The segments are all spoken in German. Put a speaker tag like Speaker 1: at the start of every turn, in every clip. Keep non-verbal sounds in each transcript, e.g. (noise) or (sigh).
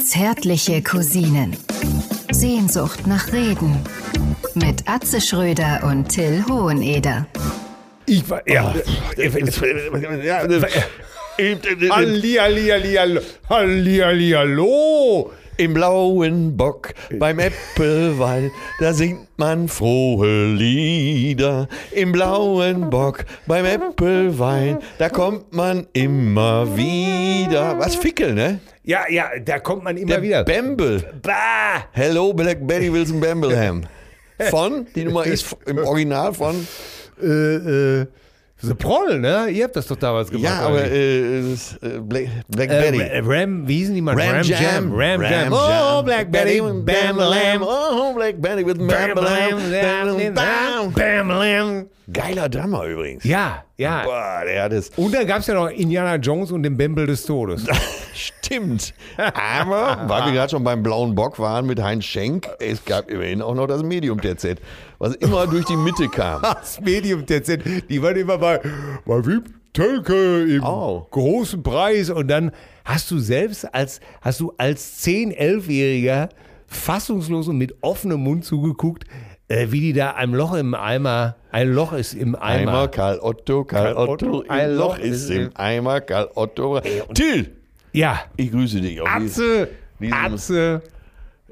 Speaker 1: Zärtliche Cousinen. Sehnsucht nach Reden. Mit Atze Schröder und Till Hoheneder.
Speaker 2: Ich war. Ja. ja. Alli, alli, alli, allo. Alli, alli, allo.
Speaker 3: Im blauen Bock beim Äppelwald, da singt man frohe Lieder. Im blauen Bock beim Äppelwein, da kommt man immer wieder. Was Fickel, ne?
Speaker 2: Ja, ja, da kommt man immer
Speaker 3: Der
Speaker 2: wieder.
Speaker 3: Bamble.
Speaker 2: bah!
Speaker 3: Hello, Blackberry Wilson Bambleham. Von, die
Speaker 2: (laughs)
Speaker 3: Nummer ist im Original von.
Speaker 2: Äh, äh, The Proll, ne? Ihr habt das doch damals gemacht.
Speaker 3: Ja,
Speaker 2: oder
Speaker 3: aber
Speaker 2: nicht?
Speaker 3: äh, das, äh, Black, Blackberry.
Speaker 2: Äh, Ram, wie hießen die mal? Ram, Jam. Ram Jam. Oh,
Speaker 3: Jam.
Speaker 2: Blackberry. Bam, Lam.
Speaker 3: Oh, Blackberry with
Speaker 2: Bam,
Speaker 3: Bam,
Speaker 2: Lam. Bam,
Speaker 3: Lam. Bam.
Speaker 2: Bam, Lam.
Speaker 3: Geiler Drummer übrigens.
Speaker 2: Ja, Oh. ja.
Speaker 3: Boah, der hat es.
Speaker 2: Und dann gab es ja noch Indiana Jones und den Bembel des Todes.
Speaker 3: (laughs) Stimmt. Aber, weil wir gerade schon beim Blauen Bock waren mit Heinz Schenk, es gab immerhin auch noch das Medium TZ, was immer durch die Mitte kam.
Speaker 2: Das Medium TZ, die waren immer bei, bei Wieb Tölke im
Speaker 3: Oh.
Speaker 2: großen Preis. Und dann hast du selbst als, hast du als 10-, 11-Jähriger fassungslos und mit offenem Mund zugeguckt, äh, wie die da ein Loch im Eimer, ein Loch ist im Eimer.
Speaker 3: Einmal Karl Otto, Karl,
Speaker 2: Karl Otto,
Speaker 3: Otto,
Speaker 2: ein
Speaker 3: ein Loch ist im Eimer, Karl Otto. Till,
Speaker 2: Ja.
Speaker 3: ich grüße dich auf
Speaker 2: Atze,
Speaker 3: diesem-
Speaker 2: Atze.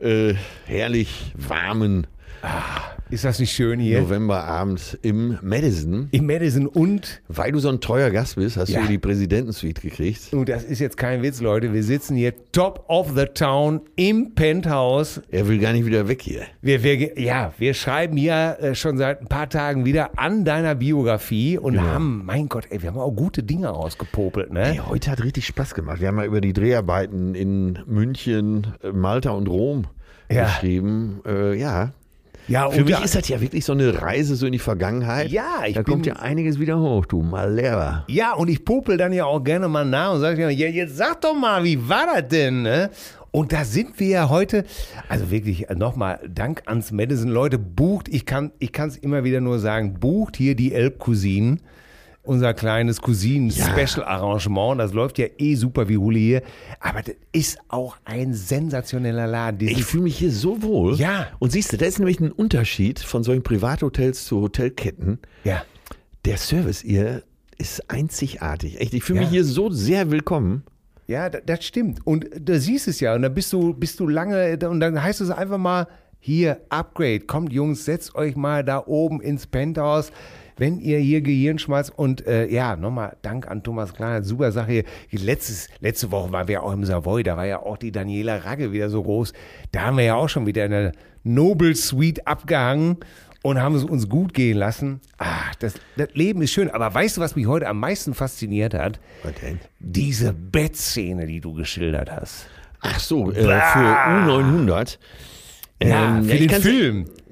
Speaker 3: diesen, äh, herrlich warmen
Speaker 2: Ist das nicht schön hier?
Speaker 3: Novemberabend im Madison.
Speaker 2: Im Madison und,
Speaker 3: Weil du so ein teuer Gast bist, hast
Speaker 2: Ja.
Speaker 3: du hier die Präsidentensuite gekriegt.
Speaker 2: und das ist jetzt kein Witz, Leute, wir sitzen hier top of the town im Penthouse
Speaker 3: Er will gar nicht wieder weg hier.
Speaker 2: Wir, wir, ge- ja, wir schreiben hier äh, schon seit ein paar Tagen wieder an deiner Biografie und haben, mein Gott, ey, wir haben auch gute Dinge rausgepopelt,
Speaker 3: Ey,
Speaker 2: ne?
Speaker 3: heute hat richtig Spaß gemacht. Wir haben ja über die Dreharbeiten in München, äh, Malta und Rom
Speaker 2: Ja.
Speaker 3: geschrieben. Äh, ja.
Speaker 2: Ja,
Speaker 3: Für
Speaker 2: und
Speaker 3: mich
Speaker 2: da-
Speaker 3: ist das ja wirklich so eine Reise so in die Vergangenheit.
Speaker 2: Ja, ich
Speaker 3: Da
Speaker 2: bin-
Speaker 3: kommt ja einiges wieder hoch, du Malera.
Speaker 2: ja, und ich popel dann ja auch gerne mal nach und sage, ja, jetzt sag doch mal, wie war das denn, ne? Und da sind wir ja heute, also wirklich nochmal Dank ans Madison. Leute, bucht, ich kann ich kann es immer wieder nur sagen, bucht hier die Elbcousinen. unser kleines Cousinen-Special-Arrangement. Das läuft ja eh super wie Huli hier. Aber das ist auch ein sensationeller Laden. Dieses-
Speaker 3: Ich fühle mich hier so wohl.
Speaker 2: Ja.
Speaker 3: Und siehst du, da ist nämlich ein Unterschied von solchen Privathotels zu Hotelketten.
Speaker 2: ja.
Speaker 3: Der Service hier ist einzigartig. Echt, ich fühle
Speaker 2: Ja.
Speaker 3: mich hier so sehr willkommen.
Speaker 2: ja, da- das stimmt. Und da siehst du es ja. Und da bist du, bist du lange, und dann heißt es einfach mal, hier, Upgrade. Kommt, Jungs, setzt euch mal da oben ins Penthouse. Wenn ihr hier Gehirnschmalz und äh, ja, nochmal Dank an Thomas Kleiner, super Sache hier. Letztes, letzte Woche waren wir auch im Savoy, da war ja auch die Daniela Ragge wieder so groß. Da haben wir ja auch schon wieder in der Noble Suite abgehangen und haben es uns gut gehen lassen. Ach, das, das Leben ist schön. Aber weißt du, was mich heute am meisten fasziniert hat?
Speaker 3: Was denn?
Speaker 2: Diese Bettszene, die du geschildert hast.
Speaker 3: Ach so, äh, für U900. Ähm, ich kann's-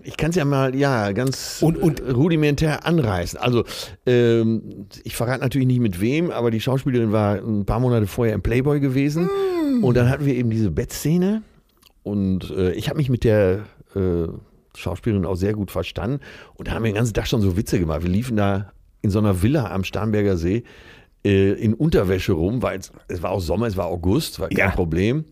Speaker 3: Ich kann es ja mal, ja, ganz
Speaker 2: Und- und-
Speaker 3: äh, rudimentär anreißen. Also, ähm, ich verrate natürlich nicht mit wem, aber die Schauspielerin war ein paar Monate vorher im Playboy gewesen. Und dann hatten wir eben diese Bettszene. Und äh, ich habe mich mit der äh, Schauspielerin auch sehr gut verstanden. Und da haben wir den ganzen Tag schon so Witze gemacht. Wir liefen da in so einer Villa am Starnberger See äh, in Unterwäsche rum, weil es, es war auch Sommer, es war August, war kein
Speaker 2: Ja.
Speaker 3: Problem.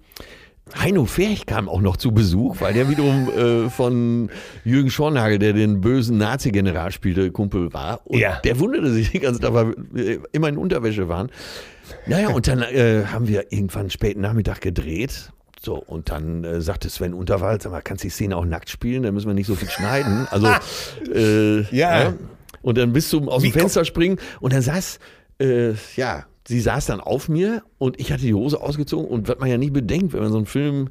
Speaker 3: Heino Ferch kam auch noch zu Besuch, weil der wiederum äh, von Jürgen Schornhagel, der den bösen Nazi-General spielte, Kumpel war. Und
Speaker 2: Ja.
Speaker 3: der wunderte sich die ganze Zeit, weil wir äh, immer in Unterwäsche waren. Naja, und dann äh, haben wir irgendwann späten Nachmittag gedreht. So, und dann äh, sagte Sven Unterwald, sag mal, kannst du die Szene auch nackt spielen? Da müssen wir nicht so viel schneiden.
Speaker 2: (laughs)
Speaker 3: Also, äh,
Speaker 2: Ja.
Speaker 3: Und dann bist du aus dem
Speaker 2: Wie kommt-
Speaker 3: Fenster springen und dann saß, äh, ja, sie saß dann auf mir und ich hatte die Hose ausgezogen und was man ja nicht bedenkt, wenn man so einen Film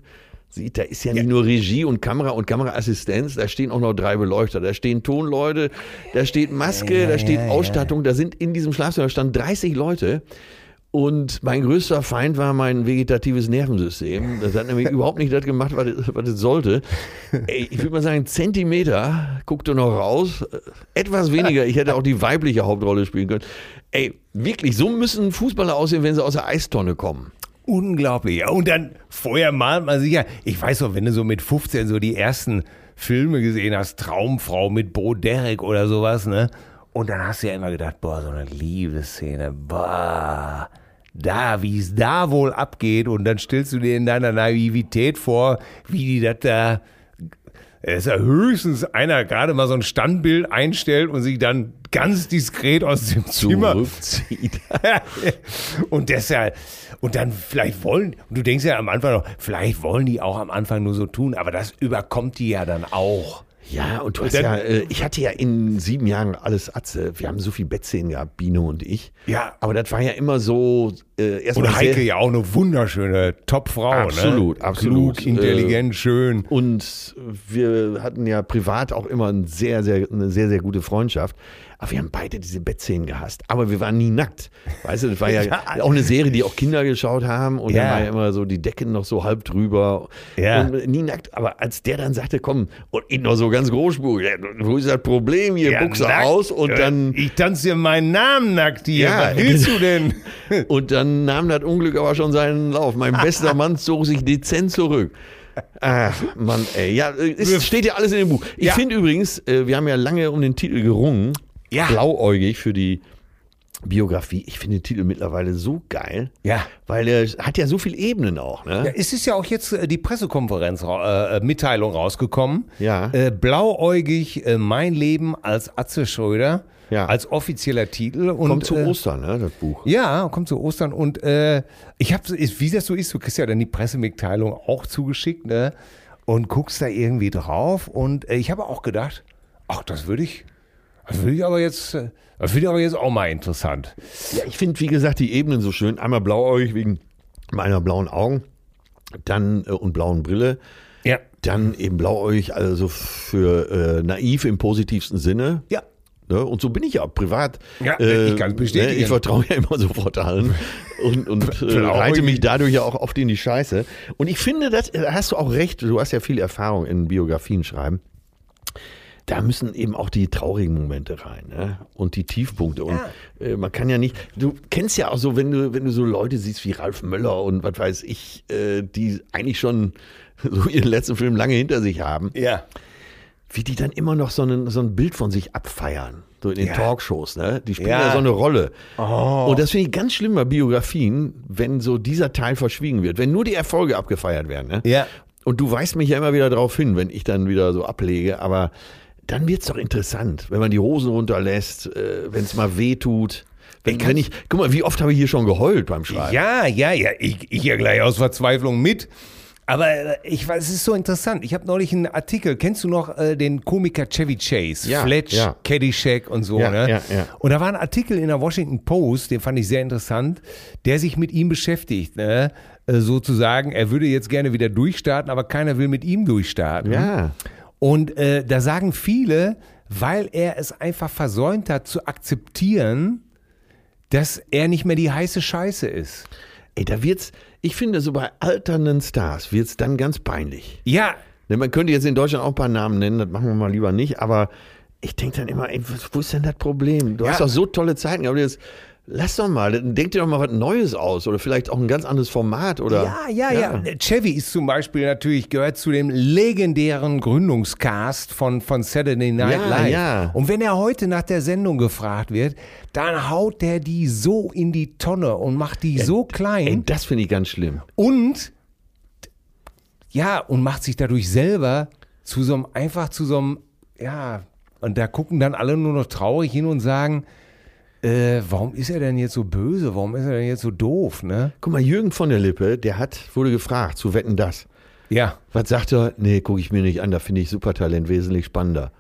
Speaker 3: sieht, da ist ja nicht nur Regie und Kamera und Kameraassistenz, da stehen auch noch drei Beleuchter, da stehen Tonleute, da steht Maske, da steht Ausstattung, da sind in diesem Schlafzimmer standen 30 Leute. Und mein größter Feind war mein vegetatives Nervensystem. Das
Speaker 2: (laughs)
Speaker 3: hat nämlich überhaupt nicht das gemacht, was es, was es sollte. Ey, ich würde mal sagen, Zentimeter guckte noch raus. Etwas weniger. Ich hätte auch die weibliche Hauptrolle spielen können. Ey, wirklich, so müssen Fußballer aussehen, wenn sie aus der Eistonne kommen.
Speaker 2: Unglaublich. Ja, und dann vorher malt man sich ja. Ich weiß noch, wenn du so mit 15 so die ersten Filme gesehen hast, Traumfrau mit Bo Derek oder sowas, ne? Und dann hast du ja immer gedacht, boah, so eine Liebesszene, boah, da, wie es da wohl abgeht. Und dann stellst du dir in deiner Naivität vor, wie die das da. Es ist ja höchstens einer gerade mal so ein Standbild einstellt und sich dann ganz diskret aus dem Zimmer (laughs)
Speaker 3: Zurückzieht.
Speaker 2: und deshalb, und dann vielleicht wollen, und du denkst ja am Anfang noch, vielleicht wollen die auch am Anfang nur so tun, aber das überkommt die ja dann auch.
Speaker 3: Ja, und du hast
Speaker 2: dann-
Speaker 3: ja, äh, ich hatte ja in sieben Jahren alles Atze. Wir haben so viel Bettszenen gehabt, Bino und ich.
Speaker 2: Ja.
Speaker 3: Aber das war ja immer so, äh, erstmal.
Speaker 2: Und Heike
Speaker 3: sehr-
Speaker 2: ja auch eine wunderschöne Topfrau.
Speaker 3: Absolut,
Speaker 2: ne?
Speaker 3: absolut. Äh,
Speaker 2: Klug, intelligent, schön.
Speaker 3: Und wir hatten ja privat auch immer ein sehr, sehr, eine sehr, sehr gute Freundschaft. Aber wir haben beide diese Bettszenen gehasst. Aber wir waren nie nackt. Weißt du, das war ja,
Speaker 2: (laughs) Ja.
Speaker 3: auch eine Serie, die auch Kinder geschaut haben. Und
Speaker 2: Ja.
Speaker 3: dann war ja immer so die Decken noch so halb drüber.
Speaker 2: Ja.
Speaker 3: Und nie nackt. Aber als der dann sagte, komm, und ihn noch so ganz großspurig, ja, wo ist das Problem hier? Buchse
Speaker 2: nackt.
Speaker 3: aus und
Speaker 2: Äh,
Speaker 3: dann.
Speaker 2: Ich tanze dir meinen Namen nackt hier.
Speaker 3: Ja.
Speaker 2: Was willst du
Speaker 3: (laughs)
Speaker 2: denn?
Speaker 3: Und dann nahm das Unglück aber schon seinen Lauf. Mein (laughs) bester Mann zog sich dezent zurück. Ach, Mann, ey. Ja, es steht ja alles in dem Buch. Ich
Speaker 2: Ja.
Speaker 3: finde übrigens, äh, wir haben ja lange um den Titel gerungen.
Speaker 2: Ja.
Speaker 3: Blauäugig für die Biografie. Ich finde den Titel mittlerweile so geil.
Speaker 2: Ja.
Speaker 3: Weil er hat ja so viele Ebenen auch, ne?
Speaker 2: Es ist ja auch jetzt äh, die Pressekonferenz, ra- äh, Mitteilung rausgekommen.
Speaker 3: Ja.
Speaker 2: Äh, blauäugig, äh, mein Leben als Atze Schröder.
Speaker 3: Ja.
Speaker 2: Als offizieller Titel. Und,
Speaker 3: Kommt zu
Speaker 2: äh,
Speaker 3: Ostern, ne, das Buch.
Speaker 2: Ja, kommt zu Ostern und äh, ich habe, wie das so ist, du kriegst ja dann die Pressemitteilung auch zugeschickt, ne? Und guckst da irgendwie drauf und äh, ich habe auch gedacht, ach, das würde ich, das würde ich aber jetzt, äh, das finde ich aber jetzt auch mal interessant.
Speaker 3: Ja, ich finde, wie gesagt, die Ebenen so schön. Einmal blauäugig wegen meiner blauen Augen. Dann äh, und blauen Brille.
Speaker 2: Ja,
Speaker 3: Dann eben blauäugig, also für äh, naiv im positivsten Sinne.
Speaker 2: ja,
Speaker 3: Ne? Und so bin ich ja auch privat.
Speaker 2: Ja, ich kann's bestätigen.
Speaker 3: Ne? Ich vertraue ja immer (laughs) sofort allen
Speaker 2: (laughs)
Speaker 3: und, und äh,
Speaker 2: Blauäugig.
Speaker 3: reite mich dadurch ja auch oft in die Scheiße. Und ich finde, das äh, hast du auch recht. Du hast ja viel Erfahrung in Biografien schreiben. Da müssen eben auch die traurigen Momente rein ne? und die Tiefpunkte. Und äh, man kann ja nicht, du kennst ja auch so, wenn du, wenn du so Leute siehst wie Ralf Möller und was weiß ich, äh, die eigentlich schon (laughs) so ihren letzten Film lange hinter sich haben
Speaker 2: ja.
Speaker 3: wie die dann immer noch so ein, so ein Bild von sich abfeiern. So in den
Speaker 2: Ja.
Speaker 3: Talkshows, ne? Die spielen
Speaker 2: Ja.
Speaker 3: ja, so eine Rolle. Und das finde ich ganz schlimm bei Biografien, wenn so dieser Teil verschwiegen wird, wenn nur die Erfolge abgefeiert werden, ne?
Speaker 2: Ja.
Speaker 3: Und du weist mich ja immer wieder darauf hin, wenn ich dann wieder so ablege, aber dann wird's doch interessant, wenn man die Hosen runterlässt, äh, wenn es mal weh tut. Wenn, wenn ich, guck mal, wie oft habe ich hier schon geheult beim Schreiben?
Speaker 2: Ja, ja, ja, ich, ich ja gleich aus Verzweiflung mit. Aber äh, ich weiß, es ist so interessant. Ich habe neulich einen Artikel, kennst du noch äh, den Komiker Chevy Chase,
Speaker 3: Ja,
Speaker 2: Fletch,
Speaker 3: ja.
Speaker 2: Caddyshack und so,
Speaker 3: Ja,
Speaker 2: ne?
Speaker 3: ja, ja.
Speaker 2: Und da war ein Artikel in der Washington Post, den fand ich sehr interessant, der sich mit ihm beschäftigt, ne? Äh, Sozusagen, er würde jetzt gerne wieder durchstarten, aber keiner will mit ihm durchstarten.
Speaker 3: Ja.
Speaker 2: Und äh, da sagen viele, weil er es einfach versäumt hat zu akzeptieren, dass er nicht mehr die heiße Scheiße ist.
Speaker 3: Ey, da wird's, ich finde, so bei alternden Stars wird's dann ganz peinlich.
Speaker 2: Ja,
Speaker 3: Ne, Man könnte jetzt in Deutschland auch ein paar Namen nennen, das machen wir mal lieber nicht, aber ich denke dann immer, ey, was- wo ist denn das Problem? Du
Speaker 2: Ja.
Speaker 3: hast doch so tolle Zeiten gehabt, jetzt lass doch mal, dann denk dir doch mal was Neues aus oder vielleicht auch ein ganz anderes Format oder.
Speaker 2: ja, ja, ja. Chevy ist zum Beispiel natürlich, gehört zu dem legendären Gründungscast von, von Saturday Night
Speaker 3: Ja,
Speaker 2: Live.
Speaker 3: ja.
Speaker 2: Und wenn er heute nach der Sendung gefragt wird, dann haut der die so in die Tonne und macht die so klein
Speaker 3: Ey, das finde ich ganz schlimm.
Speaker 2: und ja, und macht sich dadurch selber zu so einem, einfach zu so einem, ja, und da gucken dann alle nur noch traurig hin und sagen, äh, warum ist er denn jetzt so böse? Warum ist er denn jetzt so doof, ne?
Speaker 3: Guck mal, Jürgen von der Lippe, der hat, wurde gefragt, zu wetten das.
Speaker 2: Ja.
Speaker 3: Was sagt er? Nee, gucke ich mir nicht an, da finde ich Supertalent wesentlich spannender.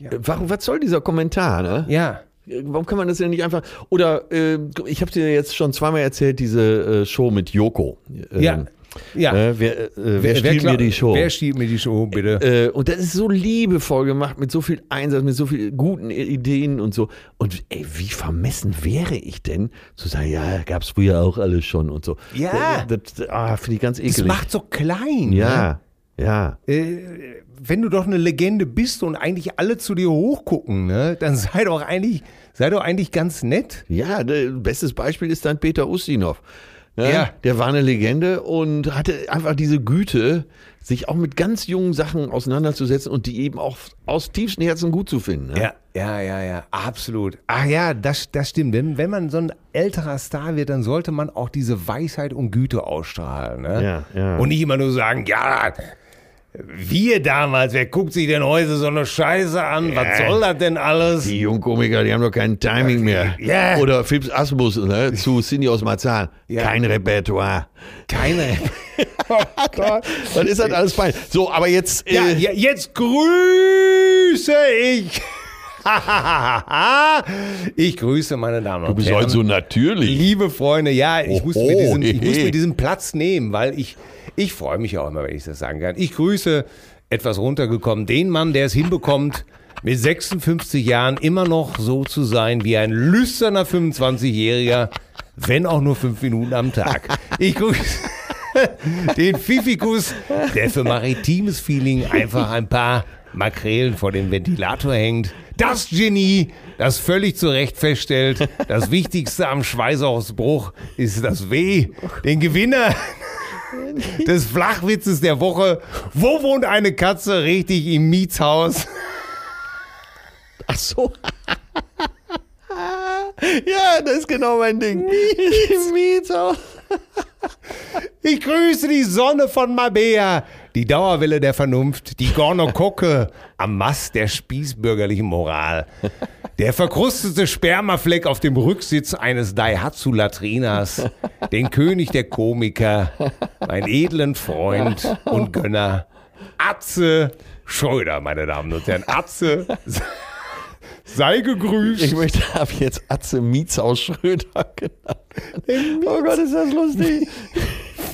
Speaker 3: Äh, Warum, was soll dieser Kommentar, ne?
Speaker 2: Ja.
Speaker 3: Äh, Warum kann man das denn nicht einfach? Oder äh, ich habe dir jetzt schon zweimal erzählt, diese äh, Show mit Joko. Ähm,
Speaker 2: Ja. Ja.
Speaker 3: Ne, wer, äh, wer, stiehlt
Speaker 2: kla-
Speaker 3: mir die Show?
Speaker 2: Wer stiehlt mir die Show, bitte?
Speaker 3: äh, und das ist so liebevoll gemacht, mit so viel Einsatz, mit so viel guten I- Ideen und so. Und ey, wie vermessen wäre ich denn, zu sagen, ja, gab's früher auch alles schon und so.
Speaker 2: Ja.
Speaker 3: Das, das, ah, finde ich ganz eklig.
Speaker 2: das macht so klein. ne?
Speaker 3: ja, ja.
Speaker 2: Wenn du doch eine Legende bist und eigentlich alle zu dir hochgucken, ne, dann (laughs) sei doch eigentlich, sei doch eigentlich ganz nett.
Speaker 3: Ja, ne, bestes Beispiel ist dann Peter Ustinov. Ne?
Speaker 2: Ja.
Speaker 3: Der war eine Legende und hatte einfach diese Güte, sich auch mit ganz jungen Sachen auseinanderzusetzen und die eben auch aus tiefstem Herzen gut zu finden. Ne?
Speaker 2: Ja, ja, ja, ja, absolut. Ach ja, das, das stimmt. Wenn, wenn man so ein älterer Star wird, dann sollte man auch diese Weisheit und Güte ausstrahlen. Ne?
Speaker 3: Ja, ja.
Speaker 2: Und nicht immer nur sagen, ja, wir damals, wer guckt sich denn heute so eine Scheiße an? Was
Speaker 3: Ja.
Speaker 2: soll das denn alles?
Speaker 3: Die jungen Komiker, die haben doch kein Timing mehr.
Speaker 2: Ja.
Speaker 3: Oder Phipps Asmus ne, zu Cindy aus Marzahn.
Speaker 2: Ja.
Speaker 3: Kein Repertoire. (laughs)
Speaker 2: Keine. oh Gott.
Speaker 3: Dann ist das alles fein. So, aber jetzt.
Speaker 2: Ja,
Speaker 3: äh,
Speaker 2: ja, jetzt grüße ich. (laughs) ich grüße meine Damen
Speaker 3: Du
Speaker 2: und
Speaker 3: bist
Speaker 2: Herren.
Speaker 3: heute so Oh, natürlich.
Speaker 2: Liebe Freunde, ja, ich muss, mir
Speaker 3: Oho,
Speaker 2: diesen, ich muss
Speaker 3: hehe.
Speaker 2: mir diesen Platz nehmen, weil ich, ich freue mich ja auch immer, wenn ich das sagen kann. Ich grüße etwas runtergekommen, den Mann, der es hinbekommt, mit 56 Jahren immer noch so zu sein wie ein lüsterner 25-Jähriger, wenn auch nur fünf Minuten am Tag. Ich grüße (laughs) den Fifikus, der für maritimes Feeling einfach ein paar Makrelen vor dem Ventilator hängt. Das Genie, das völlig zu Recht feststellt, das Wichtigste am Schweißausbruch ist das W. Den Gewinner des Flachwitzes der Woche. Wo wohnt eine Katze richtig im Mietshaus?
Speaker 3: Ach so. ja, das ist genau mein Ding. Mietshaus.
Speaker 2: Ich grüße die Sonne von Mabea, die Dauerwelle der Vernunft, die Gornokocke am Mast der spießbürgerlichen Moral. Der verkrustete Spermafleck auf dem Rücksitz eines Daihatsu Latrinas, den König der Komiker, meinen edlen Freund und Gönner, Atze Schröder, meine Damen und Herren. Atze, (laughs) sei gegrüßt.
Speaker 3: Ich möchte ab jetzt Atze Mietshaus Schröder genannt. Oh Gott, ist das lustig.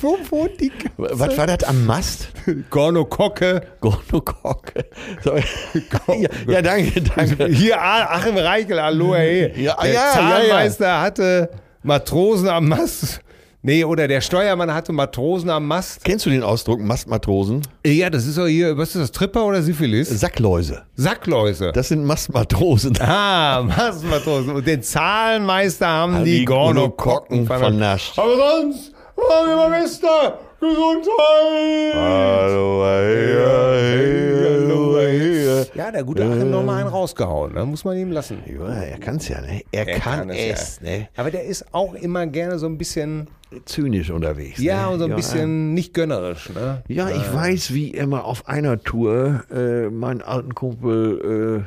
Speaker 2: wo wohnt die
Speaker 3: Was war das am Mast?
Speaker 2: Gornokocke?
Speaker 3: Gornokocke. So, ja, ja, danke,
Speaker 2: Oh,
Speaker 3: danke.
Speaker 2: (laughs) Hier, A- Achim Reichel, hallo, hey.
Speaker 3: Ja,
Speaker 2: der
Speaker 3: ja,
Speaker 2: Zahnmeister hatte Matrosen am Mast. Nee, oder der Steuermann hatte Matrosen am Mast.
Speaker 3: Kennst du den Ausdruck Mastmatrosen?
Speaker 2: Ja, das ist doch hier, was ist das, Tripper oder Syphilis?
Speaker 3: Sackläuse.
Speaker 2: Sackläuse.
Speaker 3: Das sind Mastmatrosen.
Speaker 2: ah, Mastmatrosen. Und den Zahlenmeister haben die,
Speaker 3: (laughs) die
Speaker 2: Gornokocken
Speaker 3: Gornokocken vernascht.
Speaker 2: Aber sonst, waren wir mal Bester.
Speaker 3: Ah,
Speaker 2: Gesundheit.
Speaker 3: Hallo, hey, hey, hallo, hey.
Speaker 2: Ja, der gute Achim nochmal einen rausgehauen, ne? muss man ihm lassen.
Speaker 3: Ja, er kann es ja, ne? Er,
Speaker 2: Er
Speaker 3: kann,
Speaker 2: ja.
Speaker 3: es, ne?
Speaker 2: Aber der ist auch immer gerne so ein bisschen,
Speaker 3: Zynisch unterwegs.
Speaker 2: ja,
Speaker 3: ne?
Speaker 2: und so ein bisschen nicht gönnerisch, ne?
Speaker 3: Ja, ich weiß, wie er mal auf einer Tour äh, meinen alten Kumpel,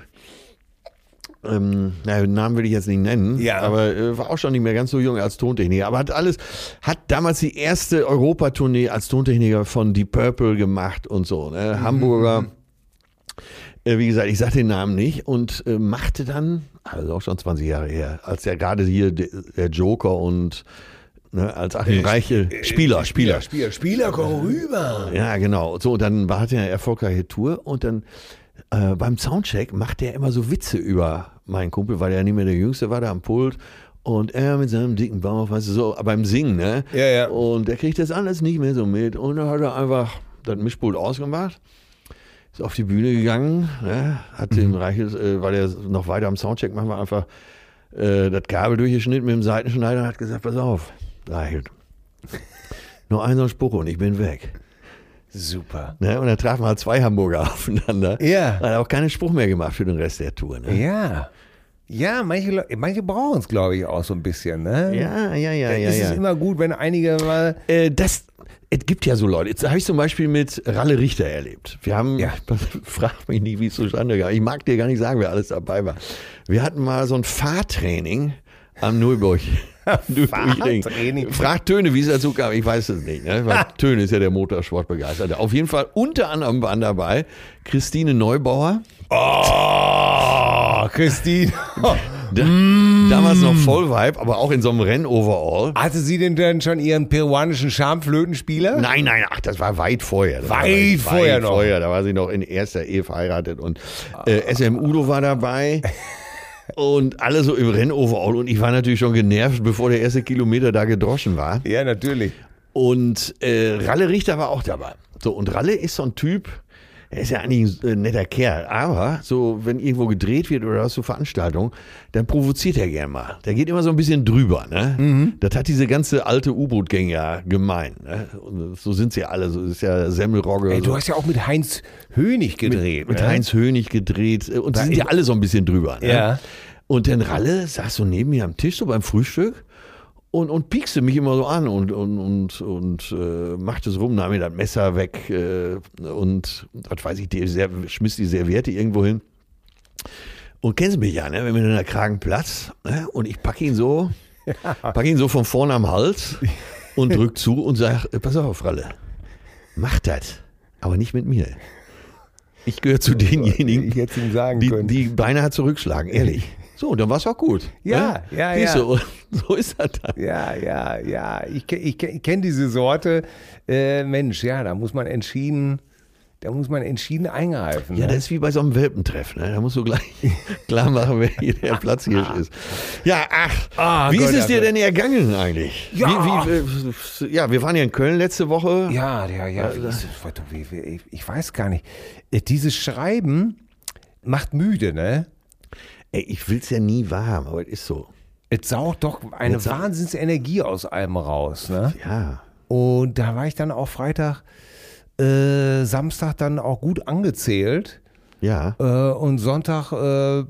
Speaker 3: äh, ähm, na, den Namen will ich jetzt nicht nennen,
Speaker 2: Ja.
Speaker 3: aber äh, war auch schon nicht mehr ganz so jung als Tontechniker, aber hat alles, hat damals die erste Europatournee als Tontechniker von Deep Purple gemacht und so, ne? Hamburger. Äh, Wie gesagt, ich sag den Namen nicht und äh, machte dann, also auch schon 20 Jahre her, als ja gerade hier der, der Joker und ne, als Achim Reichel, Spieler, Spieler,
Speaker 2: Spieler, Spieler, komm rüber.
Speaker 3: ja, genau. So, dann war, hatte er eine erfolgreiche Tour und dann äh, beim Soundcheck machte er immer so Witze über meinen Kumpel, weil er nicht mehr der Jüngste war da am Pult. Und er mit seinem dicken Bauch, weißt du, so beim Singen, ne?
Speaker 2: Ja, ja.
Speaker 3: Und er kriegt das alles nicht mehr so mit. Und dann hat er einfach das Mischpult ausgemacht, ist auf die Bühne gegangen, ne? hat
Speaker 2: Mhm.
Speaker 3: dem Reichel, äh, weil er noch weiter am Soundcheck machen war, einfach äh, das Kabel durchgeschnitten mit dem Seitenschneider und hat gesagt, pass auf, Reichel, (laughs) nur ein so ein Spruch und ich bin weg.
Speaker 2: Super.
Speaker 3: Ne? Und dann trafen halt zwei Hamburger (laughs) aufeinander.
Speaker 2: Ja.
Speaker 3: Hat er auch keinen Spruch mehr gemacht für den Rest der Tour. Ne?
Speaker 2: Ja. Ja, manche, Leu- manche brauchen es, glaube ich, auch so ein bisschen, ne?
Speaker 3: Ja, ja, ja,
Speaker 2: Dann
Speaker 3: ja.
Speaker 2: ist
Speaker 3: ja.
Speaker 2: es immer gut, wenn einige mal.
Speaker 3: äh, das, es gibt ja so Leute. Jetzt habe ich zum Beispiel mit Ralle Richter erlebt. Wir haben, (laughs)
Speaker 2: Ja.
Speaker 3: frag mich nicht, wie es zustande kam. Ich mag dir gar nicht sagen, wer alles dabei war. Wir hatten mal so ein Fahrtraining
Speaker 2: (laughs)
Speaker 3: am Nullburg. Nürburgring.
Speaker 2: Fahrtraining?
Speaker 3: Frag Töne, wie es dazu kam. Ich weiß es nicht.
Speaker 2: (laughs)
Speaker 3: Ne? Weil Töne ist ja der Motorsportbegeisterte. Auf jeden Fall unter anderem waren dabei Christine Neubauer.
Speaker 2: Oh, Christine.
Speaker 3: Da,
Speaker 2: Mm.
Speaker 3: Damals noch Vollweib, aber auch in so einem Rennoverall.
Speaker 2: (laughs) Hatte sie denn dann schon ihren peruanischen Schamflötenspieler?
Speaker 3: Nein, nein, ach, das war weit vorher. Das war
Speaker 2: Weit vorher noch.
Speaker 3: vorher, da war sie noch in erster Ehe verheiratet und äh, SM Udo
Speaker 2: (laughs)
Speaker 3: war dabei. Und alle so im Rennoverall und ich war natürlich schon genervt, bevor der erste Kilometer da gedroschen war.
Speaker 2: Ja, natürlich.
Speaker 3: Und äh, Ralle Richter war auch dabei. So, und Ralle ist so ein Typ, er ist ja eigentlich ein äh, netter Kerl, aber so, wenn irgendwo gedreht wird oder hast du Veranstaltungen, dann provoziert er gern mal. Der geht immer so ein bisschen drüber, ne?
Speaker 2: Mhm.
Speaker 3: Das hat diese ganze alte U-Boot-Gang ja gemein, ne? Und so sind sie ja alle, so ist ja Semmelrogge.
Speaker 2: Ey,
Speaker 3: so.
Speaker 2: du hast ja auch mit Heinz Hönig gedreht.
Speaker 3: Mit
Speaker 2: ne?
Speaker 3: Heinz Hönig gedreht. äh, Und die sind ja alle so ein bisschen drüber. Ne?
Speaker 2: Ja.
Speaker 3: Und dann Ralle saß so neben mir am Tisch, so beim Frühstück. Und, und piekste mich immer so an und, und, und, und äh, machte es rum, nahm mir das Messer weg äh, und was weiß ich, die, Ser- schmiss die Serviette irgendwo hin. Und kennst du mich ja, ne? wenn mir dann der Kragen platzt ne? und ich packe ihn so, pack ihn so von vorne am Hals und drück zu und sag, äh, pass auf, Ralle, mach das, aber nicht mit mir. Ich gehöre zu denjenigen,
Speaker 2: Ich hätte ihm sagen
Speaker 3: die,
Speaker 2: können.
Speaker 3: die beinahe zurückschlagen, ehrlich. (laughs) So, dann war es auch gut.
Speaker 2: Ja,
Speaker 3: ne?
Speaker 2: ja,
Speaker 3: Siehst
Speaker 2: ja.
Speaker 3: Du, (laughs) so ist das dann.
Speaker 2: Ja, ja, ja. Ich, ke- ich, ke- ich kenne diese Sorte. Äh, Mensch, ja, da muss man entschieden, da muss man entschieden eingreifen.
Speaker 3: Ja,
Speaker 2: ne?
Speaker 3: das ist wie bei so einem Welpentreff. Ne? Da musst du (laughs) gleich klar machen, wer hier der Platzhirsch ist. Ja, ach,
Speaker 2: Ah,
Speaker 3: wie
Speaker 2: Gott,
Speaker 3: ist es
Speaker 2: ah,
Speaker 3: dir
Speaker 2: Gott.
Speaker 3: denn ergangen eigentlich?
Speaker 2: Ja.
Speaker 3: Wie, wie, äh, ja, wir waren ja in Köln letzte Woche.
Speaker 2: Ja, ja,
Speaker 3: Also
Speaker 2: ja. Wie ist das? Warte, wie- wie- Ich ich weiß gar nicht. Äh, Dieses Schreiben macht müde, ne?
Speaker 3: Ey, ich will's ja nie warm, aber es ist so.
Speaker 2: Es saugt doch eine
Speaker 3: Jetzt sau-
Speaker 2: Wahnsinnsenergie aus allem raus, ne?
Speaker 3: Ja.
Speaker 2: Und da war ich dann auch Freitag, äh, Samstag dann auch gut angezählt.
Speaker 3: Ja.
Speaker 2: Äh, und Sonntag äh,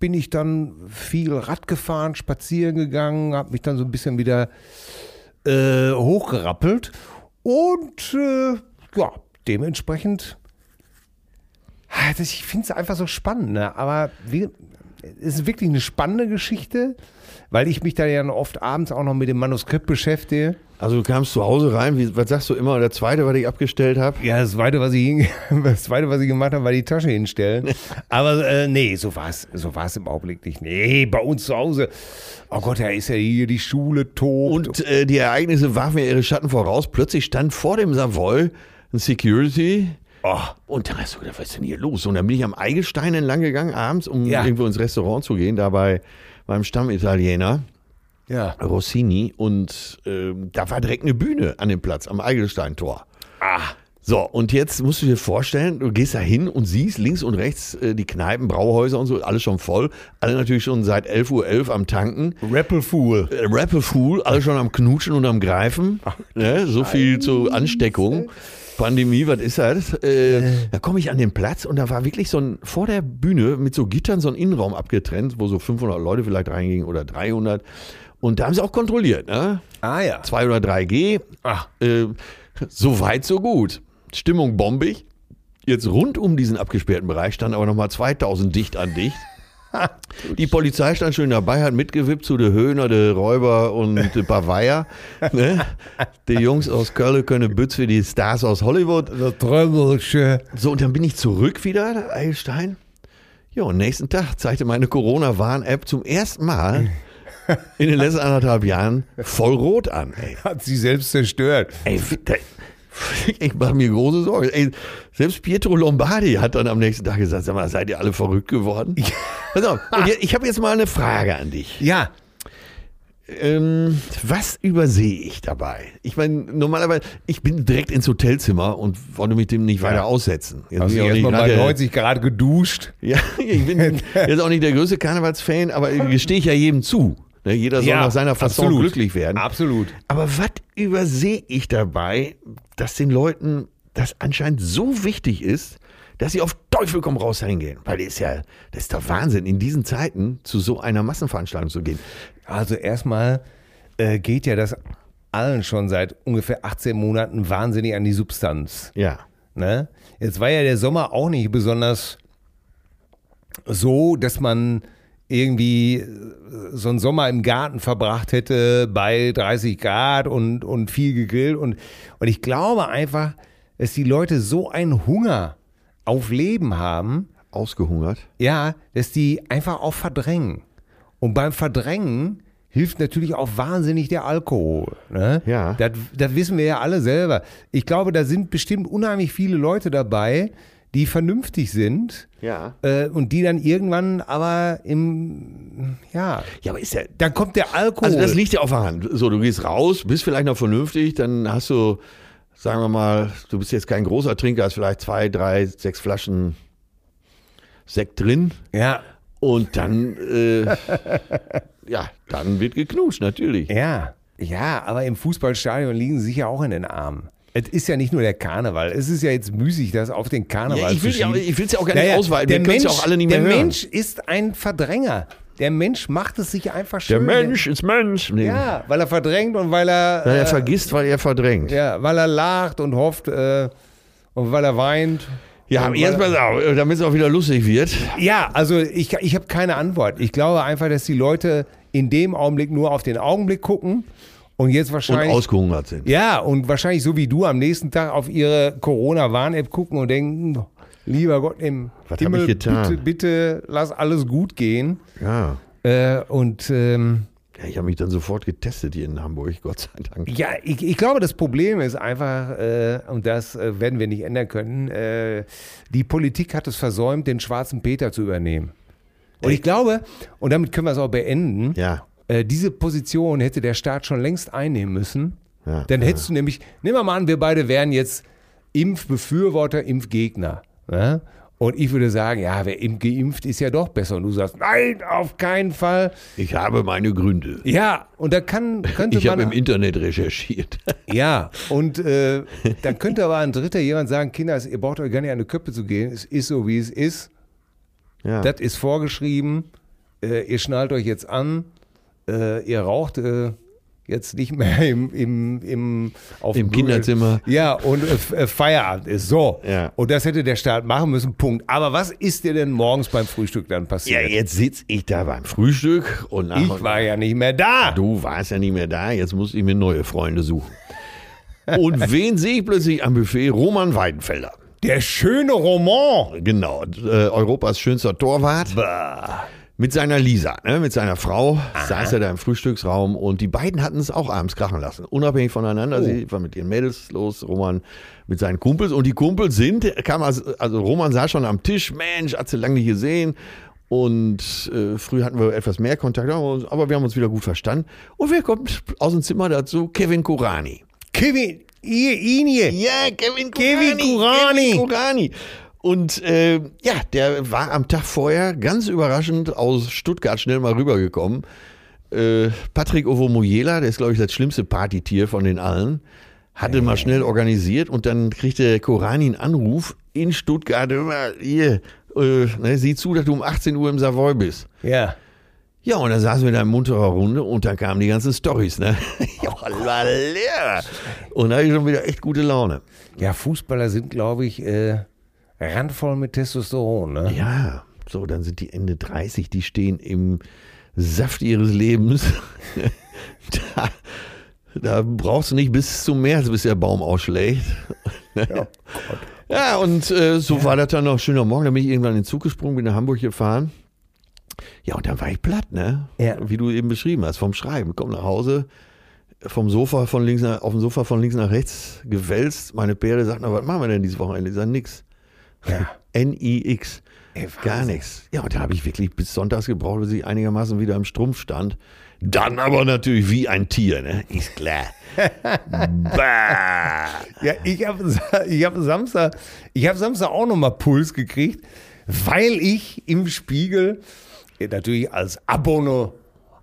Speaker 2: bin ich dann viel Rad gefahren, spazieren gegangen, habe mich dann so ein bisschen wieder äh, hochgerappelt und äh, ja, dementsprechend. Ah, das- Ich finde es einfach so spannend, ne? aber wie, es ist wirklich eine spannende Geschichte, weil ich mich da ja oft abends auch noch mit dem Manuskript beschäftige.
Speaker 3: Also du kamst zu Hause rein, wie, was sagst du immer, der zweite, was ich abgestellt habe?
Speaker 2: Ja, das Zweite, was ich, (laughs) hin- das Zweite, was ich gemacht habe, war die Tasche hinstellen.
Speaker 3: (laughs)
Speaker 2: Aber äh, nee, so war es so war's im Augenblick nicht. Nee, bei uns zu Hause. Oh Gott, da ist ja hier die Schule tobt.
Speaker 3: Und äh, die Ereignisse warfen ja ihre Schatten voraus. Plötzlich stand vor dem Savoy ein Security.
Speaker 2: Oh.
Speaker 3: Und dann hast du gedacht, was ist denn hier los? Und dann bin ich am Eigelstein entlang gegangen abends, um
Speaker 2: Ja.
Speaker 3: irgendwo ins Restaurant zu gehen, da bei meinem Stammitaliener
Speaker 2: ja.
Speaker 3: Rossini. Und ähm, da war direkt eine Bühne an dem Platz, am Eigelsteintor.
Speaker 2: Ah.
Speaker 3: So, und jetzt musst du dir vorstellen, du gehst da hin und siehst links und rechts äh, die Kneipen, Brauhäuser und so, alle schon voll. Alle natürlich schon seit 11.11 Uhr am Tanken.
Speaker 2: Rapple Fool.
Speaker 3: Äh, Rapper Fool, alle schon am Knutschen und am Greifen. Ne? So viel zu Ansteckung. Pandemie, was ist das? Äh, da komme ich an den Platz und da war wirklich so ein, vor der Bühne mit so Gittern so ein Innenraum abgetrennt, wo so 500 Leute vielleicht reingingen oder 300. Und da haben sie auch kontrolliert, ne?
Speaker 2: Ah ja.
Speaker 3: 2 oder 3G.
Speaker 2: Ach.
Speaker 3: Äh, so weit, so gut. Stimmung bombig. Jetzt rund um diesen abgesperrten Bereich standen aber nochmal 2000 dicht an dicht. Die Polizei stand schön dabei, hat mitgewippt zu den Höhner, den Räuber und den Bavayer. Ne? Die Jungs aus Köln können Bütz für die Stars aus Hollywood.
Speaker 2: Das Trömmelsche.
Speaker 3: So, und dann bin ich zurück wieder, Eilstein. Ja, und nächsten Tag zeigte meine Corona-Warn-App zum ersten Mal in den letzten anderthalb Jahren voll rot an. Ey.
Speaker 2: Hat sie selbst zerstört.
Speaker 3: Ey, wie- da- (laughs) ich mache mir große Sorgen. Ey, selbst Pietro Lombardi hat dann am nächsten Tag gesagt: Sag mal, seid ihr alle verrückt geworden? Pass auf, und je- ich habe jetzt mal eine Frage an dich.
Speaker 2: Ja.
Speaker 3: Ähm, was übersehe ich dabei? Ich meine, normalerweise, ich bin direkt ins Hotelzimmer und wollte mich dem nicht weiter aussetzen. Jetzt
Speaker 2: Also
Speaker 3: bin ich auch nicht
Speaker 2: erstmal bei
Speaker 3: gerade-
Speaker 2: 90 Grad geduscht.
Speaker 3: (laughs) ja, ich bin jetzt auch nicht der größte Karnevalsfan, aber gestehe ich ja jedem zu. Ne, Jeder soll nach seiner Fasson
Speaker 2: absolut.
Speaker 3: glücklich werden.
Speaker 2: Absolut.
Speaker 3: Aber was übersehe ich dabei, dass den Leuten das anscheinend so wichtig ist, dass sie auf Teufel komm raus reingehen? Weil das ist ja, das ist doch Wahnsinn, in diesen Zeiten zu so einer Massenveranstaltung zu gehen.
Speaker 2: Also erstmal äh, geht ja das allen schon seit ungefähr 18 Monaten wahnsinnig an die Substanz.
Speaker 3: Ja.
Speaker 2: Ne? Jetzt war ja der Sommer auch nicht besonders so, dass man irgendwie äh, so einen Sommer im Garten verbracht hätte bei 30 Grad und, und viel gegrillt. Und, und ich glaube einfach, dass die Leute so einen Hunger auf Leben haben,
Speaker 3: Ausgehungert.
Speaker 2: ja, dass die einfach auch verdrängen. Und beim Verdrängen hilft natürlich auch wahnsinnig der Alkohol. Ne?
Speaker 3: Ja.
Speaker 2: Das, das wissen wir ja alle selber. Ich glaube, da sind bestimmt unheimlich viele Leute dabei, die vernünftig sind
Speaker 3: Ja.
Speaker 2: äh, und die dann irgendwann aber im, ja,
Speaker 3: Ja, aber ist ja.
Speaker 2: dann kommt der Alkohol.
Speaker 3: Also das liegt ja auf der Hand. So, du gehst raus, bist vielleicht noch vernünftig, dann hast du sagen wir mal, du bist jetzt kein großer Trinker, hast vielleicht zwei, drei, sechs Flaschen Sekt drin.
Speaker 2: Ja.
Speaker 3: Und dann, äh, (laughs) ja, dann wird geknutscht, natürlich.
Speaker 2: Ja. Ja, aber im Fußballstadion liegen sie sich ja auch in den Armen. Es ist ja nicht nur der Karneval. Es ist ja jetzt müßig, das auf den Karneval
Speaker 3: Ja, ich
Speaker 2: zu
Speaker 3: will ja
Speaker 2: schieben.
Speaker 3: auch- ich will's ja auch gar nicht ausweiten. Wir
Speaker 2: der
Speaker 3: können's ja
Speaker 2: Mensch-
Speaker 3: auch alle nicht mehr
Speaker 2: Der
Speaker 3: hören.
Speaker 2: Mensch ist ein Verdränger. Der Mensch macht es sich einfach
Speaker 3: Der
Speaker 2: schön.
Speaker 3: Mensch ist Mensch. Nee.
Speaker 2: Ja, weil er verdrängt und weil er,
Speaker 3: Weil er
Speaker 2: äh,
Speaker 3: vergisst, weil er verdrängt.
Speaker 2: ja, weil er lacht und hofft äh, und weil er weint.
Speaker 3: Ja, aber
Speaker 2: Und
Speaker 3: jetzt
Speaker 2: weil-
Speaker 3: pass auf, damit es auch wieder lustig wird.
Speaker 2: Ja, also ich, ich habe keine Antwort. Ich glaube einfach, dass die Leute in dem Augenblick nur auf den Augenblick gucken und jetzt
Speaker 3: Und
Speaker 2: wahrscheinlich.
Speaker 3: ausgehungert sind.
Speaker 2: ja, und wahrscheinlich so wie du am nächsten Tag auf ihre Corona-Warn-App gucken und denken, lieber Gott im
Speaker 3: Was hab
Speaker 2: Himmel,
Speaker 3: ich getan?
Speaker 2: bitte, bitte lass alles gut gehen.
Speaker 3: Ja.
Speaker 2: Äh, und ähm,
Speaker 3: ja ich habe mich dann sofort getestet hier in Hamburg, Gott sei Dank.
Speaker 2: ja, ich, ich glaube, das Problem ist einfach, äh, und das äh, werden wir nicht ändern können, äh, die Politik hat es versäumt, den schwarzen Peter zu übernehmen. Und ich glaube, und damit können wir es auch beenden,
Speaker 3: Ja.
Speaker 2: äh, diese Position hätte der Staat schon längst einnehmen müssen.
Speaker 3: Ja,
Speaker 2: Dann hättest du nämlich, nehmen wir mal an, wir beide wären jetzt Impfbefürworter, Impfgegner. Ne? Und ich würde sagen, ja, wer imp- geimpft ist ja doch besser. Und du sagst, nein, auf keinen Fall.
Speaker 3: Ich habe meine Gründe.
Speaker 2: Ja, und da kann, könnte
Speaker 3: Ich habe
Speaker 2: man.
Speaker 3: im Internet recherchiert.
Speaker 2: Ja, und äh, dann könnte aber ein Dritter jemand sagen, Kinder, ihr braucht euch gar nicht an die Köpfe zu gehen, es ist so, wie es ist,
Speaker 3: Ja.
Speaker 2: das ist vorgeschrieben, äh, ihr schnallt euch jetzt an, äh, ihr raucht äh, jetzt nicht mehr (laughs) im, im, im, auf
Speaker 3: Im
Speaker 2: dem Grün-
Speaker 3: Kinderzimmer.
Speaker 2: Ja, und äh, F- äh, Feierabend ist so.
Speaker 3: Ja.
Speaker 2: Und das hätte der Staat machen müssen, Punkt. Aber was ist dir denn morgens beim Frühstück dann
Speaker 3: ja,
Speaker 2: passiert?
Speaker 3: jetzt sitze ich da beim Frühstück und nach
Speaker 2: ich war ja nicht mehr da.
Speaker 3: Du warst ja nicht mehr da, jetzt muss ich mir neue Freunde suchen. Und wen sehe ich plötzlich am Buffet? Roman Weidenfelder.
Speaker 2: Der schöne Roman.
Speaker 3: Genau, äh, Europas schönster Torwart. Mit seiner Lisa, ne, mit seiner Frau, saß er da im Frühstücksraum und die beiden hatten es auch abends krachen lassen. Unabhängig voneinander. Sie war mit ihren Mädels los, Roman mit seinen Kumpels. Und die Kumpels sind, kam also, also Roman sah schon am Tisch, Mensch, hat sie lange nicht gesehen. Und äh, früher hatten wir etwas mehr Kontakt, aber aber wir haben uns wieder gut verstanden. Und wer kommt aus dem Zimmer dazu? Kevin Kurani.
Speaker 2: Kevin, ihr, ihn hier.
Speaker 3: Ja, Kevin
Speaker 2: Kevin
Speaker 3: Kurani.
Speaker 2: Kurani.
Speaker 3: Kevin Kurani. Und äh, ja, der war am Tag vorher ganz überraschend aus Stuttgart schnell mal rübergekommen. Äh, Patrick Ovomoyela, der ist, glaube ich, das schlimmste Partytier von den allen, hatte
Speaker 2: Äh.
Speaker 3: mal schnell organisiert und dann kriegte Kurani einen Anruf in Stuttgart. hör mal, Hier, äh, ne, sieh zu, dass du um 18 Uhr im Savoy bist.
Speaker 2: Ja.
Speaker 3: Ja, und dann saßen wir da in munterer Runde und dann kamen die ganzen Storys, ne? (laughs)
Speaker 2: Oh
Speaker 3: ja, lala. Und da hatte ich schon wieder echt gute Laune.
Speaker 2: Ja, Fußballer sind, glaube ich, äh, randvoll mit Testosteron. Ne?
Speaker 3: Ja, so, dann sind die Ende 30, die stehen im Saft ihres Lebens. (laughs) da, da brauchst du nicht bis zum März, bis der Baum ausschlägt. (laughs)
Speaker 2: oh
Speaker 3: Ja, und äh, so war das dann noch schöner Morgen. Da bin ich irgendwann in den Zug gesprungen, bin nach Hamburg gefahren. Ja, und dann war ich platt, ne?
Speaker 2: Ja.
Speaker 3: Wie du eben beschrieben hast, vom Schreiben. Komm nach Hause, vom Sofa von links nach, auf dem Sofa von links nach rechts gewälzt. Meine Pferde sagt, na, was machen wir denn dieses Wochenende? Ich sage, nix.
Speaker 2: Ja.
Speaker 3: N-I-X.
Speaker 2: Ey, Wahnsinn.
Speaker 3: Gar nichts. Ja, und da habe ich wirklich bis sonntags gebraucht, bis ich einigermaßen wieder im Strumpf stand. Dann aber natürlich wie ein Tier, ne? Ist klar.
Speaker 2: (laughs)
Speaker 3: bah.
Speaker 2: Ja, ich habe ich hab Samstag, ich hab Samstag auch nochmal Puls gekriegt, weil ich im Spiegel ja, natürlich als Abonne,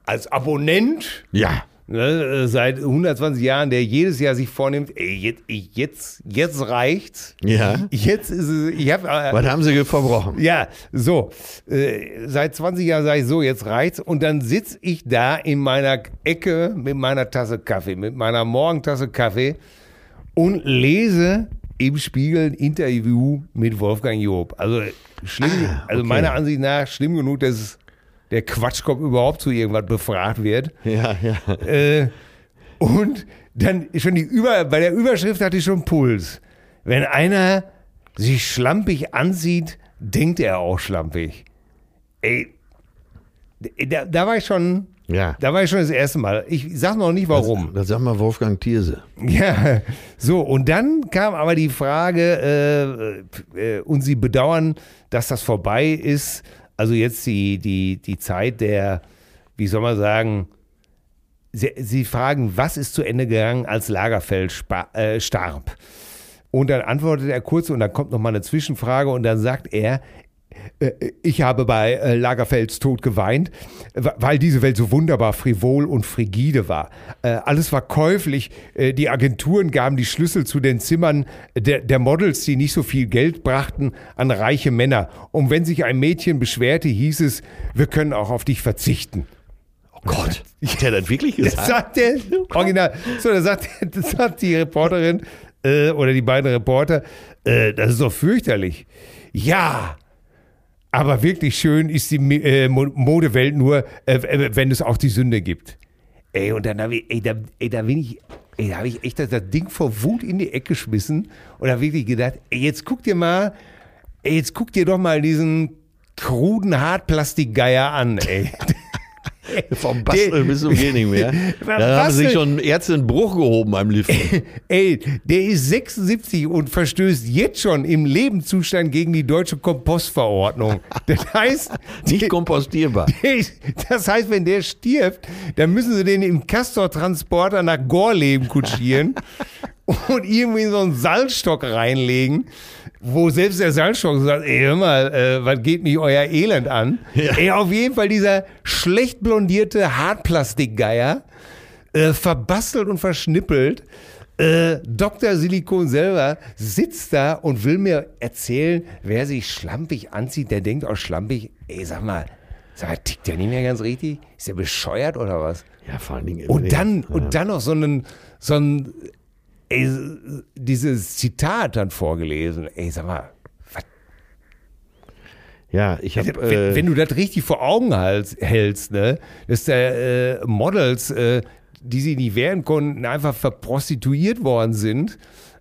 Speaker 2: als Abonnent
Speaker 3: Ja.
Speaker 2: ne, äh, seit 120 Jahren, der jedes Jahr sich vornimmt, ey, jetzt, ich- jetzt, jetzt reicht's.
Speaker 3: Ja.
Speaker 2: Jetzt ist es, ich habe äh,
Speaker 3: Was haben sie ge- verbrochen?
Speaker 2: Ja, so. Äh, seit 20 Jahren sage ich so, jetzt reicht's. Und dann sitz ich da in meiner Ecke mit meiner Tasse Kaffee, mit meiner Morgentasse Kaffee und lese im Spiegel ein Interview mit Wolfgang Job. Also, schlimm,
Speaker 3: Ah,
Speaker 2: also
Speaker 3: okay.
Speaker 2: meiner Ansicht nach schlimm genug, dass es der Quatschkopf überhaupt zu irgendwas befragt wird.
Speaker 3: Ja, ja.
Speaker 2: Äh, und dann schon die Über bei der Überschrift hatte ich schon Puls. Wenn einer sich schlampig ansieht, denkt er auch schlampig. Ey, da, da war ich schon,
Speaker 3: Ja.
Speaker 2: da war ich schon das erste Mal. Ich sag noch nicht warum.
Speaker 3: Das sag mal Wolfgang Thierse.
Speaker 2: (laughs) Ja, so und dann kam aber die Frage äh, äh, und sie bedauern, dass das vorbei ist. Also jetzt die die die Zeit der, wie soll man sagen, Sie, sie fragen, was ist zu Ende gegangen, als Lagerfeld spa- äh, starb? Und dann antwortet er kurz und dann kommt nochmal eine Zwischenfrage und dann sagt er, äh, ich habe bei äh, Lagerfelds Tod geweint, äh, wa- weil diese Welt so wunderbar frivol und frigide war. Äh, Alles war käuflich. Äh, Die Agenturen gaben die Schlüssel zu den Zimmern der, der Models, die nicht so viel Geld brachten, an reiche Männer. Und wenn sich ein Mädchen beschwerte, hieß es, wir können auch auf dich verzichten.
Speaker 3: Oh Gott, hat er das wirklich
Speaker 2: Das
Speaker 3: gesagt?
Speaker 2: sagt der Original. So, da sagt, (laughs) das sagt die Reporterin äh, oder die beiden Reporter, äh, das ist doch fürchterlich. Ja, aber wirklich schön ist die Mi- äh, Mo- Modewelt nur, äh, äh, wenn es auch die Sünde gibt. Ey, und dann habe ich, ey, da, ey, da bin ich, ey, da habe ich echt das, das Ding vor Wut in die Ecke geschmissen und habe wirklich gedacht, ey, jetzt guck dir mal, ey, jetzt guck dir doch mal diesen kruden Hartplastikgeier an, ey.
Speaker 3: Vom Basteln bis zum Gehen nicht mehr.
Speaker 2: (laughs) Was
Speaker 3: Da haben sich
Speaker 2: basteln?
Speaker 3: schon Ärzte einen Bruch gehoben
Speaker 2: (laughs)
Speaker 3: beim Liften.
Speaker 2: Ey, der ist 76 und verstößt jetzt schon im Lebenszustand gegen die deutsche Kompostverordnung. Das heißt,
Speaker 3: (laughs)
Speaker 2: (laughs)
Speaker 3: Nicht kompostierbar.
Speaker 2: das heißt, wenn der stirbt, dann müssen sie den im Castor-Transporter nach Gorleben
Speaker 3: (laughs)
Speaker 2: kutschieren und irgendwie in so einen Salzstock reinlegen, wo selbst der Salzstock sagt, ey, hör mal, äh, was geht mich euer Elend an?
Speaker 3: Ja.
Speaker 2: Ey, auf jeden Fall dieser schlecht blondierte Hartplastikgeier, äh, verbastelt und verschnippelt. Äh, Dr. Silikon selber sitzt da und will mir erzählen, wer sich schlampig anzieht, der denkt auch schlampig, ey, sag mal, sag mal, tickt der nicht mehr ganz richtig? Ist der bescheuert oder was?
Speaker 3: Ja, vor allen Dingen. im
Speaker 2: Und
Speaker 3: Leben.
Speaker 2: dann,
Speaker 3: ja.
Speaker 2: und dann noch so einen, so ein, ey, dieses Zitat dann vorgelesen, ey, sag mal, was
Speaker 3: Ja, ich äh, habe.
Speaker 2: Also, wenn, wenn du das richtig vor Augen halt, hältst, ne, dass da äh, Models, äh, die sie nicht wehren konnten, einfach verprostituiert worden sind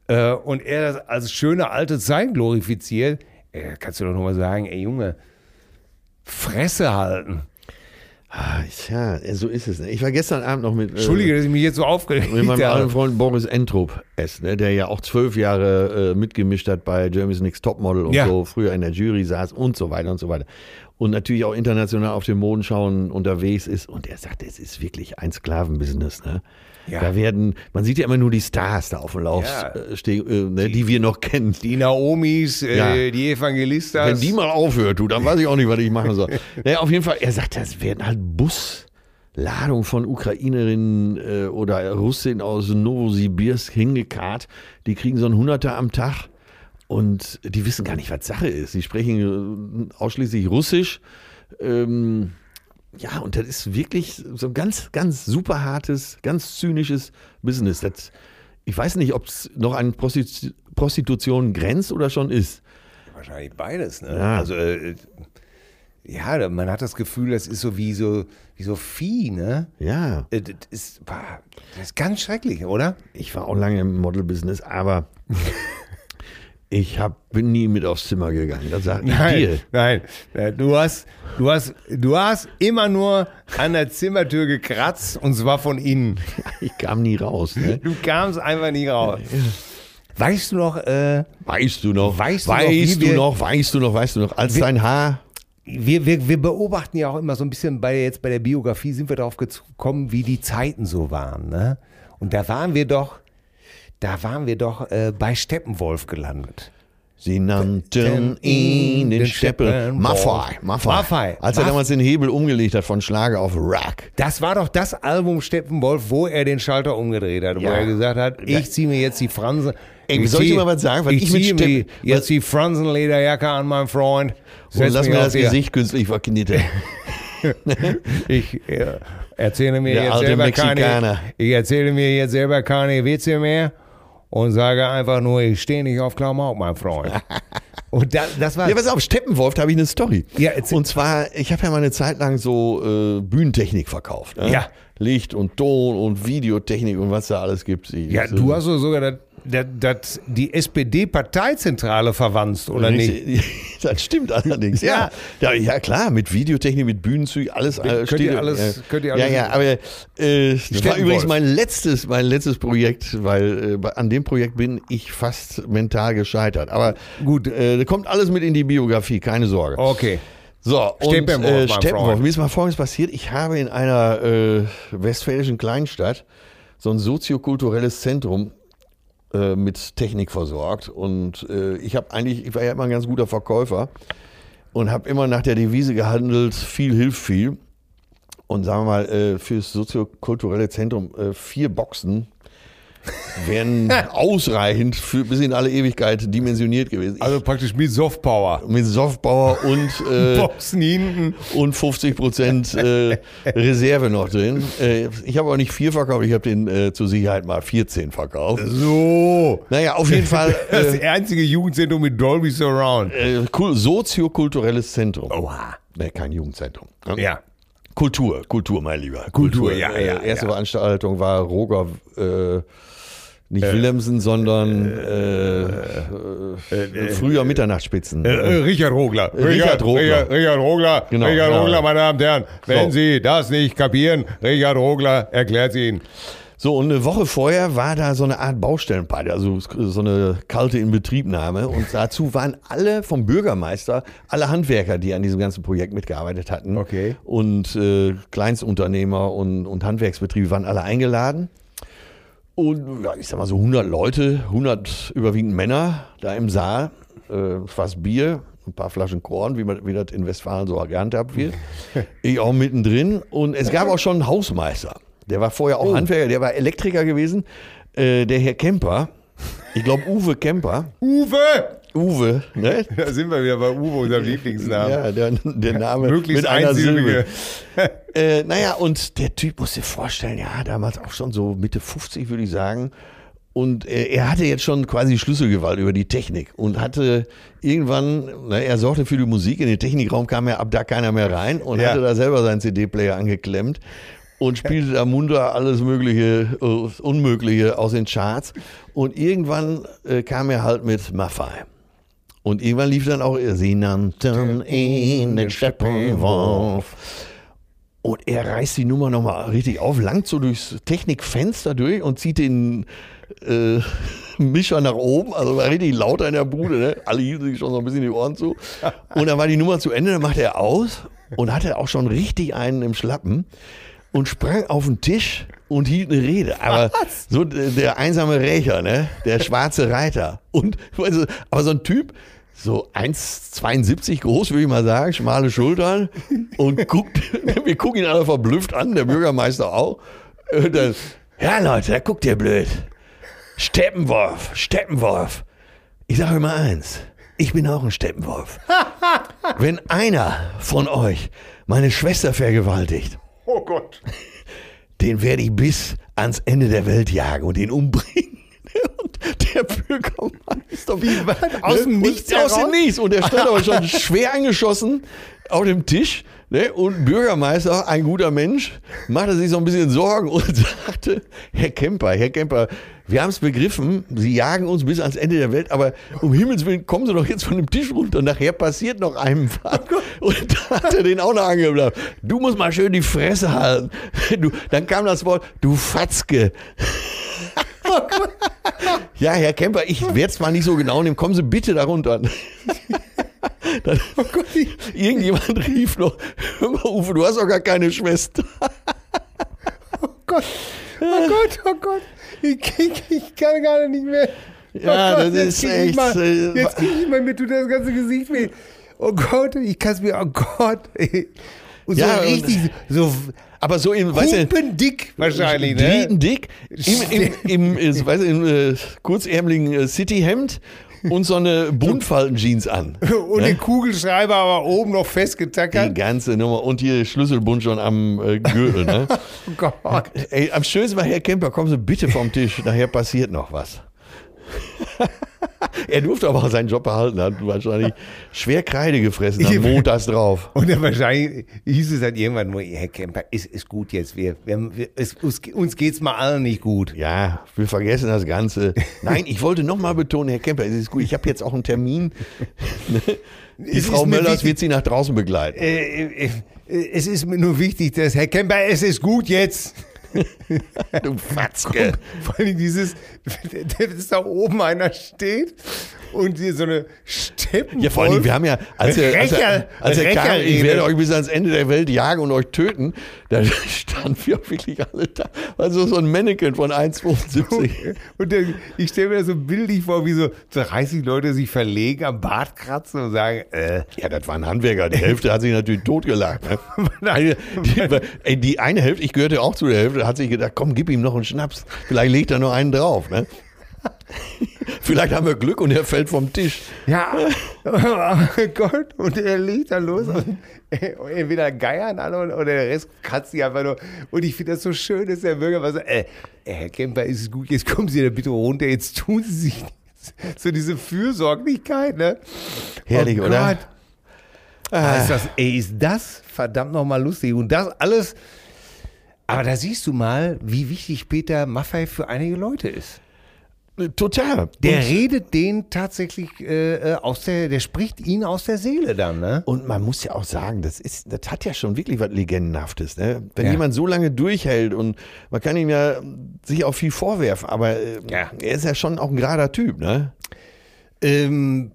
Speaker 2: äh, und er das als schöne alte Zeit glorifiziert, äh, kannst du doch nochmal sagen, ey Junge, Fresse halten.
Speaker 3: Ah, Ja, so ist es. ne? Ich war gestern Abend noch mit. äh,
Speaker 2: Entschuldige, dass ich mich jetzt so aufgeregt
Speaker 3: (laughs) Mit meinem alten
Speaker 2: habe.
Speaker 3: Freund Boris Entrup S, ne, der ja auch zwölf Jahre äh, mitgemischt hat bei Jeremy's Next Topmodel und
Speaker 2: Ja.
Speaker 3: so, früher in der Jury saß und so weiter und so weiter. Und natürlich auch international auf den Modenschauen unterwegs ist. Und er sagt, es ist wirklich ein Sklavenbusiness. Ne?
Speaker 2: Ja.
Speaker 3: Da werden, man sieht ja immer nur die Stars da auf dem Lauf
Speaker 2: Ja.
Speaker 3: äh, stehen, äh, ne, die wir noch kennen.
Speaker 2: Die Naomis, äh,
Speaker 3: Ja.
Speaker 2: die Evangelistas.
Speaker 3: Wenn die mal aufhört, du, dann weiß ich auch nicht, was ich machen soll. Naja, auf jeden Fall, er sagt, das werden halt Busladungen von Ukrainerinnen äh, oder Russinnen aus Novosibirsk hingekarrt. Die kriegen so einen Hunderter am Tag und die wissen gar nicht, was Sache ist. Die sprechen äh, ausschließlich Russisch. Ähm, ja, und das ist wirklich so ein ganz, ganz super hartes, ganz zynisches Business. Das, ich weiß nicht, ob es noch an Prostitu Prostitution grenzt oder schon ist.
Speaker 2: Wahrscheinlich beides, ne?
Speaker 3: Ja.
Speaker 2: Also, äh, ja, da- man hat das Gefühl, das ist so wie so, wie so Vieh, ne?
Speaker 3: Ja.
Speaker 2: Äh, Das ist, bah, das ist ganz schrecklich, oder?
Speaker 3: ich war auch lange im Model-Business, (laughs) aber ich hab, bin nie mit aufs Zimmer gegangen. Das sag ich dir.
Speaker 2: nein. Äh, Du hast, du, hast, du hast immer nur an der Zimmertür gekratzt und zwar von innen.
Speaker 3: Ich kam nie raus. Ne?
Speaker 2: Du kamst einfach nie raus. Weißt du noch, äh,
Speaker 3: Weißt du noch?
Speaker 2: Weißt du noch,
Speaker 3: weißt
Speaker 2: wie
Speaker 3: du
Speaker 2: wir-
Speaker 3: noch? Weißt du noch? Weißt du noch? Als dein Haar.
Speaker 2: wir, wir, wir beobachten ja auch immer so ein bisschen bei jetzt bei der Biografie sind wir darauf gekommen, wie die Zeiten so waren. Ne? Und da waren wir doch, da waren wir doch äh, bei Steppenwolf gelandet.
Speaker 3: Sie nannten ihn den Steppen. Maffei. Maffei.
Speaker 2: Maffei.
Speaker 3: Als er
Speaker 2: Maff-
Speaker 3: damals den Hebel umgelegt hat von Schlager auf Rock.
Speaker 2: Das war doch das Album Steppenwolf, wo er den Schalter umgedreht hat, wo
Speaker 3: Ja.
Speaker 2: er gesagt hat,
Speaker 3: Ja.
Speaker 2: ich ziehe mir jetzt die Fransen.
Speaker 3: Ey, soll ich dir mal was sagen? Weil
Speaker 2: ich
Speaker 3: ich mit
Speaker 2: ziehe mir
Speaker 3: Steppen- was-
Speaker 2: jetzt die Fransenlederjacke an, mein Freund.
Speaker 3: Und
Speaker 2: Setz
Speaker 3: lass
Speaker 2: mich
Speaker 3: mir
Speaker 2: auf
Speaker 3: das
Speaker 2: die-
Speaker 3: Gesicht künstlich (laughs) verknittern.
Speaker 2: Ich äh, erzähle mir
Speaker 3: Der
Speaker 2: jetzt
Speaker 3: alte
Speaker 2: selber keine,
Speaker 3: Mexikaner.
Speaker 2: ich erzähle mir jetzt selber keine Witze mehr und sage einfach nur, ich stehe nicht auf Klamauk, mein
Speaker 3: (laughs)
Speaker 2: Freund. Und das, das war
Speaker 3: Ja, pass auf, Steppenwolf, da habe ich eine Story.
Speaker 2: Ja, erzähl.
Speaker 3: und zwar, ich habe ja mal eine Zeit lang so äh, Bühnentechnik verkauft. Ne?
Speaker 2: Ja.
Speaker 3: Licht und Ton und Videotechnik und was da alles gibt. Ich,
Speaker 2: ja, du hast doch sogar das, das, das, die SPD-Parteizentrale verwandt, oder nicht?
Speaker 3: nicht? (laughs) Das stimmt allerdings.
Speaker 2: Ja.
Speaker 3: Ja. Ja, ja, klar, mit Videotechnik, mit Bühnenzügen, alles. äh,
Speaker 2: könnt ihr alles-
Speaker 3: ja.
Speaker 2: könnt ihr alles-
Speaker 3: Ja, ja, aber äh, das war
Speaker 2: Steppenwolf.
Speaker 3: übrigens mein letztes, mein letztes Projekt, weil äh, bei- an dem Projekt bin ich fast mental gescheitert. Aber
Speaker 2: Gut.
Speaker 3: äh, kommt alles mit in die Biografie, keine Sorge.
Speaker 2: Okay.
Speaker 3: So, und
Speaker 2: Steppenwolf,
Speaker 3: äh,
Speaker 2: mein
Speaker 3: Steppenwolf.
Speaker 2: Freund.
Speaker 3: Mir ist mal Folgendes passiert. Ich habe in einer äh, westfälischen Kleinstadt so ein soziokulturelles Zentrum äh, mit Technik versorgt. Und äh, ich habe eigentlich, ich war ja immer ein ganz guter Verkäufer und habe immer nach der Devise gehandelt, viel hilft viel. Und sagen wir mal, äh, fürs soziokulturelle Zentrum äh, vier Boxen
Speaker 2: (laughs)
Speaker 3: wären ausreichend für, bis in alle Ewigkeit dimensioniert gewesen. Ich,
Speaker 2: Also praktisch mit Softpower.
Speaker 3: mit Softbauer und äh,
Speaker 2: Boxen hinten.
Speaker 3: und 50 Prozent äh, Reserve noch drin. Äh, ich habe auch nicht vier verkauft, ich habe den äh, zur Sicherheit mal 14 verkauft.
Speaker 2: So.
Speaker 3: Naja, auf jeden Fall
Speaker 2: (laughs) Das
Speaker 3: äh,
Speaker 2: einzige Jugendzentrum mit Dolby Surround.
Speaker 3: äh, cool, soziokulturelles Zentrum.
Speaker 2: Oha.
Speaker 3: Nee, kein Jugendzentrum.
Speaker 2: Oh. Ja.
Speaker 3: Kultur, Kultur, mein Lieber.
Speaker 2: Kultur, ja,
Speaker 3: Äh,
Speaker 2: ja,
Speaker 3: Erste
Speaker 2: ja.
Speaker 3: Veranstaltung war Roger, äh, nicht
Speaker 2: Äh,
Speaker 3: Willemsen, sondern äh, äh, früher Mitternachtsspitzen.
Speaker 2: Äh, äh, Richard Rogler.
Speaker 3: Richard Rogler.
Speaker 2: Richard, Richard Rogler.
Speaker 3: Genau,
Speaker 2: Richard
Speaker 3: ja.
Speaker 2: Rogler, meine Damen und Herren. Wenn
Speaker 3: So.
Speaker 2: Sie das nicht kapieren, Richard Rogler erklärt sie Ihnen.
Speaker 3: So, und eine Woche vorher war da so eine Art Baustellenparty, also so eine kalte Inbetriebnahme. Und dazu waren alle vom Bürgermeister, alle Handwerker, die an diesem ganzen Projekt mitgearbeitet hatten.
Speaker 2: Okay.
Speaker 3: Und äh, Kleinstunternehmer und, und Handwerksbetriebe waren alle eingeladen. Und ja, ich sag mal so 100 Leute, 100 überwiegend Männer da im Saal, äh, Fass Bier, ein paar Flaschen Korn, wie, man, wie das in Westfalen so gehandhabt wird. Ich auch mittendrin. Und es gab auch schon einen Hausmeister. Der war vorher auch Handwerker, der war Elektriker gewesen. Äh, der Herr Kemper, ich glaube Uwe Kemper.
Speaker 2: Uwe!
Speaker 3: Uwe, ne?
Speaker 2: Da sind wir wieder bei Uwe, unserem Lieblingsnamen.
Speaker 3: Ja, der, der Name
Speaker 2: Möglichst
Speaker 3: mit einer Silbe.
Speaker 2: einsilbige.
Speaker 3: Äh, naja, und der Typ muss dir vorstellen, ja, damals auch schon so Mitte 50, würde ich sagen. Und äh, er hatte jetzt schon quasi Schlüsselgewalt über die Technik und hatte irgendwann, na, er sorgte für die Musik, in den Technikraum kam ja ab da keiner mehr rein und
Speaker 2: Ja.
Speaker 3: hatte da selber seinen CD-Player angeklemmt und spielte da munter alles Mögliche, äh, Unmögliche aus den Charts. Und irgendwann äh, kam er halt mit Maffei. Und irgendwann lief dann auch, sie nannten ihn den Steppenwolf. Und er reißt die Nummer nochmal richtig auf, langt so durchs Technikfenster durch und zieht den äh, (laughs) Mischer nach oben. Also war richtig lauter in der Bude. Ne? Alle hielten sich schon so ein bisschen die Ohren zu. Und dann war die Nummer zu Ende, dann macht er aus und hatte auch schon richtig einen im Schlappen und sprang auf den Tisch und hielt eine Rede. Aber so d- der einsame Rächer, ne? der schwarze Reiter. Und, (laughs) weißt du, aber so ein Typ, so 1,72 groß, würde ich mal sagen, schmale Schultern und guckt, (laughs) wir gucken ihn alle verblüfft an, der Bürgermeister auch. Und dann, ja Leute, da guckt ihr blöd. Steppenwolf, Steppenwolf. Ich sage immer eins, ich bin auch
Speaker 2: (laughs)
Speaker 3: ein Steppenwolf. Wenn einer von euch meine Schwester vergewaltigt,
Speaker 2: Oh Gott.
Speaker 3: den werde ich bis ans Ende der Welt jagen und ihn umbringen. (laughs) Und der Bürgermeister. Wie war
Speaker 2: aus dem Nichts
Speaker 3: Aus dem
Speaker 2: heraus?
Speaker 3: Nichts. Und der stand aber schon schwer angeschossen auf dem Tisch. Ne? Und Bürgermeister, ein guter Mensch, machte sich so ein bisschen Sorgen und (laughs) sagte, Herr Kemper, Herr Kemper, wir haben es begriffen, Sie jagen uns bis ans Ende der Welt, aber um Himmels Willen kommen Sie doch jetzt von dem Tisch runter. Nachher passiert noch einem was. Und da hat er den auch noch angeblafft. Du musst mal schön die Fresse halten. Du, dann kam das Wort, du Fatzke. Ja, Herr Kemper, ich werde es mal nicht so genau nehmen. Kommen Sie bitte da runter. Dann,
Speaker 2: Oh
Speaker 3: irgendjemand rief noch, hör mal, Uwe, du hast doch gar keine Schwester.
Speaker 2: Oh Gott. Oh Gott, oh Gott. Ich, ich, ich kann gar nicht mehr. Oh
Speaker 3: Ja, das
Speaker 2: jetzt
Speaker 3: ist
Speaker 2: krieg ich
Speaker 3: echt,
Speaker 2: Mal,
Speaker 3: äh,
Speaker 2: jetzt krieg ich mal, mir tut das ganze Gesicht weh. Oh Gott, ich kann's mir, oh Gott. ey. Und so
Speaker 3: Ja, und-
Speaker 2: richtig, so
Speaker 3: Aber so im, weißt du,
Speaker 2: hupendick wahrscheinlich, ne?
Speaker 3: Riedendick, im, im, im, äh, weißt du, im äh, kurzärmeligen äh, Cityhemd und so
Speaker 2: (laughs)
Speaker 3: eine Buntfalten-Jeans an.
Speaker 2: Und den Kugelschreiber aber oben noch
Speaker 3: Die
Speaker 2: festgetackert.
Speaker 3: ganze Nummer und hier Schlüsselbund schon am äh, Gürtel. Ne?
Speaker 2: (laughs)
Speaker 3: Äh,
Speaker 2: Oh Gott.
Speaker 3: Ey, am schönsten war Herr Kemper, kommen Sie bitte vom Tisch, nachher passiert noch
Speaker 2: (laughs)
Speaker 3: was. er durfte aber auch seinen Job behalten, hat wahrscheinlich schwer Kreide gefressen, am montags drauf.
Speaker 2: Und dann wahrscheinlich hieß es dann irgendwann nur, Herr Kemper, es ist gut jetzt, wir, wir, wir es, uns, uns geht's mal allen nicht gut.
Speaker 3: Ja, wir vergessen
Speaker 2: (laughs)
Speaker 3: das Ganze. Nein, ich wollte nochmal betonen, Herr Kemper, es ist gut, ich habe jetzt auch
Speaker 2: (laughs)
Speaker 3: einen Termin. Ne? Die
Speaker 2: Es
Speaker 3: Frau
Speaker 2: ist mir
Speaker 3: Möllers
Speaker 2: wichtig-
Speaker 3: wird Sie nach draußen begleiten.
Speaker 2: Äh, äh, äh, es ist mir nur wichtig, dass Herr Kemper, es ist gut jetzt.
Speaker 3: (laughs) Du Fatzke.
Speaker 2: Vor allem dieses, dass da oben einer steht und hier so eine Steppen.
Speaker 3: Ja, vor allem, wir haben ja, als er, als er, als er
Speaker 2: Rächer-
Speaker 3: kam, ich
Speaker 2: Rächer-
Speaker 3: werde euch bis ans Ende der Welt jagen und euch töten, da (laughs) standen wir auch wirklich alle da. Also so ein Mannequin von
Speaker 2: (laughs)
Speaker 3: 1,75.
Speaker 2: Und der, ich stelle mir das so bildlich vor, wie so 30 Leute sich verlegen, am Bart kratzen und sagen, äh,
Speaker 3: Ja, das waren Handwerker. Die Hälfte hat sich natürlich totgelacht. (laughs) Ne? Eine, die, ey, die eine Hälfte, ich gehörte auch zu der Hälfte, hat sich gedacht, komm, gib ihm noch einen Schnaps. Vielleicht legt er noch einen drauf. (laughs) Ne? Vielleicht haben wir Glück und er fällt vom Tisch.
Speaker 2: ja, oh Gott. Und er legt dann los
Speaker 3: (laughs)
Speaker 2: und äh, entweder geiern alle oder der Rest kratzt sich einfach nur. Und ich finde das so schön, dass der Bürger mal so, äh, äh, Herr Kemper, ist es gut, jetzt kommen Sie da bitte runter, jetzt tun Sie sich (laughs) nichts. so diese Fürsorglichkeit, ne?
Speaker 3: Herrlich,
Speaker 2: Oh
Speaker 3: oder?
Speaker 2: Gott. Ah, Ist das, ey, ist das verdammt nochmal lustig. Und das alles. Aber da siehst du mal, wie wichtig Peter Maffei für einige Leute ist.
Speaker 3: Also, Total.
Speaker 2: Der redet den tatsächlich äh, äh, aus der, der spricht ihn aus der Seele dann, ne?
Speaker 3: Und man muss ja auch sagen, das ist, das hat ja schon wirklich was Legendenhaftes, ne? Wenn
Speaker 2: Ja.
Speaker 3: jemand so lange durchhält und man kann ihm ja sich auch viel vorwerfen, aber äh,
Speaker 2: Ja.
Speaker 3: er ist ja schon auch ein gerader Typ, ne?
Speaker 2: Ähm,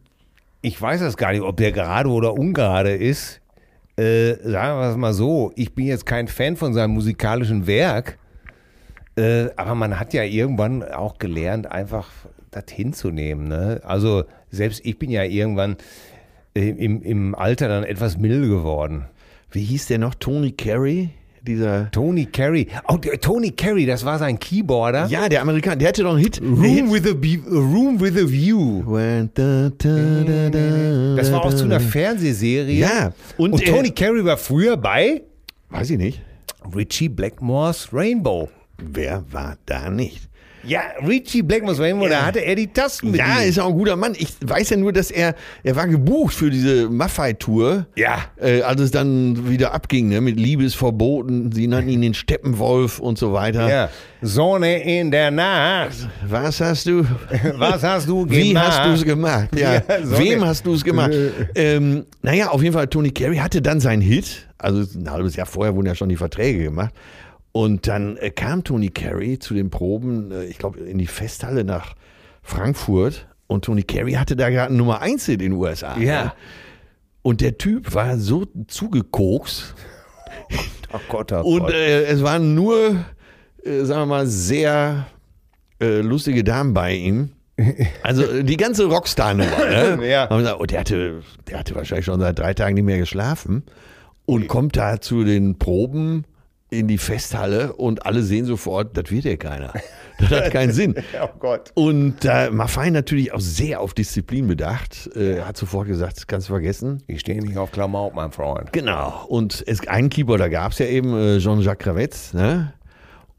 Speaker 2: ich weiß das gar nicht, ob der gerade oder ungerade ist. Äh, sagen wir es mal so, ich bin jetzt kein Fan von seinem musikalischen Werk, äh, aber man hat ja irgendwann auch gelernt, einfach das hinzunehmen. Ne? Also selbst ich bin ja irgendwann äh, im, im Alter dann etwas milde geworden.
Speaker 3: Wie hieß der noch? Tony Carey? Dieser.
Speaker 2: Tony Carey, oh, der- Tony Carey, das war sein Keyboarder.
Speaker 3: Ja, der Amerikaner, der hatte doch einen Hit. Der Hit.
Speaker 2: Room with, a Be- Room with a View. Das
Speaker 3: Das
Speaker 2: war auch zu einer Fernsehserie.
Speaker 3: Ja,
Speaker 2: Und,
Speaker 3: und, äh,
Speaker 2: Tony Carey war früher bei
Speaker 3: Weiß ich nicht.
Speaker 2: Richie Blackmores Rainbow.
Speaker 3: Wer war da nicht?
Speaker 2: Ja, Richie Blackmores Rainbow, da hatte er die Tasten mit.
Speaker 3: Ja, ist auch ein guter Mann. Ich weiß ja nur, dass er, er war gebucht für diese Maffei-Tour.
Speaker 2: Ja.
Speaker 3: Äh, als es dann wieder abging, ne, mit Liebesverboten, sie nannten ihn den Steppenwolf und so weiter.
Speaker 2: ja. Sonne in der Nacht.
Speaker 3: Was
Speaker 2: (laughs)
Speaker 3: hast du?
Speaker 2: Was hast du gemacht?
Speaker 3: Wie hast du es gemacht? Ja.
Speaker 2: (laughs) Ja, so
Speaker 3: Wem
Speaker 2: ne-
Speaker 3: hast du es gemacht? ähm, naja, auf jeden Fall, Tony Carey hatte dann seinen Hit. Also ein halbes Jahr vorher wurden ja schon die Verträge gemacht. Und dann äh, kam Tony Carey zu den Proben, äh, ich glaube, in die Festhalle nach Frankfurt. Und Tony Carey hatte da gerade einen Nummer 1 in den USA.
Speaker 2: Ja.
Speaker 3: Und der Typ war so zugekokst.
Speaker 2: Oh Gott, oh
Speaker 3: Und
Speaker 2: Gott.
Speaker 3: äh, es waren nur, äh, sagen wir mal, sehr äh, lustige Damen bei ihm. Also äh, die ganze Rockstar-Nummer. Ne?
Speaker 2: Ja.
Speaker 3: Haben gesagt, oh, der, hatte, der hatte wahrscheinlich schon seit drei Tagen nicht mehr geschlafen und kommt da zu den Proben in die Festhalle und alle sehen sofort, das wird ja keiner. Das hat keinen Sinn.
Speaker 2: oh Gott.
Speaker 3: Und da äh, Maffei natürlich auch sehr auf Disziplin bedacht, äh, hat sofort gesagt, das kannst du vergessen.
Speaker 2: Ich stehe nicht auf Klamauk, mein Freund.
Speaker 3: Genau. Und es, einen Keyboarder gab es ja eben, äh, Jean-Jacques Ravetz, ne?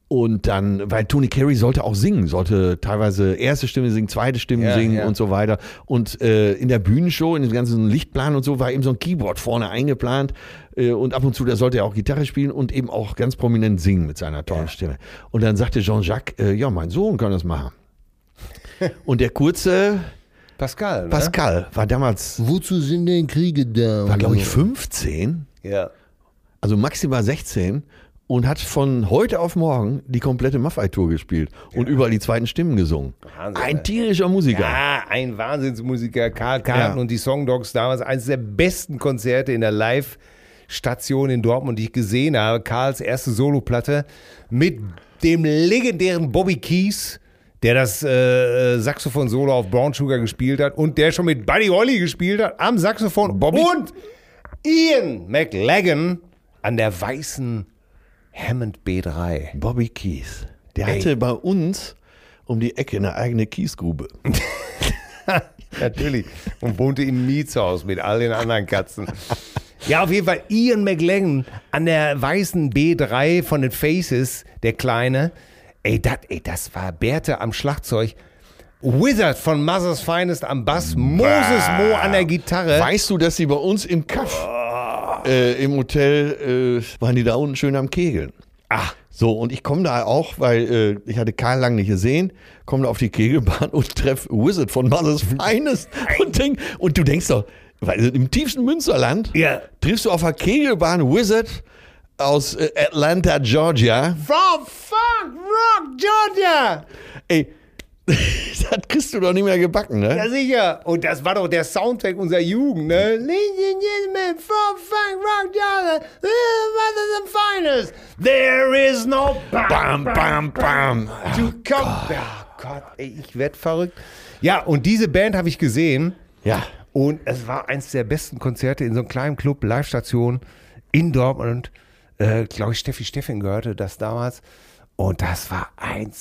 Speaker 3: Und dann, weil Tony Carey sollte auch singen, sollte teilweise erste Stimme singen, zweite Stimme
Speaker 2: Ja,
Speaker 3: singen
Speaker 2: ja.
Speaker 3: und so weiter. Und äh, in der Bühnenshow, in dem ganzen Lichtplan und so, war eben so ein Keyboard vorne eingeplant. Äh, und ab und zu, da sollte er auch Gitarre spielen und eben auch ganz prominent singen mit seiner tollen Stimme. Und dann sagte Jean-Jacques, äh, ja, mein Sohn kann das machen. und der kurze
Speaker 2: Pascal, ne?
Speaker 3: Pascal war damals,
Speaker 2: Wozu sind denn Kriege da?
Speaker 3: war glaube ich 15
Speaker 2: Ja.
Speaker 3: also maximal 16 und hat von heute auf morgen die komplette Maffei-Tour gespielt und überall die zweiten Stimmen gesungen.
Speaker 2: Wahnsinn, ey.
Speaker 3: Ein tierischer Musiker.
Speaker 2: Ja, ein Wahnsinnsmusiker. Karl Karten
Speaker 3: Ja.
Speaker 2: und die Songdogs damals eines der besten Konzerte in der Live-Station in Dortmund, die ich gesehen habe. Karls erste Soloplatte mit dem legendären Bobby Keys, der das äh, Saxophon-Solo auf Brown Sugar gespielt hat und der schon mit Buddy Holly gespielt hat am Saxophon
Speaker 3: Bobby-
Speaker 2: und Ian McLagan an der weißen Hammond B3.
Speaker 3: Bobby Keys. Der
Speaker 2: Ey.
Speaker 3: hatte bei uns um die Ecke eine eigene Kiesgrube.
Speaker 2: Natürlich. Und wohnte im Mietshaus mit all den anderen Katzen. Ja, auf jeden Fall Ian McLagan an der weißen B3 von den Faces, der Kleine. Ey, dat, ey das war Berthe am Schlagzeug. Wizard von Mother's Finest am Bass, Moses Mo an der Gitarre.
Speaker 3: Weißt du, dass sie bei uns im Kaff äh, im Hotel äh, waren die da unten schön am Kegeln?
Speaker 2: Ach,
Speaker 3: So, und ich komme da auch, weil äh, ich hatte Karl lang nicht gesehen, komme da auf die Kegelbahn und treffe Wizard von Mother's Finest und denk, und du denkst doch, weil im tiefsten Münsterland
Speaker 2: Ja.
Speaker 3: triffst du auf der Kegelbahn Wizard aus äh, Atlanta, Georgia.
Speaker 2: wow, fuck, rock, Georgia!
Speaker 3: Ey, (laughs) das kriegst du doch nicht mehr gebacken, ne?
Speaker 2: Ja, sicher. Und das war doch der Soundtrack unserer Jugend, ne? Ladies and Gentlemen, from Frank Rock Johnson, this is the finest. There is no
Speaker 3: Bam, bam, bam.
Speaker 2: to come. Ja, Gott, ey, ich werd verrückt. Ja, und diese Band habe ich gesehen.
Speaker 3: Ja.
Speaker 2: Und es war eins der besten Konzerte in so einem kleinen Club, Live-Station in Dortmund. Äh, Glaube ich, Steffi Steffen gehörte das damals. Und das war ein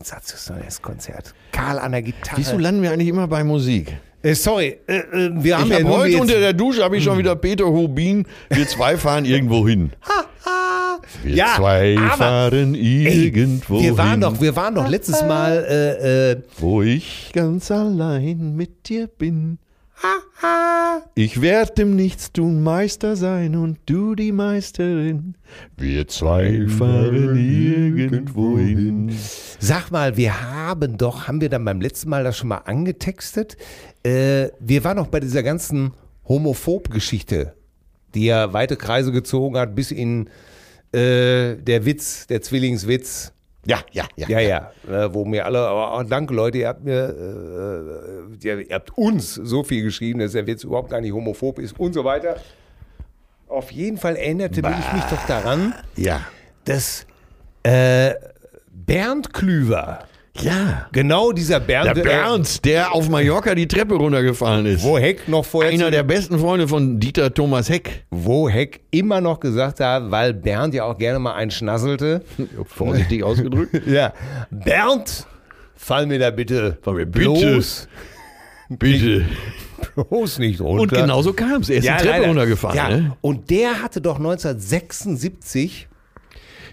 Speaker 2: sensationelles Konzert. Karl an der Gitarre.
Speaker 3: Wieso landen wir eigentlich immer bei Musik?
Speaker 2: Äh, sorry, äh, äh, wir haben
Speaker 3: Ich
Speaker 2: ja
Speaker 3: hab
Speaker 2: nur
Speaker 3: heute
Speaker 2: jetzt-
Speaker 3: unter der Dusche habe ich schon wieder Peter Rubin. Wir zwei fahren irgendwo hin. Wir
Speaker 2: Ja,
Speaker 3: zwei
Speaker 2: aber-
Speaker 3: fahren
Speaker 2: Ey,
Speaker 3: irgendwo
Speaker 2: wir waren
Speaker 3: hin,
Speaker 2: doch, wir waren doch letztes Mal äh, äh,
Speaker 3: wo ich ganz allein mit dir bin. Ich werd dem Nichtstun Meister sein und du die Meisterin. Wir zwei fahren irgendwo hin.
Speaker 2: Sag mal, wir haben doch, haben wir dann beim letzten Mal das schon mal angetextet? Äh, wir waren noch bei dieser ganzen Homophob-Geschichte, die ja weite Kreise gezogen hat, bis in äh, der Witz, der Zwillingswitz.
Speaker 3: Ja, ja, ja.
Speaker 2: Ja, ja, äh, wo mir alle, aber auch danke Leute, ihr habt mir, äh, ihr, ihr habt uns so viel geschrieben, dass der Witz überhaupt gar nicht homophob ist und so weiter. Auf jeden Fall erinnerte ich mich doch daran,
Speaker 3: Ja.
Speaker 2: dass äh, Bernd Klüver,
Speaker 3: ja.
Speaker 2: Genau dieser Bernd. äh,
Speaker 3: Der Bernd, der auf Mallorca die Treppe runtergefallen ist.
Speaker 2: Wo Heck noch vorher.
Speaker 3: Einer
Speaker 2: zu-
Speaker 3: der besten Freunde von Dieter Thomas Heck.
Speaker 2: wo Heck immer noch gesagt hat, weil Bernd ja auch gerne mal einen schnasselte.
Speaker 3: (laughs) Vorsichtig ausgedrückt.
Speaker 2: ja. Bernd, fall mir da bitte.
Speaker 3: Fall mir
Speaker 2: Bloß,
Speaker 3: Bitte.
Speaker 2: bloß nicht runter.
Speaker 3: Und genau so kam es. Er ist die Treppe
Speaker 2: leider.
Speaker 3: runtergefahren.
Speaker 2: Ja.
Speaker 3: Ne?
Speaker 2: Und der hatte doch 1976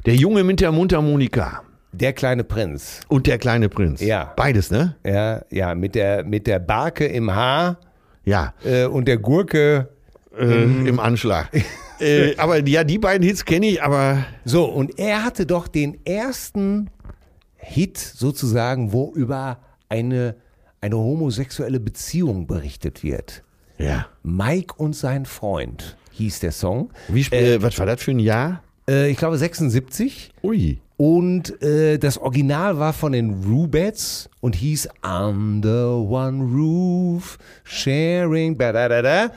Speaker 3: Der Junge mit der Mundharmonika
Speaker 2: der kleine Prinz.
Speaker 3: und der kleine Prinz.
Speaker 2: Ja.
Speaker 3: Beides, ne?
Speaker 2: Ja, ja, mit der, mit der Barke im Haar
Speaker 3: Ja.
Speaker 2: äh, und der Gurke.
Speaker 3: Äh, Im (laughs) Anschlag. äh, aber ja, die beiden Hits kenne ich, aber
Speaker 2: So, und er hatte doch den ersten Hit sozusagen, wo über eine, eine homosexuelle Beziehung berichtet wird.
Speaker 3: ja.
Speaker 2: Mike und sein Freund hieß der Song.
Speaker 3: Wie, sp- äh, was war das für ein Jahr?
Speaker 2: Äh, ich glaube 76.
Speaker 3: Ui.
Speaker 2: Und äh, das Original war von den Rubettes und hieß Under One Roof, Sharing, da da da da.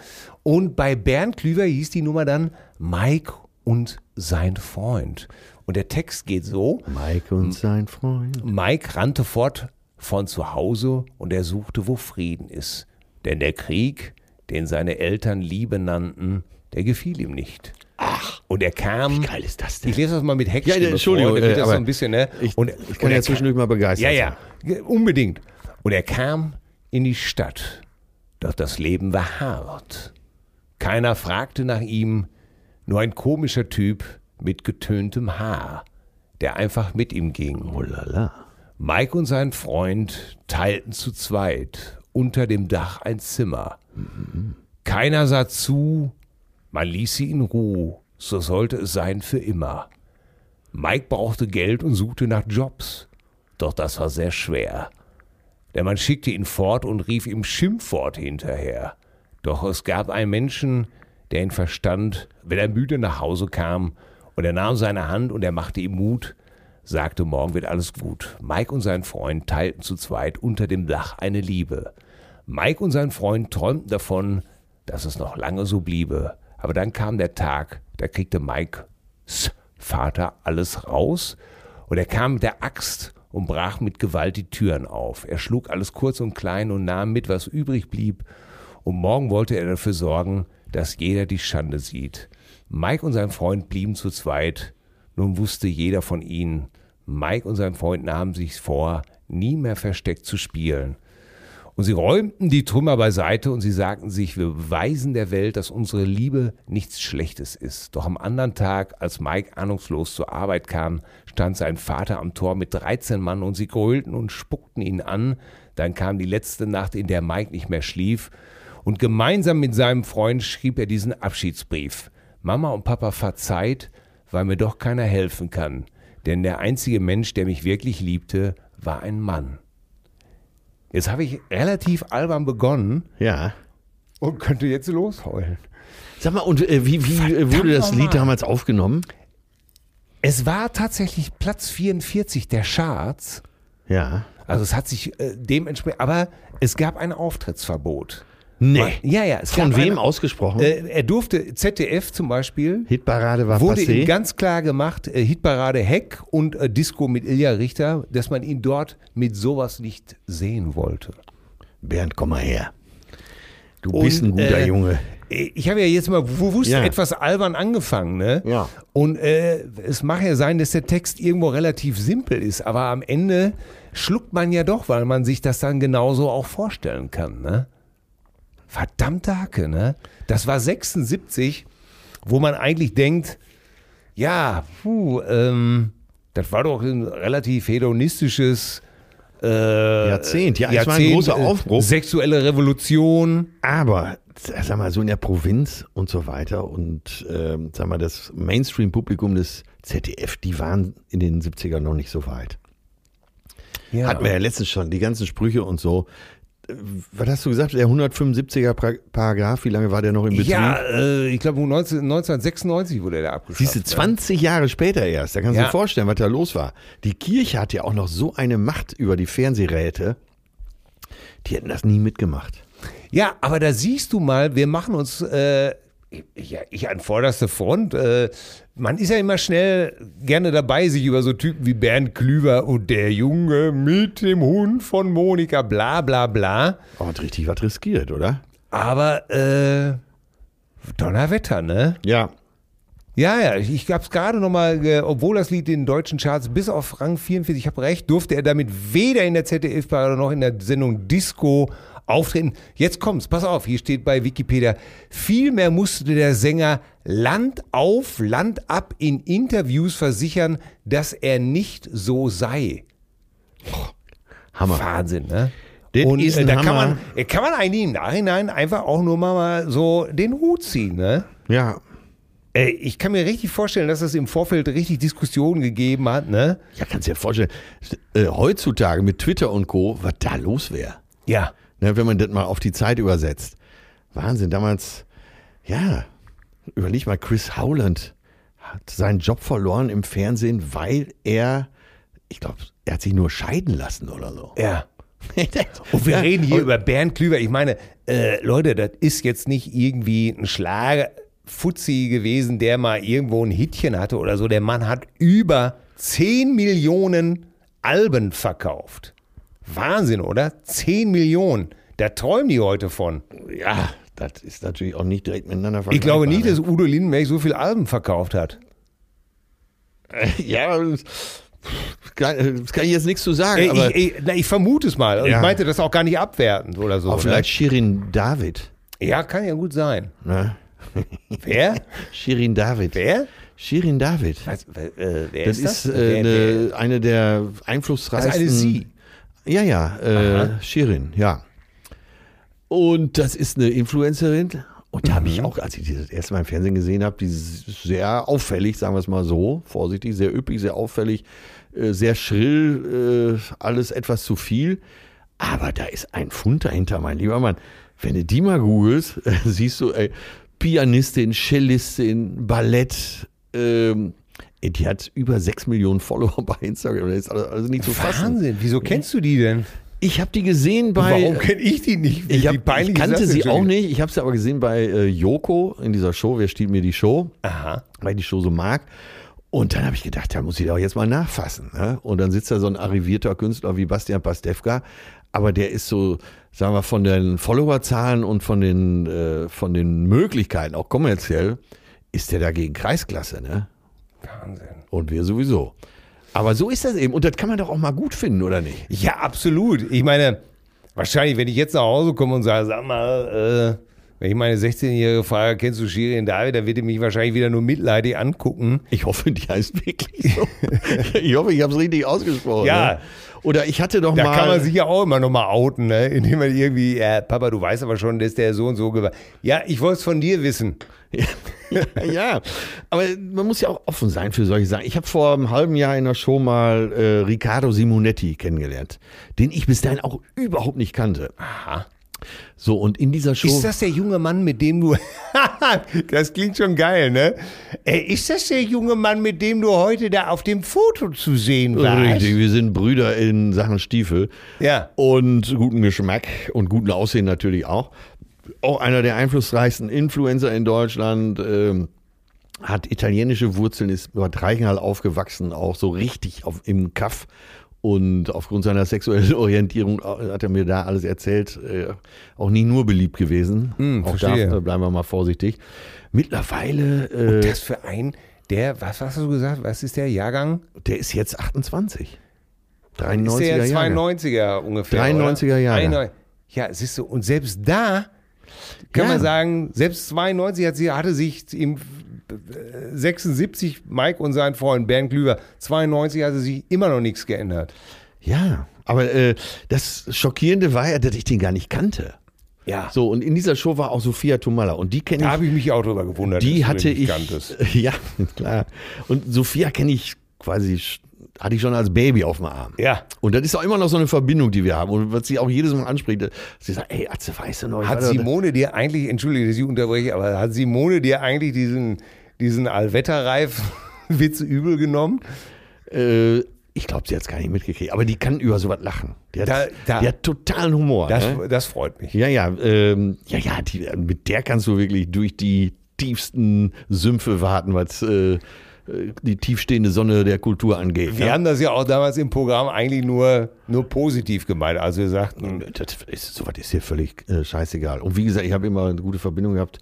Speaker 2: Und bei Bernd Klüver hieß die Nummer dann Mike und sein Freund. Und der Text geht so.
Speaker 3: Mike und sein Freund.
Speaker 2: Mike rannte fort von zu Hause und er suchte, wo Frieden ist. Denn der Krieg, den seine Eltern Liebe nannten, der gefiel ihm nicht. Ach. Und er kam.
Speaker 3: Wie geil ist das denn?
Speaker 2: Ich lese das mal mit
Speaker 3: Ja,
Speaker 2: Heckstimme
Speaker 3: ja, Entschuldigung,
Speaker 2: vor, damit
Speaker 3: äh,
Speaker 2: das so
Speaker 3: aber
Speaker 2: ein bisschen, ne?
Speaker 3: Ich,
Speaker 2: und,
Speaker 3: ich
Speaker 2: und
Speaker 3: kann ja
Speaker 2: er
Speaker 3: zwischendurch mal begeistert
Speaker 2: ja,
Speaker 3: sein.
Speaker 2: ja, ge- unbedingt. Und er kam in die Stadt, doch das Leben war hart. Keiner fragte nach ihm, nur ein komischer Typ mit getöntem Haar, der einfach mit ihm ging.
Speaker 3: Oh la la.
Speaker 2: Mike und sein Freund teilten zu zweit unter dem Dach ein Zimmer. Keiner sah zu, man ließ sie in Ruhe, so sollte es sein für immer. Mike brauchte Geld und suchte nach Jobs, doch das war sehr schwer. Der Mann schickte ihn fort und rief ihm Schimpfwort hinterher. Doch es gab einen Menschen, der ihn verstand, wenn er müde nach Hause kam, und er nahm seine Hand und er machte ihm Mut, sagte, morgen wird alles gut. Mike und sein Freund teilten zu zweit unter dem Dach eine Liebe. Mike und sein Freund träumten davon, dass es noch lange so bliebe. Aber dann kam der Tag, da kriegte Mikes Vater alles raus und er kam mit der Axt und brach mit Gewalt die Türen auf. Er schlug alles kurz und klein und nahm mit, was übrig blieb. Und morgen wollte er dafür sorgen, dass jeder die Schande sieht. Mike und sein Freund blieben zu zweit. Nun wusste jeder von ihnen. Mike und sein Freund nahmen sich vor, nie mehr versteckt zu spielen. Und sie räumten die Trümmer beiseite und sie sagten sich, wir beweisen der Welt, dass unsere Liebe nichts Schlechtes ist. Doch am anderen Tag, als Mike ahnungslos zur Arbeit kam, stand sein Vater am Tor mit 13 Mann und sie grölten und spuckten ihn an. Dann kam die letzte Nacht, in der Mike nicht mehr schlief. Und gemeinsam mit seinem Freund schrieb er diesen Abschiedsbrief. Mama und Papa verzeiht, weil mir doch keiner helfen kann. Denn der einzige Mensch, der mich wirklich liebte, war ein Mann. Jetzt habe ich relativ albern begonnen
Speaker 3: Ja.
Speaker 2: und könnte jetzt losheulen.
Speaker 3: Sag mal, und äh, wie, wie äh, wurde das Lied damals aufgenommen?
Speaker 2: Es war tatsächlich Platz 44 der Charts.
Speaker 3: Ja.
Speaker 2: Also es hat sich äh, dementsprechend, aber es gab ein Auftrittsverbot.
Speaker 3: Nee.
Speaker 2: Ja, ja. Es
Speaker 3: Von
Speaker 2: gab
Speaker 3: wem
Speaker 2: ein-
Speaker 3: ausgesprochen?
Speaker 2: Äh, er durfte, ZDF zum Beispiel,
Speaker 3: Hitparade war
Speaker 2: wurde ihm
Speaker 3: passé.
Speaker 2: ganz klar gemacht, äh, Hitparade Heck und äh, Disco mit Ilja Richter, dass man ihn dort mit sowas nicht sehen wollte.
Speaker 3: Bernd, komm mal her. Du
Speaker 2: Und,
Speaker 3: bist ein guter
Speaker 2: äh,
Speaker 3: Junge.
Speaker 2: Ich habe ja jetzt mal bewusst
Speaker 3: Ja.
Speaker 2: etwas albern angefangen, ne?
Speaker 3: Ja.
Speaker 2: Und äh, es mag ja sein, dass der Text irgendwo relativ simpel ist, aber am Ende schluckt man ja doch, weil man sich das dann genauso auch vorstellen kann, ne? Verdammte Hacke, ne? Das war 76, wo man eigentlich denkt, ja, puh, ähm, das war doch ein relativ hedonistisches äh,
Speaker 3: Jahrzehnt, ja, es war ein großer
Speaker 2: äh,
Speaker 3: Aufbruch.
Speaker 2: Sexuelle Revolution.
Speaker 3: Aber, äh, sag mal, so in der Provinz und so weiter und ähm, sag mal, das Mainstream-Publikum des ZDF, die waren in den 70ern noch nicht so weit.
Speaker 2: Ja.
Speaker 3: Hatten wir ja letztens schon, die ganzen Sprüche und so. Äh, Was hast du gesagt, der 175er Pra- Paragraph, wie lange war der noch im Betrieb?
Speaker 2: Ja, äh, ich glaube 19, 1996 wurde der abgeschafft. ne?
Speaker 3: Siehst du, 20 Jahre später erst, da kannst du
Speaker 2: Ja.
Speaker 3: dir vorstellen, was da los war. Die Kirche hat ja auch noch so eine Macht über die Fernsehräte, die hätten das nie mitgemacht.
Speaker 2: Ja, aber da siehst du mal, wir machen uns, äh, ja, ich an vorderster Front, äh, man ist ja immer schnell gerne dabei, sich über so Typen wie Bernd Klüver und der Junge mit dem Hund von Monika, bla bla bla.
Speaker 3: Aber hat richtig was riskiert, oder?
Speaker 2: Aber äh, Donnerwetter, ne?
Speaker 3: Ja.
Speaker 2: Ja, ja, ich hab's gerade nochmal, äh, obwohl das Lied in den deutschen Charts bis auf Rang 44, ich habe recht, durfte er damit weder in der ZDF-Parade noch in der Sendung Disco auftreten. Jetzt kommt's, pass auf, hier steht bei Wikipedia, vielmehr musste der Sänger Land auf, Land ab in Interviews versichern, dass er nicht so sei.
Speaker 3: Hammer.
Speaker 2: Wahnsinn, ne?
Speaker 3: Das ist ein
Speaker 2: da
Speaker 3: Hammer.
Speaker 2: kann man, äh, kann man eigentlich im Nachhinein einfach auch nur mal- mal so den Hut ziehen, ne?
Speaker 3: Ja.
Speaker 2: Äh, ich kann mir richtig vorstellen, dass es im Vorfeld richtig Diskussionen gegeben hat, ne?
Speaker 3: Ja, kannst dir vorstellen, äh, heutzutage mit Twitter und Co., was da los wäre.
Speaker 2: Ja.
Speaker 3: Ne, wenn man das mal auf die Zeit übersetzt. Wahnsinn, damals, ja, überleg mal, Chris Howland hat seinen Job verloren im Fernsehen, weil er, ich glaube, er hat sich nur scheiden lassen oder so. (laughs)
Speaker 2: Ja. Und wir
Speaker 3: Ja,
Speaker 2: reden hier
Speaker 3: und-
Speaker 2: über Bernd Klüver. Ich meine, äh, Leute, das ist jetzt nicht irgendwie ein Schlager. Fuzzi gewesen, der mal irgendwo ein Hitchen hatte oder so. Der Mann hat über 10 Millionen Alben verkauft. Wahnsinn, oder? 10 Millionen. Da träumen die heute von.
Speaker 3: Ja, das ist natürlich auch nicht direkt miteinander vergleichbar.
Speaker 2: Ich glaube nicht,
Speaker 3: ne?
Speaker 2: dass Udo Lindenberg so viele Alben verkauft hat.
Speaker 3: (laughs) Ja, das kann das kann ich jetzt nichts zu sagen,
Speaker 2: Äh,
Speaker 3: aber
Speaker 2: ich, ich, na, ich vermute es mal. Also
Speaker 3: Ja.
Speaker 2: Ich meinte das auch gar nicht abwertend oder so.
Speaker 3: auch
Speaker 2: ne?
Speaker 3: vielleicht Shirin David.
Speaker 2: Ja, kann ja gut sein.
Speaker 3: Ne?
Speaker 2: Wer?
Speaker 3: Shirin David.
Speaker 2: Wer?
Speaker 3: Shirin David.
Speaker 2: Was, äh, wer
Speaker 3: Das ist, äh,
Speaker 2: Wer- wer-
Speaker 3: eine, eine der
Speaker 2: das
Speaker 3: einflussreichsten.
Speaker 2: ist eine Sie.
Speaker 3: Ja, ja, äh, Shirin, ja. Und das ist eine Influencerin. Und da habe
Speaker 2: Mhm.
Speaker 3: ich auch, als ich die das erste Mal im Fernsehen gesehen habe, die ist sehr auffällig, sagen wir es mal so, vorsichtig, sehr üppig, sehr auffällig, äh, sehr schrill, äh, alles etwas zu viel. Aber da ist ein Fund dahinter, mein lieber Mann. Wenn du die mal googelst, (laughs) siehst du, ey, Pianistin, Cellistin, Ballett, ähm, ey, die hat über 6 Millionen Follower (laughs) bei Instagram. Das ist alles, alles nicht zu fassen.
Speaker 2: Wahnsinn, wieso kennst du die denn?
Speaker 3: Ich habe die gesehen bei.
Speaker 2: Warum kenne ich die nicht? Wie
Speaker 3: ich, hab,
Speaker 2: die peinliche
Speaker 3: ich kannte
Speaker 2: Sache,
Speaker 3: sie auch
Speaker 2: Entschuldigung.
Speaker 3: nicht. Ich habe sie aber gesehen bei äh, Joko in dieser Show. Wer stiehlt mir die Show?
Speaker 2: Aha.
Speaker 3: Weil ich die Show so mag. Und dann habe ich gedacht, da muss ich doch jetzt mal nachfassen. Ne? Und dann sitzt da so ein arrivierter Künstler wie Bastian Pastewka. Aber der ist so, sagen wir, von den Followerzahlen und von den, äh, von den Möglichkeiten, auch kommerziell, ist der dagegen Kreisklasse. Ne?
Speaker 2: Wahnsinn.
Speaker 3: Und wir sowieso. Aber so ist das eben. Und das kann man doch auch mal gut finden, oder nicht?
Speaker 2: Ja, absolut. Ich meine, wahrscheinlich, wenn ich jetzt nach Hause komme und sage, sag mal, äh, wenn ich meine 16-Jährige frage, kennst du Shirin David, dann wird die mich wahrscheinlich wieder nur mitleidig angucken.
Speaker 3: Ich hoffe, die heißt wirklich so. (laughs) ich hoffe, ich habe es richtig ausgesprochen.
Speaker 2: Ja.
Speaker 3: Ne? Oder ich hatte doch
Speaker 2: Da
Speaker 3: mal.
Speaker 2: kann man sich ja auch immer nochmal outen, ne? indem man irgendwie, äh, Papa, du weißt aber schon, dass der so und so gewa- Ja, ich wollte es von dir wissen.
Speaker 3: (laughs) ja, aber man muss ja auch offen sein für solche Sachen. Ich habe vor einem halben Jahr in der Show mal äh, Riccardo Simonetti kennengelernt, den ich bis dahin auch überhaupt nicht kannte.
Speaker 2: Aha.
Speaker 3: So, und in dieser Show.
Speaker 2: Ist das der junge Mann, mit dem du. (laughs) das klingt schon geil, ne? Äh, Ist das der junge Mann, mit dem du heute da auf dem Foto zu sehen warst?
Speaker 3: Richtig, wir sind Brüder in Sachen Stiefel.
Speaker 2: Ja.
Speaker 3: Und guten Geschmack und guten Aussehen natürlich auch. Auch einer der einflussreichsten Influencer in Deutschland. Ähm, hat italienische Wurzeln, ist mit Reichenhall aufgewachsen, auch so richtig auf, im Kaff. Und aufgrund seiner sexuellen (laughs) Orientierung äh, hat er mir da alles erzählt. Äh, auch nie nur beliebt gewesen. auch da
Speaker 2: Hm, verstehe.
Speaker 3: äh, bleiben wir mal vorsichtig. Mittlerweile, äh,
Speaker 2: Das für einen, der, was hast du gesagt, was ist der Jahrgang?
Speaker 3: der ist jetzt 28.
Speaker 2: Ist
Speaker 3: 93er
Speaker 2: der
Speaker 3: Jahre.
Speaker 2: 92er ungefähr.
Speaker 3: 93er Jahre.
Speaker 2: Jahre. Ja, siehst du, und selbst da kann
Speaker 3: Ja.
Speaker 2: man sagen, selbst 92 hat sie, hatte sich im äh, 76 Mike und sein Freund Bernd Glüber, 92 hatte sich immer noch nichts geändert.
Speaker 3: Ja, aber äh, das Schockierende war ja, dass ich den gar nicht kannte.
Speaker 2: Ja. So,
Speaker 3: So, und in dieser Show war auch Sophia Tomalla und
Speaker 2: da
Speaker 3: die kenne
Speaker 2: habe ich mich auch drüber
Speaker 3: ich.
Speaker 2: gewundert. dass
Speaker 3: Hm. Die
Speaker 2: du
Speaker 3: hatte
Speaker 2: den nicht
Speaker 3: ich.
Speaker 2: kanntest.
Speaker 3: (laughs) Ja, klar. Und Sophia kenne ich quasi, sch- hatte ich schon als Baby auf dem Arm.
Speaker 2: Ja.
Speaker 3: Und das ist auch immer noch so eine Verbindung, die wir haben. Und was sie auch jedes Mal anspricht, sie sagt, ey, Atze, weißt du noch? ich
Speaker 2: Hat
Speaker 3: war da-
Speaker 2: Simone dir eigentlich, entschuldige, dass ich unterbreche, aber hat Simone dir eigentlich diesen, diesen (laughs) Allwetterreif-Witz übel genommen?
Speaker 3: Äh, ich glaube, sie hat es gar nicht mitgekriegt. Aber die kann über sowas lachen. Die hat,
Speaker 2: Da- da-
Speaker 3: die hat totalen Humor.
Speaker 2: Das,
Speaker 3: ne?
Speaker 2: das freut mich.
Speaker 3: Ja, ja, ähm, ja, ja, die, mit der kannst du wirklich durch die tiefsten Sümpfe warten, was äh, äh, die tiefstehende Sonne der Kultur angeht.
Speaker 2: Wir
Speaker 3: ja.
Speaker 2: haben das ja auch damals im Programm eigentlich nur, nur positiv gemeint. Also wir sagten,
Speaker 3: Das ist, sowas ist hier völlig äh, scheißegal. Und wie gesagt, ich habe immer eine gute Verbindung gehabt.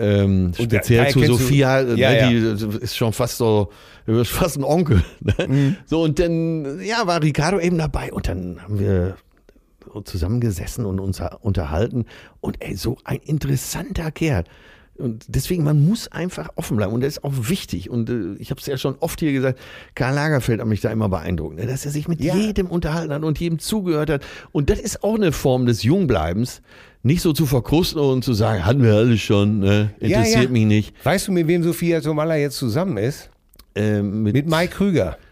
Speaker 3: Ähm,
Speaker 2: Und da-
Speaker 3: speziell
Speaker 2: daher
Speaker 3: zu
Speaker 2: kennst du-
Speaker 3: Sophia, äh,
Speaker 2: Ja, Mhm.
Speaker 3: ne, die ist schon fast so, du bist fast ein Onkel. (laughs) Ne? So, und dann, ja, war Ricardo eben dabei und dann haben wir zusammengesessen und uns unterhalten. Und ey, so ein interessanter Kerl. Und deswegen, man muss einfach offen bleiben. Und das ist auch wichtig. Und äh, ich habe es ja schon oft hier gesagt, Karl Lagerfeld hat mich da immer beeindruckt, ne? dass er sich mit
Speaker 2: Ja.
Speaker 3: jedem unterhalten hat und jedem zugehört hat. Und das ist auch eine Form des Jungbleibens, nicht so zu verkrusten und zu sagen, hatten wir alles schon, ne?
Speaker 2: Ja,
Speaker 3: interessiert
Speaker 2: ja.
Speaker 3: mich nicht.
Speaker 2: weißt du, mit wem Sophia Tomalla jetzt zusammen ist?
Speaker 3: Ähm,
Speaker 2: Mit Mike Krüger.
Speaker 3: (laughs)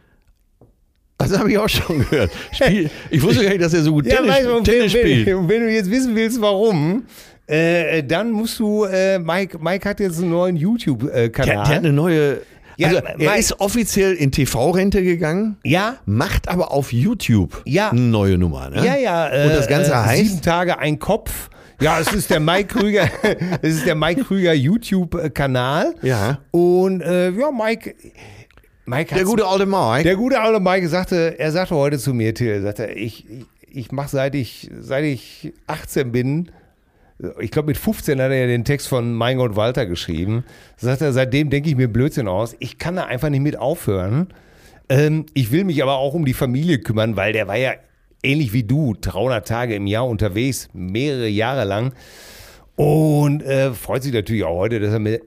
Speaker 3: Das habe ich auch schon gehört.
Speaker 2: (laughs)
Speaker 3: Spiel, ich wusste gar nicht, dass er so gut Tennis,
Speaker 2: weißt du, und wenn-
Speaker 3: Tennis spielt.
Speaker 2: wenn, und (laughs) wenn du jetzt wissen willst, warum, äh, dann musst du, äh, Mike, Mike hat jetzt einen neuen äh,
Speaker 3: Der, der hat
Speaker 2: YouTube-Kanal.
Speaker 3: eine neue.
Speaker 2: Ja,
Speaker 3: also,
Speaker 2: mein-
Speaker 3: er ist offiziell in TV-Rente gegangen,
Speaker 2: ja,
Speaker 3: macht aber auf YouTube
Speaker 2: Ja.
Speaker 3: eine neue Nummer. Ne?
Speaker 2: Ja, ja. äh,
Speaker 3: Und das Ganze
Speaker 2: Sieben
Speaker 3: heißt.
Speaker 2: Tage ein Kopf. Ja, es ist der Mike Krüger, (laughs) es ist der Mike Krüger YouTube-Kanal.
Speaker 3: Ja.
Speaker 2: Und äh, ja, Mike, Mike
Speaker 3: Der
Speaker 2: hat's-
Speaker 3: gute alte Mike.
Speaker 2: der gute alte Mike sagte, er sagte heute zu mir, Till, sagte, er, ich, ich, ich mache seit ich, seit ich 18 bin, ich glaube mit 15 hat er ja den Text von Meingold Walter geschrieben, sagt er, seitdem denke ich mir Blödsinn aus, ich kann da einfach nicht mit aufhören. Ähm, ich will mich aber auch um die Familie kümmern, weil der war ja ähnlich wie du, 300 Tage im Jahr unterwegs, mehrere Jahre lang. Und äh, freut sich natürlich auch heute, dass er mit,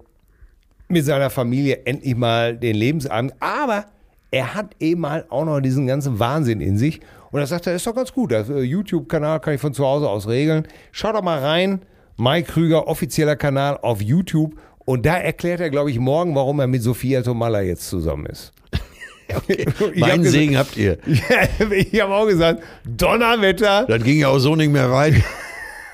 Speaker 2: mit seiner Familie endlich mal den Lebensabend. Aber er hat eben halt auch noch diesen ganzen Wahnsinn in sich. Und er sagt, er ist doch ganz gut. Der äh, YouTube-Kanal kann ich von zu Hause aus regeln. Schau doch mal rein. Mike Krüger, offizieller Kanal auf YouTube. Und da erklärt er, glaube ich, morgen, warum er mit Sophia Tomalla jetzt zusammen ist. (laughs) Ich hab
Speaker 3: Meinen
Speaker 2: gesagt-
Speaker 3: Segen habt ihr.
Speaker 2: ich habe auch gesagt, Donnerwetter.
Speaker 3: Das ging ja auch so nicht
Speaker 2: (laughs)
Speaker 3: mehr weit.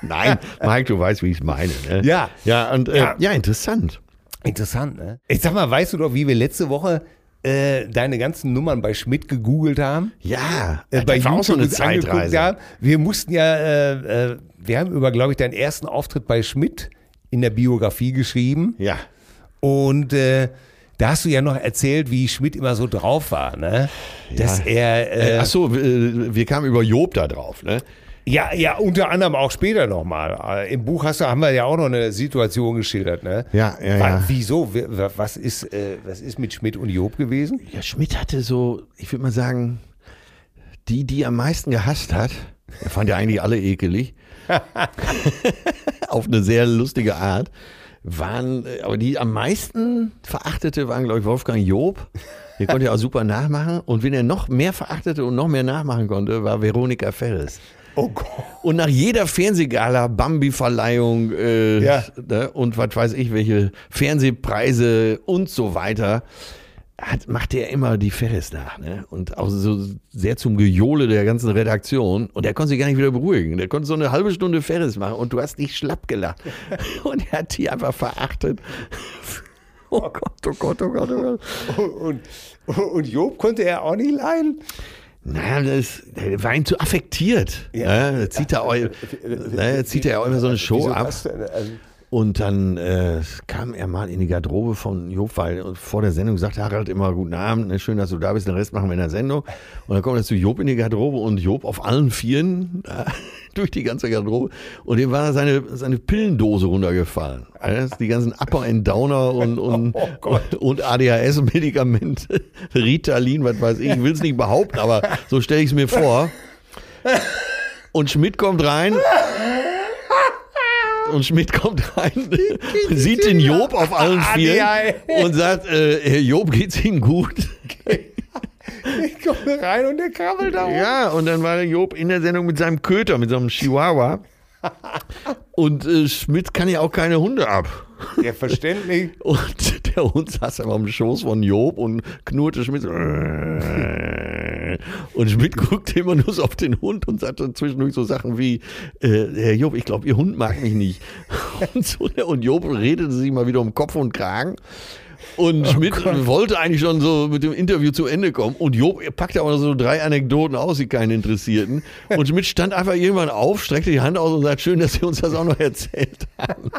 Speaker 3: Nein, Mike, du weißt, wie ich es meine. Ne?
Speaker 2: Ja.
Speaker 3: Ja, und, äh,
Speaker 2: Ja.
Speaker 3: ja. interessant.
Speaker 2: Interessant, ne? Ich sag mal, weißt du doch, wie wir letzte Woche äh, deine ganzen Nummern bei Schmidt gegoogelt haben?
Speaker 3: Ja,
Speaker 2: Äh, bei
Speaker 3: das war auch
Speaker 2: YouTube
Speaker 3: so eine
Speaker 2: uns angeguckt
Speaker 3: Zeitreise.
Speaker 2: haben. Wir mussten ja, äh, äh, wir haben über, glaube ich, deinen ersten Auftritt bei Schmidt in der Biografie geschrieben.
Speaker 3: Ja.
Speaker 2: Und äh, da hast du ja noch erzählt, wie Schmidt immer so drauf war, ne? Dass
Speaker 3: Äh,
Speaker 2: er, äh,
Speaker 3: ach so, äh, wir kamen über Job da drauf. Ne?
Speaker 2: ja, ja, unter anderem auch später nochmal. Im Buch hast du, haben wir ja auch noch eine Situation geschildert, ne?
Speaker 3: Ja, ja,
Speaker 2: Wa-
Speaker 3: ja.
Speaker 2: Wieso? W- wa- Was ist, äh, was ist mit Schmidt und Job gewesen?
Speaker 3: Ja, Schmidt hatte so, ich würde mal sagen, die, die er am meisten gehasst hat, er fand ja eigentlich alle ekelig, auf eine sehr lustige Art, waren, äh, aber die am meisten verachtete waren, glaube ich, Wolfgang Job. Der konnte ja auch super nachmachen. Und wen er noch mehr verachtete und noch mehr nachmachen konnte, war Veronika Ferres.
Speaker 2: Oh Gott.
Speaker 3: Und nach jeder Fernsehgala, Bambi-Verleihung äh,
Speaker 2: Ja.
Speaker 3: ne, und was weiß ich, welche Fernsehpreise und so weiter, hat, macht er immer die Ferris nach. Ne? Und auch so sehr zum Gejohle der ganzen Redaktion. Und er konnte sich gar nicht wieder beruhigen. Der konnte so eine halbe Stunde Ferris machen und du hast dich schlapp (laughs) gelacht. Und er hat die einfach verachtet. Oh Gott, oh Gott, oh Gott, oh Gott.
Speaker 2: (laughs) Und, und Job konnte er auch nicht leiden.
Speaker 3: Naja, das, der war ihm zu affektiert. Ja. Ne? Da zieht er auch, ne? zieht er auch immer so eine Show
Speaker 2: Wieso
Speaker 3: ab.
Speaker 2: hast du denn- also,
Speaker 3: Und dann äh, kam er mal in die Garderobe von Job, weil vor der Sendung sagt Harald immer Guten Abend, ne, schön, dass du da bist, den Rest machen wir in der Sendung. Und dann kommt er zu Job in die Garderobe und Job auf allen Vieren (laughs) äh, durch die ganze Garderobe. Und dem war seine, seine Pillendose runtergefallen. Also die ganzen Upper and
Speaker 2: (laughs)
Speaker 3: Downer und, und,
Speaker 2: Oh Gott.
Speaker 3: und ADHS-Medikamente, (laughs) Ritalin, was weiß ich, ich will es nicht behaupten, aber so stelle ich es mir vor. Und Schmidt kommt rein. Und Schmidt kommt rein, sieht den Job auf allen Vieren
Speaker 2: ADHS.
Speaker 3: und sagt, äh, Herr Job, geht's Ihnen gut?
Speaker 2: ich komme rein und der krabbelt da rum.
Speaker 3: Ja, und dann war der Job in der Sendung mit seinem Köter, mit so einem Chihuahua. Und äh, Schmidt kann ja auch keine Hunde ab.
Speaker 2: Ja, verständlich.
Speaker 3: Und (laughs) der Hund saß einfach am Schoß von Job und knurrte Schmidt. so, (laughs) äh. Und Schmidt guckte immer nur so auf den Hund und sagte zwischendurch so Sachen wie, äh, Herr Job, ich glaube, Ihr Hund mag mich nicht. (laughs) Und, so, und Job redete sich mal wieder um Kopf und Kragen. Und Schmidt wollte eigentlich schon so mit dem Interview zu Ende kommen. Und Job packte aber so drei Anekdoten aus, die keinen interessierten. Und Schmidt stand einfach irgendwann auf, streckte die Hand aus und sagt, schön, dass Sie uns das auch noch erzählt haben.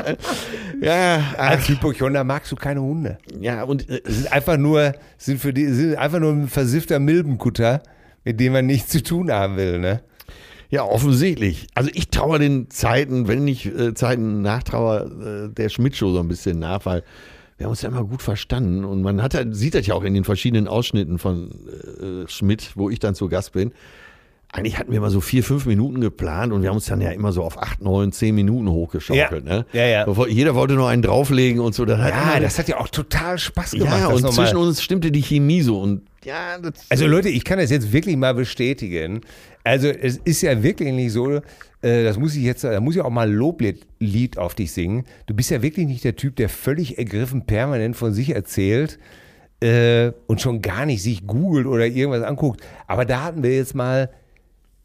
Speaker 3: Ja, ach,
Speaker 2: Als Hypochonder magst du keine Hunde.
Speaker 3: ja, und äh,
Speaker 2: Sind einfach nur, sind für die, sind einfach nur ein versiffter Milbenkutter, mit dem man nichts zu tun haben will, ne?
Speaker 3: ja, offensichtlich. Also ich traue den Zeiten, wenn ich äh, Zeiten nachtraue, äh, der Schmidt-Show so ein bisschen nach, weil wir haben uns ja immer gut verstanden und man hat halt, sieht das ja auch in den verschiedenen Ausschnitten von äh, Schmidt, wo ich dann zu Gast bin. Eigentlich hatten wir mal so vier, fünf Minuten geplant und wir haben uns dann ja immer so auf acht, neun, zehn Minuten hochgeschaukelt.
Speaker 2: Ja.
Speaker 3: Ne?
Speaker 2: Ja, ja.
Speaker 3: Bevor- Jeder wollte noch einen drauflegen und so. Das hat
Speaker 2: Ja,
Speaker 3: immer-
Speaker 2: das hat ja auch total Spaß gemacht.
Speaker 3: ja
Speaker 2: das
Speaker 3: und
Speaker 2: nochmal-
Speaker 3: zwischen uns stimmte die Chemie so. Und ja, das,
Speaker 2: Also Leute, ich kann das jetzt wirklich mal bestätigen. Also es ist ja wirklich nicht so, äh, das muss ich jetzt, da muss ich auch mal ein Loblied Lied auf dich singen. Du bist ja wirklich nicht der Typ, der völlig ergriffen permanent von sich erzählt äh, und schon gar nicht sich googelt oder irgendwas anguckt. Aber da hatten wir jetzt mal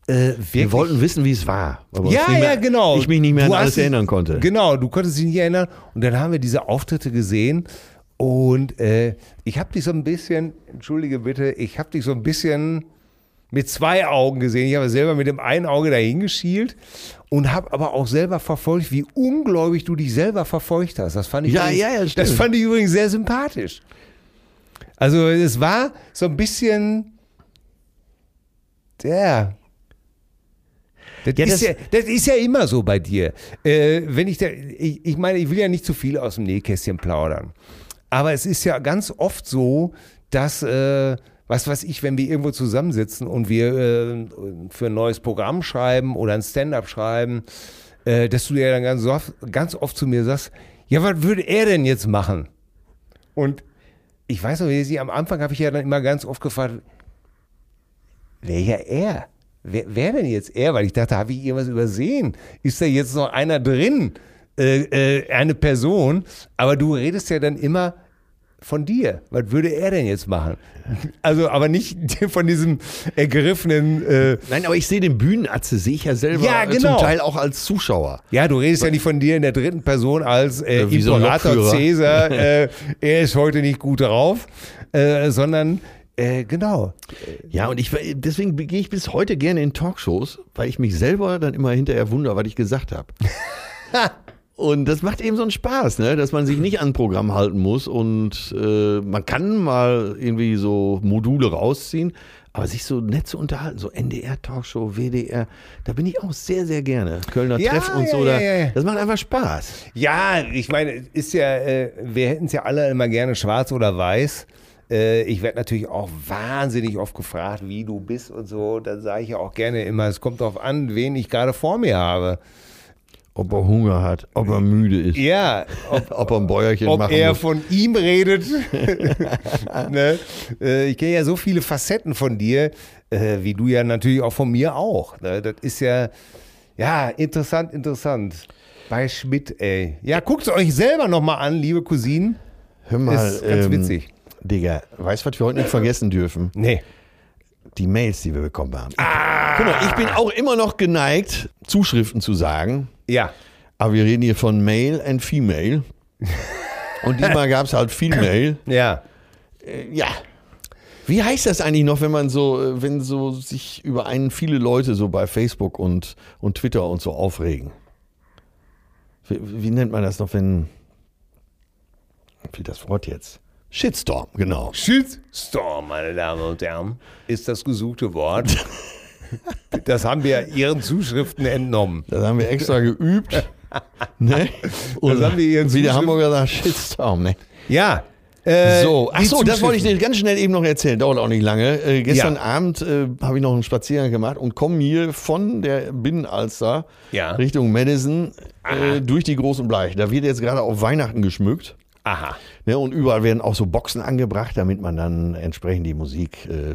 Speaker 2: äh, wirklich...
Speaker 3: Wir wollten wissen, wie es war. aber
Speaker 2: ja,
Speaker 3: es nicht mehr,
Speaker 2: ja, genau.
Speaker 3: Ich mich nicht mehr
Speaker 2: Du
Speaker 3: an
Speaker 2: hast
Speaker 3: alles
Speaker 2: dich-
Speaker 3: erinnern konnte.
Speaker 2: Genau, du konntest dich nicht erinnern. Und dann haben wir diese Auftritte gesehen. Und äh, ich habe dich so ein bisschen, entschuldige bitte, ich habe dich so ein bisschen mit zwei Augen gesehen. Ich habe selber mit dem einen Auge dahin geschielt und habe aber auch selber verfolgt, wie ungläubig du dich selber verfolgt hast. Das fand ich,
Speaker 3: Ja,
Speaker 2: übrigens,
Speaker 3: ja, ja, stimmt.
Speaker 2: das fand ich übrigens sehr sympathisch. Also es war so ein bisschen, ja, das,
Speaker 3: Ja,
Speaker 2: ist
Speaker 3: das-
Speaker 2: ja, das ist ja immer so bei dir. Äh, wenn ich, da, ich, ich meine, ich will ja nicht zu viel aus dem Nähkästchen plaudern. Aber es ist ja ganz oft so, dass, äh, was weiß ich, wenn wir irgendwo zusammensitzen und wir äh, für ein neues Programm schreiben oder ein Stand-up schreiben, äh, dass du ja dann ganz oft, ganz oft zu mir sagst, ja, was würde er denn jetzt machen? Und ich weiß noch, wie sie am Anfang habe ich ja dann immer ganz oft gefragt, welcher er? Wer, wer denn jetzt er? Weil ich dachte, habe ich irgendwas übersehen? Ist da jetzt noch einer drin? Äh, äh, eine Person? Aber du redest ja dann immer von dir. Was würde er denn jetzt machen? Also, aber nicht (laughs) von diesem ergriffenen. Äh,
Speaker 3: Nein, aber ich sehe den Bühnenatze, sehe ich ja selber
Speaker 2: Ja,
Speaker 3: äh,
Speaker 2: genau.
Speaker 3: zum Teil auch als Zuschauer.
Speaker 2: ja, du redest ja nicht von dir in der dritten Person als äh,
Speaker 3: Äh, wie so ein
Speaker 2: Imperator
Speaker 3: Lokführer. (laughs)
Speaker 2: Caesar. Äh, er ist heute nicht gut drauf, äh, sondern äh, genau.
Speaker 3: Ja, und ich deswegen gehe ich bis heute gerne in Talkshows, weil ich mich selber dann immer hinterher wundere, was ich gesagt habe.
Speaker 2: (laughs)
Speaker 3: und das macht eben so einen Spaß, ne? dass man sich nicht an ein Programm halten muss und äh, man kann mal irgendwie so Module rausziehen, aber sich so nett zu unterhalten, so NDR-Talkshow, WDR, da bin ich auch sehr, sehr gerne. Kölner
Speaker 2: Ja,
Speaker 3: Treff und
Speaker 2: ja,
Speaker 3: so,
Speaker 2: ja,
Speaker 3: da,
Speaker 2: ja.
Speaker 3: das macht einfach Spaß.
Speaker 2: Ja, ich meine, es ist ja, äh, wir hätten es ja alle immer gerne schwarz oder weiß. Äh, ich werde natürlich auch wahnsinnig oft gefragt, wie du bist und so. Dann sage ich ja auch gerne immer, es kommt darauf an, wen ich gerade vor mir habe.
Speaker 3: Ob er Hunger hat, ob er müde ist,
Speaker 2: Ja, ob,
Speaker 3: (laughs) ob er ein Bäuerchen
Speaker 2: ob
Speaker 3: machen
Speaker 2: er
Speaker 3: muss.
Speaker 2: von ihm redet. (laughs) ne? äh, ich kenne ja so viele Facetten von dir, äh, wie du ja natürlich auch von mir auch. Ne? Das ist ja, ja, interessant, interessant. Bei Schmidt, ey. Ja, guckt es euch selber nochmal an, liebe Cousinen.
Speaker 3: Hör mal,
Speaker 2: ähm,
Speaker 3: ähm,
Speaker 2: Ist ganz witzig.
Speaker 3: Digga, weißt du, was wir heute nicht vergessen dürfen?
Speaker 2: Nee.
Speaker 3: Die Mails, die wir bekommen haben. Guck mal, ich bin auch immer noch geneigt, Zuschriften zu sagen.
Speaker 2: Ja.
Speaker 3: Aber wir reden hier von Male and Female. Und diesmal gab es halt Female.
Speaker 2: Ja.
Speaker 3: Ja. Wie heißt das eigentlich noch, wenn man so, äh, wenn so sich über einen viele Leute so bei Facebook und, und Twitter und so aufregen? Wie, wie nennt man das noch, wenn. Wie das Wort jetzt? Shitstorm, genau.
Speaker 2: Shitstorm, meine Damen und Herren, ist das gesuchte (laughs) Wort. Das haben wir Ihren Zuschriften entnommen.
Speaker 3: Das haben wir extra (laughs) geübt. ne? Und
Speaker 2: haben wir ihren
Speaker 3: wie der
Speaker 2: Zuschrift-
Speaker 3: Hamburger sagt, Shitstorm, ne?
Speaker 2: Ja. Äh,
Speaker 3: So, Oh, ach
Speaker 2: die
Speaker 3: so, das wollte ich
Speaker 2: Zuschriften.
Speaker 3: dir ganz schnell eben noch erzählen, dauert auch nicht lange. Äh, gestern
Speaker 2: Ja.
Speaker 3: Abend äh, habe ich noch einen Spaziergang gemacht und komme hier von der Binnenalster
Speaker 2: Ja.
Speaker 3: Richtung Madison äh, durch die großen Bleiche. Da wird jetzt gerade auf Weihnachten geschmückt.
Speaker 2: Aha.
Speaker 3: Ne, und überall werden auch so Boxen angebracht, damit man dann entsprechend die Musik äh,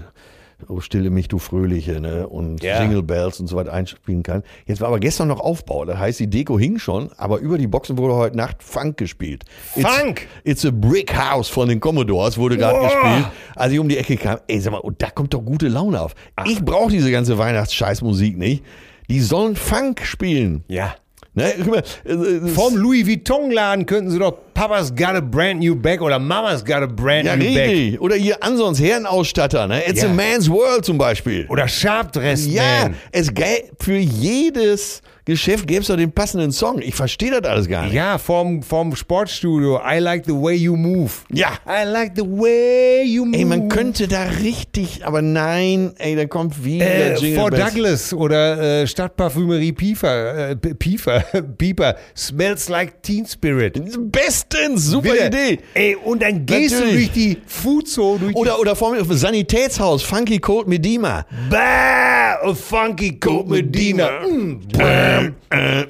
Speaker 3: oh, Stille mich, du Fröhliche ne, und
Speaker 2: Ja.
Speaker 3: Jingle Bells und so weiter einspielen kann. Jetzt war aber gestern noch Aufbau, das heißt, die Deko hing schon, aber über die Boxen wurde heute Nacht Funk gespielt.
Speaker 2: Funk?
Speaker 3: It's, it's a Brick House von den Commodores wurde gerade
Speaker 2: Wow.
Speaker 3: gespielt. Als ich um die Ecke kam, ey, sag mal, und da kommt doch gute Laune auf. Ich brauche diese ganze Weihnachtsscheißmusik nicht. Die sollen Funk spielen.
Speaker 2: Ja.
Speaker 3: Ne, guck mal, äh, äh,
Speaker 2: Vom Louis Vuitton-Laden könnten Sie doch Papa's got a brand new bag oder Mama's got a brand
Speaker 3: Ja,
Speaker 2: new bag.
Speaker 3: richtig. Oder hier Ansons Herrenausstatter, ne? It's
Speaker 2: Ja.
Speaker 3: a Man's World zum Beispiel.
Speaker 2: Oder Sharpdress
Speaker 3: ja,
Speaker 2: Man.
Speaker 3: es gäb, für jedes Geschäft gäbe es doch den passenden Song. Ich verstehe das alles gar nicht.
Speaker 2: Ja, vom, vom Sportstudio. I like the way you move.
Speaker 3: Ja.
Speaker 2: I like the way you move.
Speaker 3: Ey, man könnte da richtig, aber nein, ey, da kommt wieder
Speaker 2: Äh,
Speaker 3: Jingle
Speaker 2: Fort
Speaker 3: Bells.
Speaker 2: Douglas oder äh, Stadtparfümerie Piefer, äh, P- Piefer, (laughs) Pieper, smells like Teen Spirit.
Speaker 3: Bestens, super
Speaker 2: Bitte.
Speaker 3: Idee.
Speaker 2: Ey, und dann gehst du
Speaker 3: Natürlich.
Speaker 2: durch die Foodzone, durch
Speaker 3: Oder, oder vor mir auf dem Sanitätshaus, Funky Cold Medima.
Speaker 2: die Bäh, a Funky Cold Medina. Mm, bäm, äh,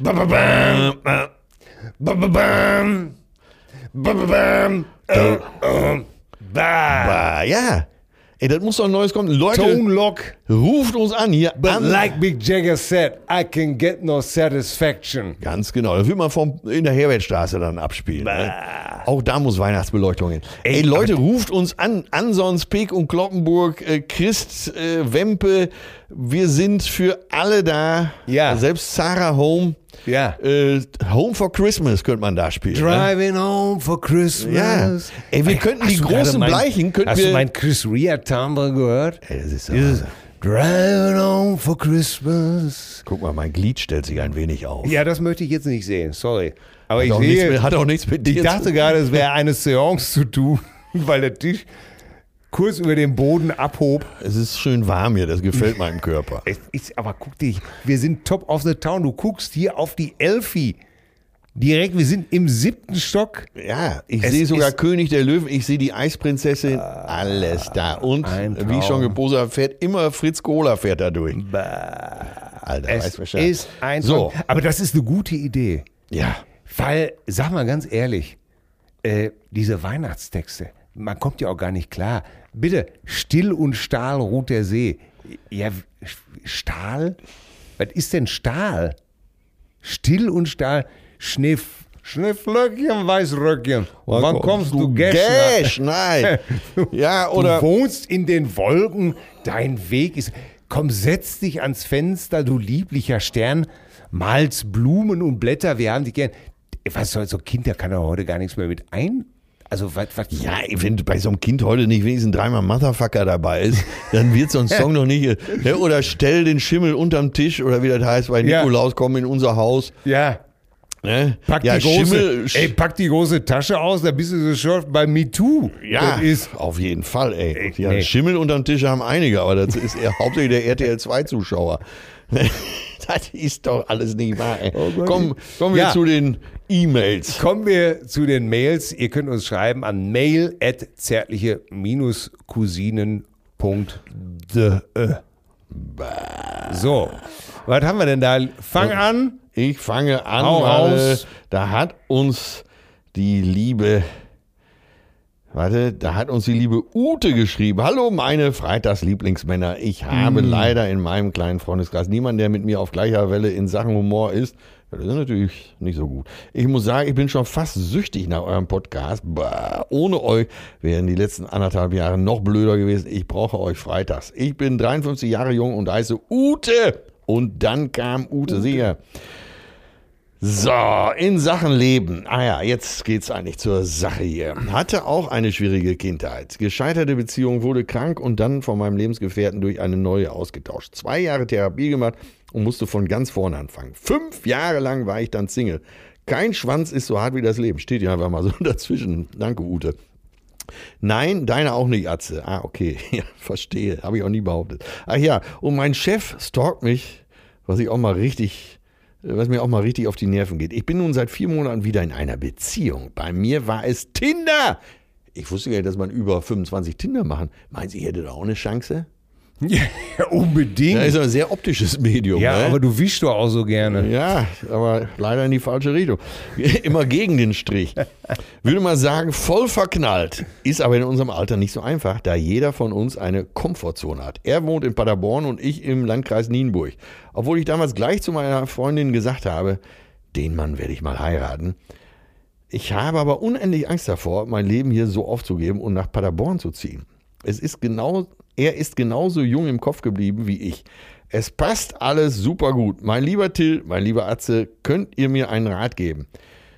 Speaker 2: ba, ba, bäm, äh, ba, ba, bäm, ba, ba, bäm, äh, äh, bäh.
Speaker 3: Ah, ja. Ey, das muss doch ein neues kommen. Leute,
Speaker 2: Tone Lock.
Speaker 3: ruft uns an hier.
Speaker 2: But
Speaker 3: an.
Speaker 2: like Big Jagger said, I can get no satisfaction.
Speaker 3: Ganz genau. Das will man vom, in der Herbertstraße dann abspielen. Ne? Auch da muss Weihnachtsbeleuchtung hin. Ey, Leute, ruft uns an. Ansons, Peek und Glockenburg, äh, Christ, äh, Wempe. Wir sind für alle da.
Speaker 2: Ja.
Speaker 3: Selbst Sarah Home.
Speaker 2: Ja.
Speaker 3: Äh, Home for Christmas könnte man da spielen. Ne?
Speaker 2: Driving home for Christmas.
Speaker 3: Ja. Ey, wir könnten
Speaker 2: hast
Speaker 3: die
Speaker 2: du
Speaker 3: großen
Speaker 2: gerade mein-
Speaker 3: Bleichen, könnten
Speaker 2: Hast
Speaker 3: wir-
Speaker 2: du meinen Chris Rea Timbre gehört?
Speaker 3: Ey, das ist ja
Speaker 2: Dieses
Speaker 3: Wahnsinn.
Speaker 2: Driving home for Christmas.
Speaker 3: Guck mal, mein Glied stellt sich ein wenig auf.
Speaker 2: Ja, das möchte ich jetzt nicht sehen, sorry. Aber
Speaker 3: Hat
Speaker 2: ich
Speaker 3: auch, nichts
Speaker 2: sehe,
Speaker 3: mit, hat auch nichts mit dir
Speaker 2: ich dachte gerade, es wäre eine Seance zu tun, (laughs) weil der Tisch kurz über den Boden abhob.
Speaker 3: zu. Es ist schön warm hier,
Speaker 2: (laughs)
Speaker 3: das gefällt meinem Körper.
Speaker 2: Es ist, aber guck dich, wir sind top of the town. Du guckst hier auf die Elfi. Direkt, wir sind im siebten Stock.
Speaker 3: Ja, ich
Speaker 2: Es
Speaker 3: sehe sogar
Speaker 2: ist- Ah,
Speaker 3: König der Löwen, ich sehe die Eisprinzessin, alles da. Und
Speaker 2: ein
Speaker 3: wie
Speaker 2: Traum. Mm,
Speaker 3: schon gepostet, habe, fährt immer Fritz Kohler fährt da durch. Alter,
Speaker 2: Es
Speaker 3: weiß Bescheid.
Speaker 2: ist ein
Speaker 3: So.
Speaker 2: Aber das ist eine gute Idee.
Speaker 3: Ja.
Speaker 2: Weil, sag mal ganz ehrlich, äh, diese Weihnachtstexte, man kommt ja auch gar nicht klar. Bitte, still und Stahl ruht der See. Ja, w- Stahl? Was ist denn Stahl? Still und Stahl, Schniff. Schnifflöckchen, Weißröckchen. Wann kommst du, Gäschner? (laughs)
Speaker 3: Gash, nein. ja,
Speaker 2: Oder
Speaker 3: oder.
Speaker 2: du wohnst in den Wolken, dein Weg ist. Komm, setz dich ans Fenster, du lieblicher Stern. Malst Blumen und Blätter, wir haben dich gern. Was soll so ein Kind, da kann er heute gar nichts mehr mit ein. Also, was, was,
Speaker 3: Ja, wenn bei so einem Kind heute nicht wenigstens dreimal Motherfucker dabei ist, dann wird so ein Song noch nicht. Ne? Oder stell den Schimmel unterm Tisch oder wie das heißt, bei
Speaker 2: Ja.
Speaker 3: Nikolaus komm in unser Haus.
Speaker 2: ja.
Speaker 3: Ne?
Speaker 2: Pack,
Speaker 3: ja,
Speaker 2: die große,
Speaker 3: Schimmel,
Speaker 2: ey, pack die große Tasche aus, da bist du sofort bei MeToo.
Speaker 3: Ja,
Speaker 2: Das ist,
Speaker 3: auf jeden Fall, ey. Und ja,
Speaker 2: Äh, nee.
Speaker 3: Schimmel unterm Tisch haben einige, aber das ist eher hauptsächlich der RTL-2-Zuschauer. (laughs) das ist doch alles nicht wahr, ey.
Speaker 2: Oh Gott.
Speaker 3: Komm, kommen wir
Speaker 2: Ja.
Speaker 3: zu den E-Mails.
Speaker 2: Kommen wir zu den Mails. Ihr könnt uns schreiben an mail at zärtliche-cousinen.de. So, was haben wir denn da?
Speaker 3: Äh,
Speaker 2: Fang an.
Speaker 3: Ich fange an,
Speaker 2: Hau
Speaker 3: weil
Speaker 2: raus.
Speaker 3: da hat uns die liebe, warte, da hat uns die liebe Ute geschrieben. Hallo, meine
Speaker 2: Mhm.
Speaker 3: Freitagslieblingsmänner. Ich habe leider in meinem kleinen Freundeskreis niemanden, der mit mir auf gleicher Welle in Sachen Humor ist. Ja, Das ist natürlich nicht so gut. Ich muss sagen, ich bin schon fast süchtig nach eurem Podcast. Bah, ohne euch wären die letzten anderthalb Jahre noch blöder gewesen. Ich brauche euch freitags. Ich bin 53 Jahre jung und heiße Ute. Und dann kam Ute, Ute. Sieger. So, in Sachen Leben. Ah ja, jetzt geht's eigentlich zur Sache hier. Hatte auch eine schwierige Kindheit. Gescheiterte Beziehung, wurde krank und dann von meinem Lebensgefährten durch eine neue ausgetauscht. Zwei Jahre Therapie gemacht und musste von ganz vorne anfangen. Fünf Jahre lang war ich dann Single. Kein Schwanz ist so hart wie das Leben. Steht ja einfach mal so (laughs) dazwischen. Danke, Ute. Nein, deine auch nicht, Atze. Ah, okay. (laughs) Ja, verstehe. Habe ich auch nie behauptet. Ach ja, und mein Chef stalkt mich, was ich auch mal richtig, was mir auch mal richtig auf die Nerven geht. Ich bin nun seit vier Monaten wieder in einer Beziehung. Bei mir war es Tinder. Ich wusste gar nicht, dass man über 25 Tinder machen. Meinen Sie, ich hätte da auch eine Chance?
Speaker 2: Ja, unbedingt.
Speaker 3: Ja,
Speaker 2: Ja,
Speaker 3: ist ein sehr optisches Medium. ne?
Speaker 2: aber du wischst doch auch so gerne.
Speaker 3: Ja, aber leider in die falsche Richtung. (laughs) Immer gegen den Strich. Würde mal sagen, voll verknallt. Ist aber in unserem Alter nicht so einfach, da jeder von uns eine Komfortzone hat. Er wohnt in Paderborn und ich im Landkreis Nienburg. Obwohl ich damals gleich zu meiner Freundin gesagt habe, den Mann werde ich mal heiraten. Ich habe aber unendlich Angst davor, mein Leben hier so aufzugeben und nach Paderborn zu ziehen. Es ist genau, er ist genauso jung im Kopf geblieben wie ich. Es passt alles super gut. Mein lieber Till, mein lieber Atze, könnt ihr mir einen Rat geben? (laughs)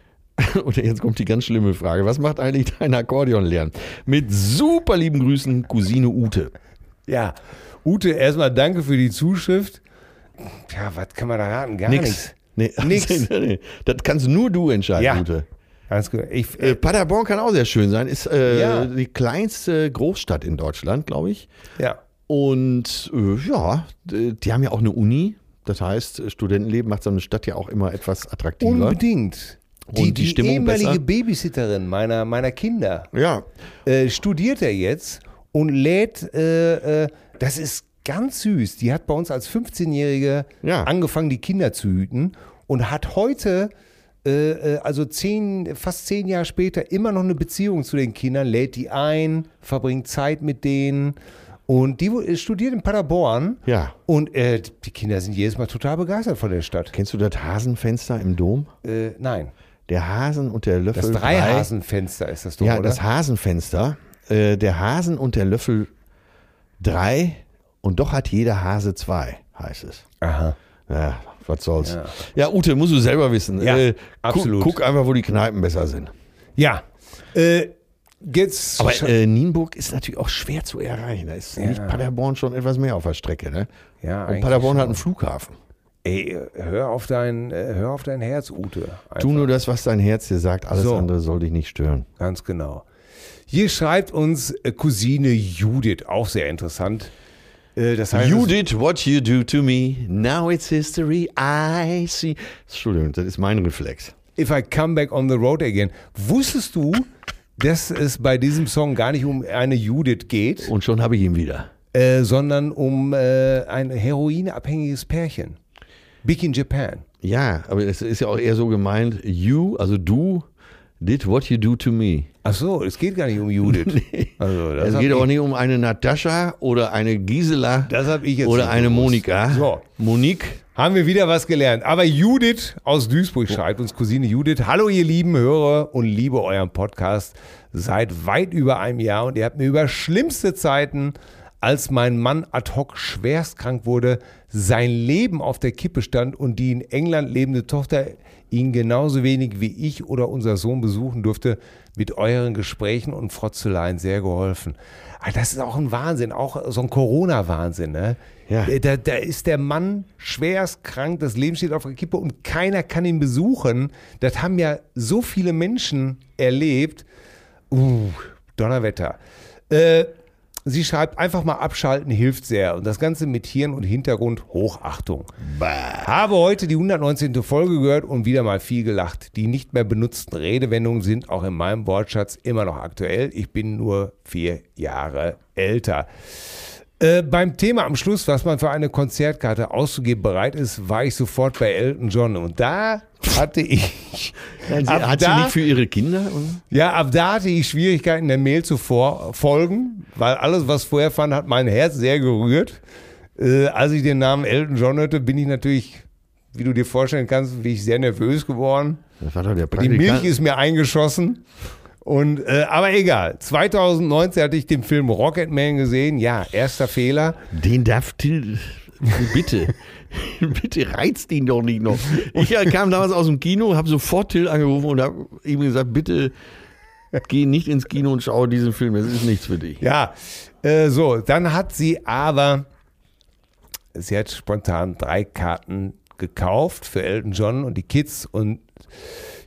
Speaker 3: Und jetzt kommt die ganz schlimme Frage. Was macht eigentlich dein Akkordeon lernen? Mit super lieben Grüßen, Cousine Ute.
Speaker 2: Ja. Ute, erstmal danke für die Zuschrift. Ja, was kann man da raten? Gar nichts.
Speaker 3: Nee, (laughs)
Speaker 2: Nix.
Speaker 3: nee, Das kannst nur du entscheiden,
Speaker 2: Ja.
Speaker 3: Ute.
Speaker 2: Ganz gut. Ich,
Speaker 3: Äh, Paderborn kann auch sehr schön sein. Ist äh,
Speaker 2: Ja.
Speaker 3: die kleinste Großstadt in Deutschland, glaube ich.
Speaker 2: ja.
Speaker 3: Und äh, ja, d- die haben ja auch eine Uni. Das heißt, Studentenleben macht so eine Stadt ja auch immer etwas attraktiver.
Speaker 2: Unbedingt. Die,
Speaker 3: Und die
Speaker 2: die,
Speaker 3: Stimmung
Speaker 2: ehemalige
Speaker 3: besser?
Speaker 2: Babysitterin meiner, meiner Kinder
Speaker 3: Ja,
Speaker 2: äh, studiert er jetzt und lädt, äh, äh, das ist ganz süß. Die hat bei uns als 15-Jährige
Speaker 3: Ja.
Speaker 2: angefangen, die Kinder zu hüten und hat heute, äh, äh, also zehn, fast zehn Jahre später, immer noch eine Beziehung zu den Kindern, lädt die ein, verbringt Zeit mit denen. Und die wo- äh, studiert in Paderborn.
Speaker 3: Ja.
Speaker 2: Und äh, die Kinder sind jedes Mal total begeistert von der Stadt.
Speaker 3: kennst du das Hasenfenster im Dom?
Speaker 2: Äh, nein,
Speaker 3: Der Hasen und der Löffel.
Speaker 2: das Dreihasenfenster ist das doch,
Speaker 3: Ja,
Speaker 2: oder?
Speaker 3: das Hasenfenster. Äh, der Hasen und der Löffel drei. Und doch hat jeder Hase zwei, heißt es.
Speaker 2: Aha.
Speaker 3: Ja, was soll's. Ja, Ute, musst du selber wissen.
Speaker 2: Ja,
Speaker 3: Äh, gu-
Speaker 2: absolut.
Speaker 3: Guck einfach, wo die Kneipen besser sind.
Speaker 2: Ja. Äh, jetzt
Speaker 3: Aber äh, Nienburg ist natürlich auch schwer zu erreichen. Da ist nicht Paderborn schon etwas mehr auf der Strecke. Ne?
Speaker 2: Ja,
Speaker 3: Und
Speaker 2: eigentlich
Speaker 3: Paderborn hat einen Flughafen.
Speaker 2: Ey, hör auf dein, äh, hör auf dein Herz, Ute. Einfach.
Speaker 3: Tu nur das, was dein Herz dir sagt. Alles
Speaker 2: So.
Speaker 3: andere soll dich nicht stören.
Speaker 2: Ganz genau. Hier schreibt uns äh, Cousine Judith, auch sehr interessant. Äh, Das heißt,
Speaker 3: You did what you do to me. Now it's history. I see. Entschuldigung, das ist mein Reflex.
Speaker 2: If I Come Back on the Road Again. Wusstest du, dass es bei diesem Song gar nicht um eine Judith geht,
Speaker 3: Und schon habe ich ihn wieder.
Speaker 2: äh, sondern um äh, ein heroinabhängiges Pärchen? Big in Japan.
Speaker 3: Ja, aber es ist ja auch eher so gemeint. You, also du, did what you do to me.
Speaker 2: Ach so, es geht gar nicht um
Speaker 3: (laughs)
Speaker 2: Judith. Also, das
Speaker 3: Es
Speaker 2: hab
Speaker 3: geht
Speaker 2: ich-
Speaker 3: auch nicht um eine Natascha oder eine Gisela
Speaker 2: Das hab ich jetzt
Speaker 3: oder
Speaker 2: nicht
Speaker 3: eine
Speaker 2: gewusst.
Speaker 3: Monika.
Speaker 2: So.
Speaker 3: Monique.
Speaker 2: Haben wir wieder was gelernt. Aber Judith aus Duisburg schreibt uns, Cousine Judith, hallo ihr lieben Hörer und liebe euren Podcast seit weit über einem Jahr und ihr habt mir über schlimmste Zeiten, als mein Mann ad hoc schwerst krank wurde, sein Leben auf der Kippe stand und die in England lebende Tochter ihn genauso wenig wie ich oder unser Sohn besuchen durfte, mit euren Gesprächen und Frotzeleien sehr geholfen. Ah, Das ist auch ein Wahnsinn, auch so ein Corona-Wahnsinn. Ne?
Speaker 3: Ja.
Speaker 2: Äh, da, da ist der Mann schwerst krank, das Leben steht auf der Kippe und keiner kann ihn besuchen. Das haben ja so viele Menschen erlebt. Uh, Donnerwetter. Äh, sie schreibt, einfach mal abschalten hilft sehr. Und das Ganze mit Hirn und Hintergrund Hochachtung. Habe heute die 119. Folge gehört und wieder mal viel gelacht. Die nicht mehr benutzten Redewendungen sind auch in meinem Wortschatz immer noch aktuell. Ich bin nur vier Jahre älter. Äh, beim Thema am Schluss, was man für eine Konzertkarte auszugeben bereit ist, war ich sofort bei Elton John. Und da hatte ich. (laughs)
Speaker 3: Nein, sie,
Speaker 2: Ab
Speaker 3: hat sie
Speaker 2: da-
Speaker 3: nicht für ihre Kinder?
Speaker 2: Ja, ab da hatte ich Schwierigkeiten, der Mail zu vor folgen, weil alles, was vorher fand, hat mein Herz sehr gerührt. Äh, als ich den Namen Elton John hörte, bin ich natürlich wie du dir vorstellen kannst, bin ich sehr nervös geworden.
Speaker 3: Das war doch der
Speaker 2: Die
Speaker 3: Praktikant.
Speaker 2: Milch ist mir eingeschossen. Und, äh, aber egal. 2019 hatte ich den Film Rocketman gesehen. Ja, erster Fehler.
Speaker 3: Den darf Till.
Speaker 4: Bitte, (laughs) bitte reizt ihn doch nicht noch. Ich äh, kam damals aus dem Kino, habe sofort Till angerufen und habe ihm gesagt, bitte geh nicht ins Kino und schau diesen Film, das ist nichts für dich.
Speaker 2: Ja, äh, so, dann hat sie aber, sie hat spontan drei Karten gekauft für Elton John und die Kids und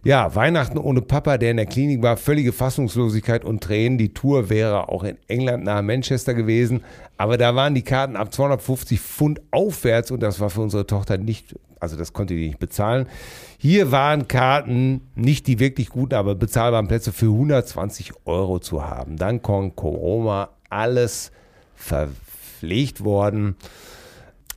Speaker 2: ja, Weihnachten ohne Papa, der in der Klinik war, völlige Fassungslosigkeit und Tränen. Die Tour wäre auch in England nahe Manchester gewesen, aber da waren die Karten ab 250 Pfund aufwärts und das war für unsere Tochter nicht, also das konnte die nicht bezahlen. Hier waren Karten, nicht die wirklich guten, aber bezahlbaren Plätze für 120 Euro zu haben. Dann kommt Corona, alles verpflegt worden.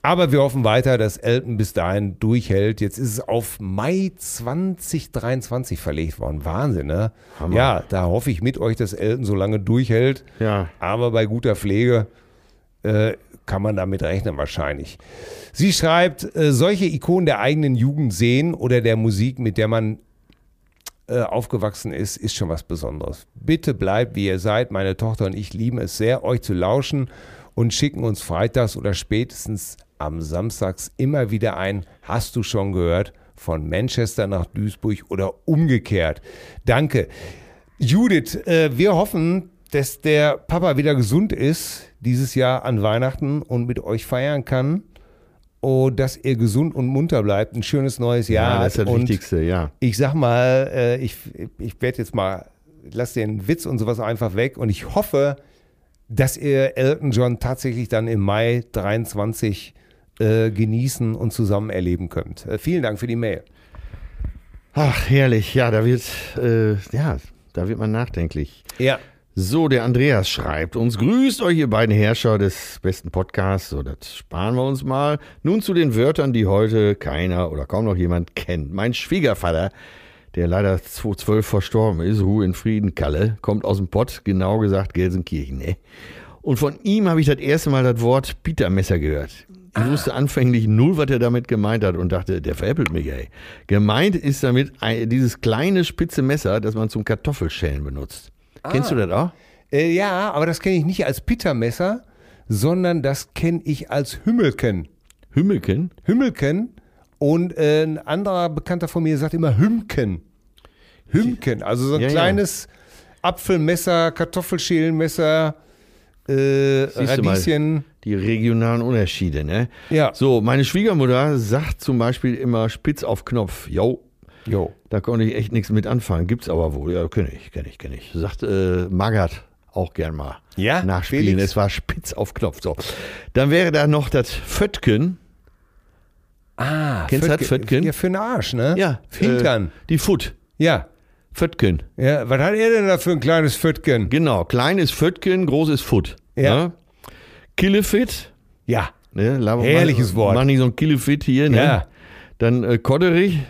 Speaker 2: Aber wir hoffen weiter, dass Elton bis dahin durchhält. Jetzt ist es auf Mai 2023 verlegt worden. Wahnsinn, ne? Ja, da hoffe ich mit euch, dass Elton so lange durchhält.
Speaker 3: Ja.
Speaker 2: Aber bei guter Pflege äh, kann man damit rechnen wahrscheinlich. Sie schreibt, äh, solche Ikonen der eigenen Jugend sehen oder der Musik, mit der man äh, aufgewachsen ist, ist schon was Besonderes. Bitte bleibt, wie ihr seid. Meine Tochter und ich lieben es sehr, euch zu lauschen und schicken uns freitags oder spätestens am Samstags immer wieder ein Hast du schon gehört? von Manchester nach Duisburg oder umgekehrt. Danke. Judith, äh, wir hoffen, dass der Papa wieder gesund ist dieses Jahr an Weihnachten und mit euch feiern kann. Und dass ihr gesund und munter bleibt. Ein schönes neues Jahr.
Speaker 3: das ist das
Speaker 2: und
Speaker 3: Wichtigste, ja.
Speaker 2: ich sag mal, äh, ich, ich werde jetzt mal, lass den Witz und sowas einfach weg und ich hoffe, dass ihr Elton John tatsächlich dann im Mai 23 äh, genießen und zusammen erleben könnt. Äh, vielen Dank für die Mail.
Speaker 3: Ach, herrlich. Ja, da wird, äh, ja, da wird man nachdenklich.
Speaker 2: Ja.
Speaker 3: So, der Andreas schreibt uns, grüßt euch ihr beiden Herrscher des besten Podcasts, so das sparen wir uns mal. Nun zu den Wörtern, die heute keiner oder kaum noch jemand kennt. Mein Schwiegervater, der leider 2012 verstorben ist, Ruhe in Frieden, Kalle, kommt aus dem Pott, genau gesagt Gelsenkirchen. Ne? Und von ihm habe ich das erste Mal das Wort Pietermesser gehört. Ich wusste anfänglich null, was er damit gemeint hat und dachte, der veräppelt mich, ey. Gemeint ist damit ein, dieses kleine spitze Messer, das man zum Kartoffelschälen benutzt. Kennst du das auch?
Speaker 2: Äh, ja, aber das kenne ich nicht als Pittermesser, sondern das kenne ich als Hümmelken.
Speaker 3: Hümmelken?
Speaker 2: Hümmelken und äh, ein anderer Bekannter von mir sagt immer Hümken. Hümken, also so ein
Speaker 3: Ja, ja.
Speaker 2: kleines Apfelmesser, Kartoffelschälenmesser, äh,
Speaker 3: Siehst du mal.
Speaker 2: Radieschen.
Speaker 3: Die regionalen Unterschiede, ne?
Speaker 2: Ja.
Speaker 3: So, meine Schwiegermutter sagt zum Beispiel immer spitz auf Knopf. Jo,
Speaker 2: Jo.
Speaker 3: da konnte ich echt nichts mit anfangen. Gibt's aber wohl. Ja, kenne ich, kenne ich, kenne ich. Sagt äh, Magath auch gern mal.
Speaker 2: Ja, Ah,
Speaker 3: Nachspielen.
Speaker 2: Felix.
Speaker 3: Es war spitz auf Knopf. So. Dann wäre da noch das Föttken.
Speaker 2: Ah,
Speaker 3: Kennst du das, Fötken?
Speaker 2: Ja, für den Arsch, ne?
Speaker 3: Äh,
Speaker 2: Hintern.
Speaker 3: die Foot.
Speaker 2: ja.
Speaker 3: Föttken.
Speaker 2: Ja, was hat er denn da für ein kleines Fötken?
Speaker 3: Genau. Klein ist Föttken, groß ist Foot.
Speaker 2: Ja.
Speaker 3: Ne? Killefit.
Speaker 2: Ja.
Speaker 3: Ne, laber-
Speaker 2: Herrliches
Speaker 3: mach,
Speaker 2: Wort.
Speaker 3: Mach nicht so ein Killefit hier. Ne?
Speaker 2: Ja.
Speaker 3: Dann äh, Kodderich,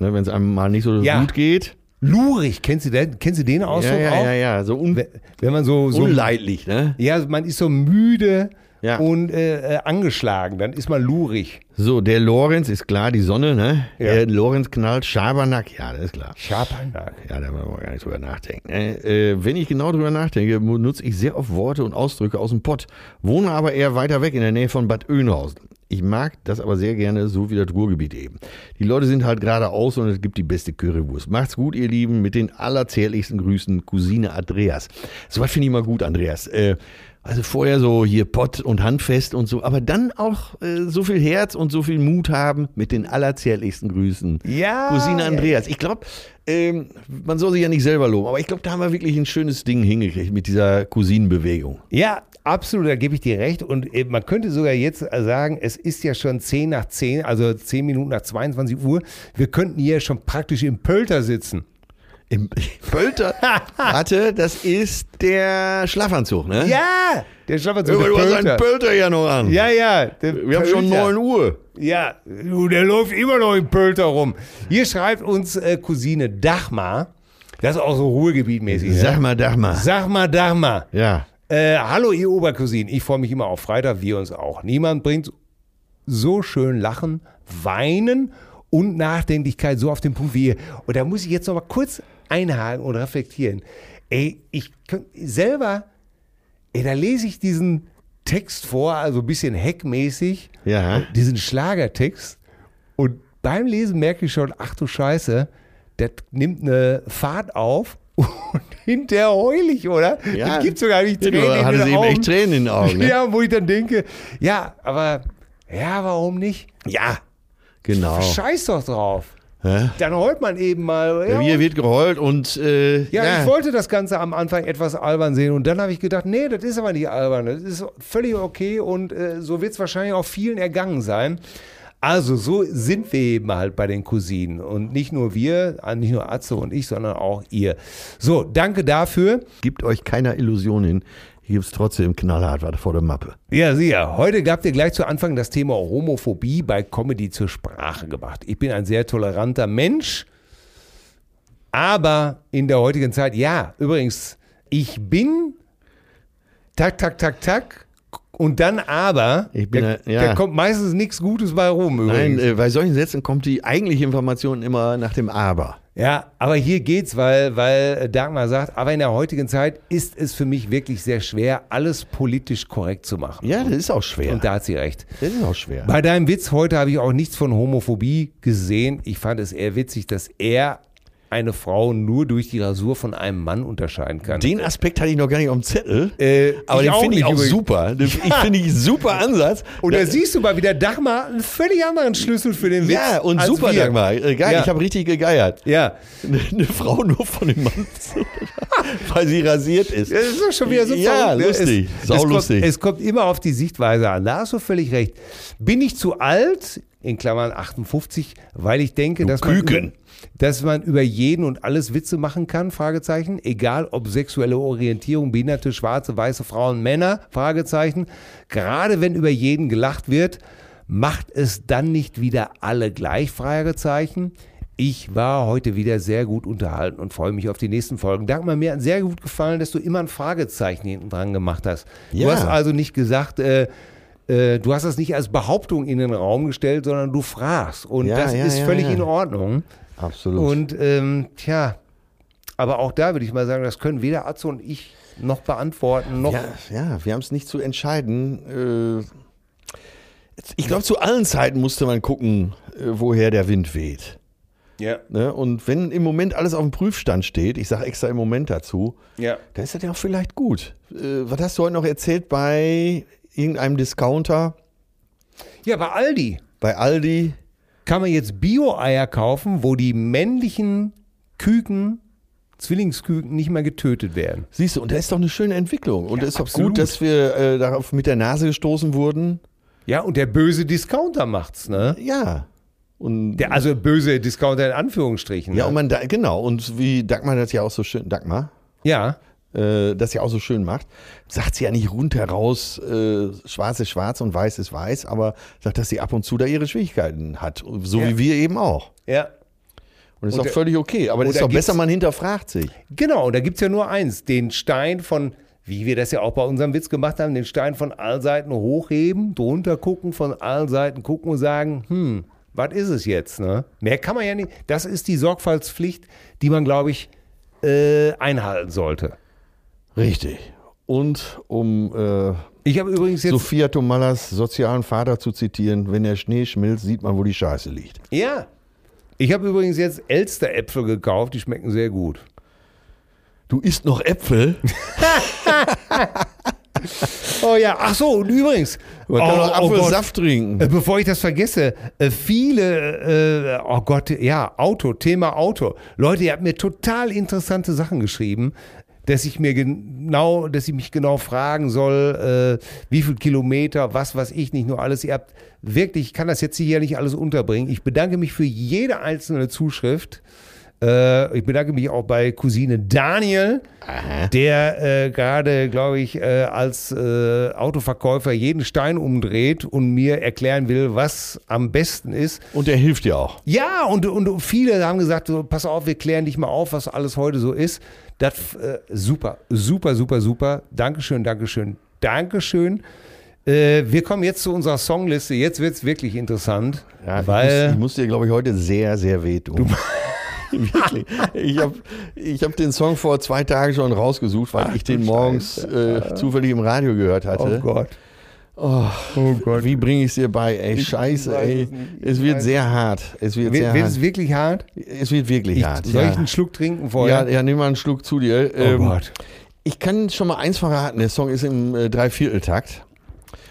Speaker 3: ne, wenn es einem mal nicht so
Speaker 2: Ja.
Speaker 3: gut geht.
Speaker 2: Lurig, kennst du den? Kennst du den Ausdruck
Speaker 3: ja, ja,
Speaker 2: auch?
Speaker 3: ja, ja, so un
Speaker 2: Wenn man so, so
Speaker 3: unleidlich, ne?
Speaker 2: ja, also man ist so müde
Speaker 3: Ja.
Speaker 2: und äh, äh, angeschlagen, dann ist man lurig.
Speaker 3: So, der Lorenz ist klar, die Sonne, ne?
Speaker 2: Ja.
Speaker 3: Der Lorenz knallt Schabernack, ja, das ist klar.
Speaker 2: Schabernack.
Speaker 3: Ja, da wollen wir gar nicht drüber nachdenken. Ne? Äh, wenn ich genau drüber nachdenke, benutze ich sehr oft Worte und Ausdrücke aus dem Pott, wohne aber eher weiter weg in der Nähe von Bad Oeynhausen. Ich mag das aber sehr gerne, so wie das Ruhrgebiet eben. Die Leute sind halt geradeaus und es gibt die beste Currywurst. Macht's gut, ihr Lieben, mit den allerzärtlichsten Grüßen, Cousine Andreas. Sowas finde ich mal gut, Andreas. Äh, also vorher so hier Pott und Handfest und so, aber dann auch äh, so viel Herz und so viel Mut haben mit den allerzärtlichsten Grüßen.
Speaker 2: Ja,
Speaker 3: Cousine
Speaker 2: ja,
Speaker 3: Andreas. Ich glaube, ähm, man soll sich ja nicht selber loben, aber ich glaube, da haben wir wirklich ein schönes Ding hingekriegt mit dieser Cousinenbewegung.
Speaker 2: Ja, absolut, da gebe ich dir recht. Und äh, man könnte sogar jetzt äh, sagen, es ist ja schon 10 nach 10, also 10 Minuten nach 22 Uhr. Wir könnten hier schon praktisch im Pölter sitzen.
Speaker 3: Im Pölter.
Speaker 2: (laughs)
Speaker 3: Warte, das ist der Schlafanzug, ne?
Speaker 2: Ja! Der Schlafanzug.
Speaker 3: Junge,
Speaker 2: der
Speaker 3: du hast einen
Speaker 2: Pölter.
Speaker 3: Pölter ja noch an.
Speaker 2: Ja, ja.
Speaker 3: Wir haben schon 9 Uhr.
Speaker 2: Ja, du, der läuft immer noch im Pölter rum. Hier schreibt uns äh, Cousine Dachmar. Das ist auch so Ruhrgebietmäßig. ne?
Speaker 3: Sag mal, sag mal.
Speaker 2: Sag mal, Dachmar.
Speaker 3: Ja.
Speaker 2: Äh, hallo, ihr Obercousinen. Ich freue mich immer auf Freitag, wir uns auch. Niemand bringt so schön Lachen Weinen und Nachdenklichkeit so auf den Punkt wie ihr. Und da muss ich jetzt noch mal kurz einhaken und reflektieren. Ey, ich könnt, selber, ey, da lese ich diesen Text vor, also ein bisschen hackmäßig,
Speaker 3: Ja.
Speaker 2: diesen Schlagertext. Und beim Lesen merke ich schon, ach du Scheiße, das nimmt eine Fahrt auf und (laughs) hinterher heul ich, oder?
Speaker 3: Ja.
Speaker 2: Das gibt sogar nicht
Speaker 3: Ja,
Speaker 2: Tränen
Speaker 3: du
Speaker 2: in
Speaker 3: hattest
Speaker 2: den
Speaker 3: eben
Speaker 2: Augen.
Speaker 3: echt Tränen in den Augen.
Speaker 2: (laughs)
Speaker 3: Ne?
Speaker 2: Ja, wo ich dann denke, ja, aber ja, warum nicht?
Speaker 3: Ja, genau.
Speaker 2: Scheiß doch drauf.
Speaker 3: Hä?
Speaker 2: Dann heult man eben mal. Ja,
Speaker 3: Hier wird geheult und äh,
Speaker 2: ja, ich wollte das Ganze am Anfang etwas albern sehen und dann habe ich gedacht, nee, das ist aber nicht albern, das ist völlig okay und äh, so wird es wahrscheinlich auch vielen ergangen sein. Also so sind wir eben halt bei den Cousinen und nicht nur wir, äh, nicht nur Atze und ich, sondern auch ihr. So, danke dafür.
Speaker 3: gibt euch keiner Illusion hin. Hier gibt es trotzdem knallhart was vor der Mappe.
Speaker 2: Ja, sicher. Heute gab ihr gleich zu Anfang das Thema Homophobie bei Comedy zur Sprache gebracht. Ich bin ein sehr toleranter Mensch, aber in der heutigen Zeit, ja, übrigens, ich bin tak, tak, tak, tak und dann aber,
Speaker 3: Ich bin
Speaker 2: da,
Speaker 3: ein- ja.
Speaker 2: da kommt meistens nichts Gutes bei rum
Speaker 3: Nein,
Speaker 2: übrigens.
Speaker 3: äh, bei solchen Sätzen kommt die eigentliche Information immer nach dem Aber.
Speaker 2: Ja, aber hier geht's, weil, weil Dagmar sagt, aber in der heutigen Zeit ist es für mich wirklich sehr schwer, alles politisch korrekt zu machen.
Speaker 3: Ja, das ist auch schwer.
Speaker 2: Und da hat sie recht.
Speaker 3: das ist auch schwer.
Speaker 2: Bei deinem Witz heute habe ich auch nichts von Homophobie gesehen. Ich fand es eher witzig, dass er eine Frau nur durch die Rasur von einem Mann unterscheiden kann.
Speaker 3: Den Aspekt hatte ich noch gar nicht auf dem Zettel.
Speaker 2: Äh,
Speaker 3: aber
Speaker 2: ich
Speaker 3: den
Speaker 2: auch
Speaker 3: finde
Speaker 2: nicht
Speaker 3: ich auch
Speaker 2: übrigens.
Speaker 3: super. Den- Ich finde ich super Ansatz.
Speaker 2: Und da siehst du mal wieder Dagmar einen völlig anderen Schlüssel für den Witz.
Speaker 3: ja, und
Speaker 2: als
Speaker 3: super,
Speaker 2: wir.
Speaker 3: Dagmar. Äh, Geil,
Speaker 2: Ja.
Speaker 3: ich habe richtig gegeiert.
Speaker 2: Ja,
Speaker 3: Eine eine Frau nur von dem Mann, (laughs) zu- weil sie rasiert ist.
Speaker 2: das ist doch schon wieder so
Speaker 3: Ja,
Speaker 2: verrückt, ne?
Speaker 3: lustig.
Speaker 2: Es,
Speaker 3: Sau
Speaker 2: es, kommt,
Speaker 3: lustig.
Speaker 2: es kommt immer auf die Sichtweise an. Da hast du völlig recht. Bin ich zu alt, in Klammern 58, weil ich denke, dass man,
Speaker 3: Küken.
Speaker 2: über, dass man über jeden und alles Witze machen kann, Fragezeichen, egal ob sexuelle Orientierung, behinderte, schwarze, weiße Frauen, Männer, Fragezeichen, gerade wenn über jeden gelacht wird, macht es dann nicht wieder alle gleich, Fragezeichen. Ich war heute wieder sehr gut unterhalten und freue mich auf die nächsten Folgen. Dankbar, mir hat sehr gut gefallen, dass du immer ein Fragezeichen hinten dran gemacht hast. Du
Speaker 3: Ja.
Speaker 2: hast also nicht gesagt, äh, äh, du hast das nicht als Behauptung in den Raum gestellt, sondern du fragst. Und
Speaker 3: Ja,
Speaker 2: das
Speaker 3: ja,
Speaker 2: ist
Speaker 3: ja,
Speaker 2: völlig
Speaker 3: ja.
Speaker 2: in Ordnung.
Speaker 3: Absolut.
Speaker 2: Und ähm, tja, aber auch da würde ich mal sagen, das können weder Atze und ich noch beantworten, noch.
Speaker 3: Ja, ja wir haben es nicht zu entscheiden. Äh, Ich glaube, zu allen Zeiten musste man gucken, äh, woher der Wind weht.
Speaker 2: ja,
Speaker 3: Ne? Und wenn im Moment alles auf dem Prüfstand steht, ich sage extra im Moment dazu,
Speaker 2: ja.
Speaker 3: dann ist das ja auch vielleicht gut. Äh, Was hast du heute noch erzählt bei irgendeinem Discounter,
Speaker 2: Ja, bei Aldi
Speaker 3: bei Aldi?
Speaker 2: kann man jetzt Bio-Eier kaufen, wo die männlichen Küken, Zwillingsküken, nicht mehr getötet werden.
Speaker 3: Siehst du, und da ist doch eine schöne Entwicklung. Und es ist doch
Speaker 2: absolut.
Speaker 3: gut, dass wir äh, darauf mit der Nase gestoßen wurden.
Speaker 2: Ja, und der böse Discounter macht's, ne?
Speaker 3: Ja. Und
Speaker 2: Der, also böse Discounter in Anführungsstrichen.
Speaker 3: ja,
Speaker 2: ne?
Speaker 3: und man da, genau, und wie Dagmar das ja auch so schön, Dagmar,
Speaker 2: ja.
Speaker 3: äh, das ja auch so schön macht, sagt sie ja nicht rundheraus, äh, schwarz ist schwarz und weiß ist weiß, aber sagt, dass sie ab und zu da ihre Schwierigkeiten hat. So
Speaker 2: Ja.
Speaker 3: wie wir eben auch.
Speaker 2: Ja,
Speaker 3: Und ist
Speaker 2: Und
Speaker 3: auch
Speaker 2: der-
Speaker 3: völlig okay. Aber das
Speaker 2: und
Speaker 3: ist
Speaker 2: da
Speaker 3: doch besser,
Speaker 2: gibt's-
Speaker 3: man hinterfragt sich.
Speaker 2: Genau, und da gibt es ja nur eins, den Stein von, wie wir das ja auch bei unserem Witz gemacht haben, den Stein von allen Seiten hochheben, drunter gucken, von allen Seiten gucken und sagen, hm, was ist es jetzt? Ne? Mehr kann man ja nicht. Das ist die Sorgfaltspflicht, die man, glaube ich, äh, einhalten sollte.
Speaker 3: Richtig. Und um äh,
Speaker 2: Ich habe übrigens jetzt.
Speaker 3: Sophia Tomalas sozialen Vater zu zitieren, wenn der Schnee schmilzt, sieht man, wo die Scheiße liegt.
Speaker 2: ja. Ich habe übrigens jetzt Elsteräpfel gekauft, die schmecken sehr gut.
Speaker 3: Du isst noch Äpfel?
Speaker 2: Oh ja, ach so, und übrigens.
Speaker 3: Man kann
Speaker 2: oh,
Speaker 3: doch
Speaker 2: oh Gott.
Speaker 3: Apfelsaft
Speaker 2: Äh,
Speaker 3: trinken.
Speaker 2: Bevor ich das vergesse, äh, viele, äh, oh Gott, ja, Auto, Thema Auto. Leute, ihr habt mir total interessante Sachen geschrieben, dass ich mir genau, dass ich mich genau fragen soll, äh, wie viel Kilometer, was weiß ich, nicht nur alles. Ihr habt wirklich, ich kann das jetzt hier nicht alles unterbringen. Ich bedanke mich für jede einzelne Zuschrift. Äh, ich bedanke mich auch bei Cousine Daniel, der äh, gerade, glaube ich, äh, als äh, Autoverkäufer jeden Stein umdreht und mir erklären will, was am besten ist.
Speaker 3: Und der hilft dir auch.
Speaker 2: Ja, und, und viele haben gesagt, so, pass auf, wir klären dich mal auf, was alles heute so ist. Das äh, super, super, super, super. Dankeschön, Dankeschön, Dankeschön. Äh, wir kommen jetzt zu unserer Songliste. Jetzt wird es wirklich interessant,
Speaker 3: Ja, ich, muss,
Speaker 2: weil
Speaker 3: ich muss dir, glaube ich, heute sehr, sehr wehtun. (laughs) Wirklich. Ich habe ich hab den Song vor zwei Tagen schon rausgesucht, weil ich den morgens äh, zufällig im Radio gehört
Speaker 2: oh
Speaker 3: hatte.
Speaker 2: Gott.
Speaker 3: Oh Gott. Wie bringe ich es dir bei? Ey, scheiße,
Speaker 2: weiß
Speaker 3: ey.
Speaker 2: es nicht. Ich
Speaker 3: Es wird
Speaker 2: weiß-
Speaker 3: sehr hart. Es wird,
Speaker 2: Wird,
Speaker 3: sehr
Speaker 2: wird
Speaker 3: hart.
Speaker 2: es wirklich hart?
Speaker 3: Es wird wirklich
Speaker 2: Ich,
Speaker 3: hart.
Speaker 2: soll
Speaker 3: ja.
Speaker 2: ich einen Schluck trinken
Speaker 3: ja,
Speaker 2: vorher?
Speaker 3: ja, ähm, nimm mal einen Schluck zu dir.
Speaker 2: oh Gott.
Speaker 3: Ich kann schon mal eins verraten. Der Song ist im äh, Dreivierteltakt.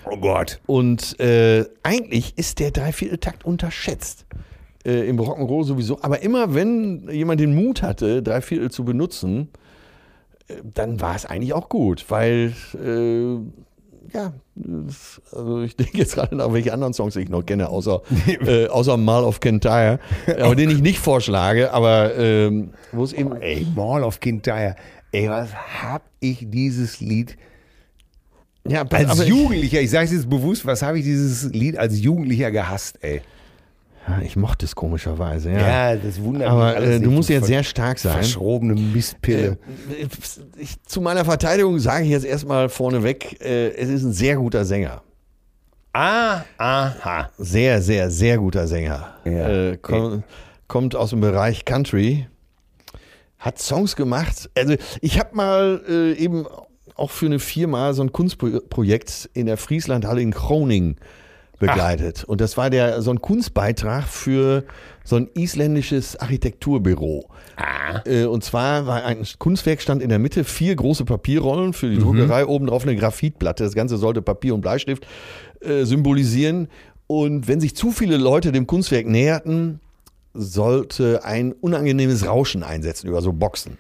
Speaker 2: Oh Gott.
Speaker 3: Und äh, eigentlich ist der Dreivierteltakt unterschätzt. Äh, Im Rock'n'Roll sowieso. Aber immer wenn jemand den Mut hatte, Dreiviertel zu benutzen, äh, dann war es eigentlich auch gut. Weil, äh, ja, das- also ich (laughs) denke jetzt gerade nach, welche anderen Songs ich noch kenne,
Speaker 2: (laughs)
Speaker 3: außer, äh, außer Mal of Kintyre. Aber den ich nicht vorschlage, aber ähm, wo es eben.
Speaker 2: Ey, Mall of Kintyre. Ey, was hab ich dieses Lied
Speaker 3: Ja,
Speaker 2: als
Speaker 3: aber-
Speaker 2: Jugendlicher, ich sage es jetzt bewusst, was habe ich dieses Lied als Jugendlicher gehasst, ey?
Speaker 3: Ja, Ah, ich mochte es komischerweise, ja.
Speaker 2: das wundert
Speaker 3: Aber
Speaker 2: alles
Speaker 3: äh, du
Speaker 2: nicht.
Speaker 3: musst jetzt
Speaker 2: ver-
Speaker 3: sehr stark sein.
Speaker 2: Verschrobene Mistpille.
Speaker 3: Äh, Ich, zu meiner Verteidigung sage ich jetzt erstmal vorneweg, äh, es ist ein sehr guter Sänger.
Speaker 2: ah, aha.
Speaker 3: Sehr, sehr, sehr guter Sänger.
Speaker 2: Ja.
Speaker 3: Äh, komm, Kommt aus dem Bereich Country. Hat Songs gemacht. Also ich habe mal äh, eben auch für eine Firma so ein Kunstprojekt in der Frieslandhalle in Kroning begleitet. Und das war der so ein Kunstbeitrag für so ein isländisches Architekturbüro.
Speaker 2: Ah,
Speaker 3: Äh, Und zwar war ein Kunstwerk stand in der Mitte, vier große Papierrollen für die Druckerei, obendrauf eine Graphitplatte. Das Ganze sollte Papier und Bleistift äh, symbolisieren. Und wenn sich zu viele Leute dem Kunstwerk näherten, sollte ein unangenehmes Rauschen einsetzen über so Boxen.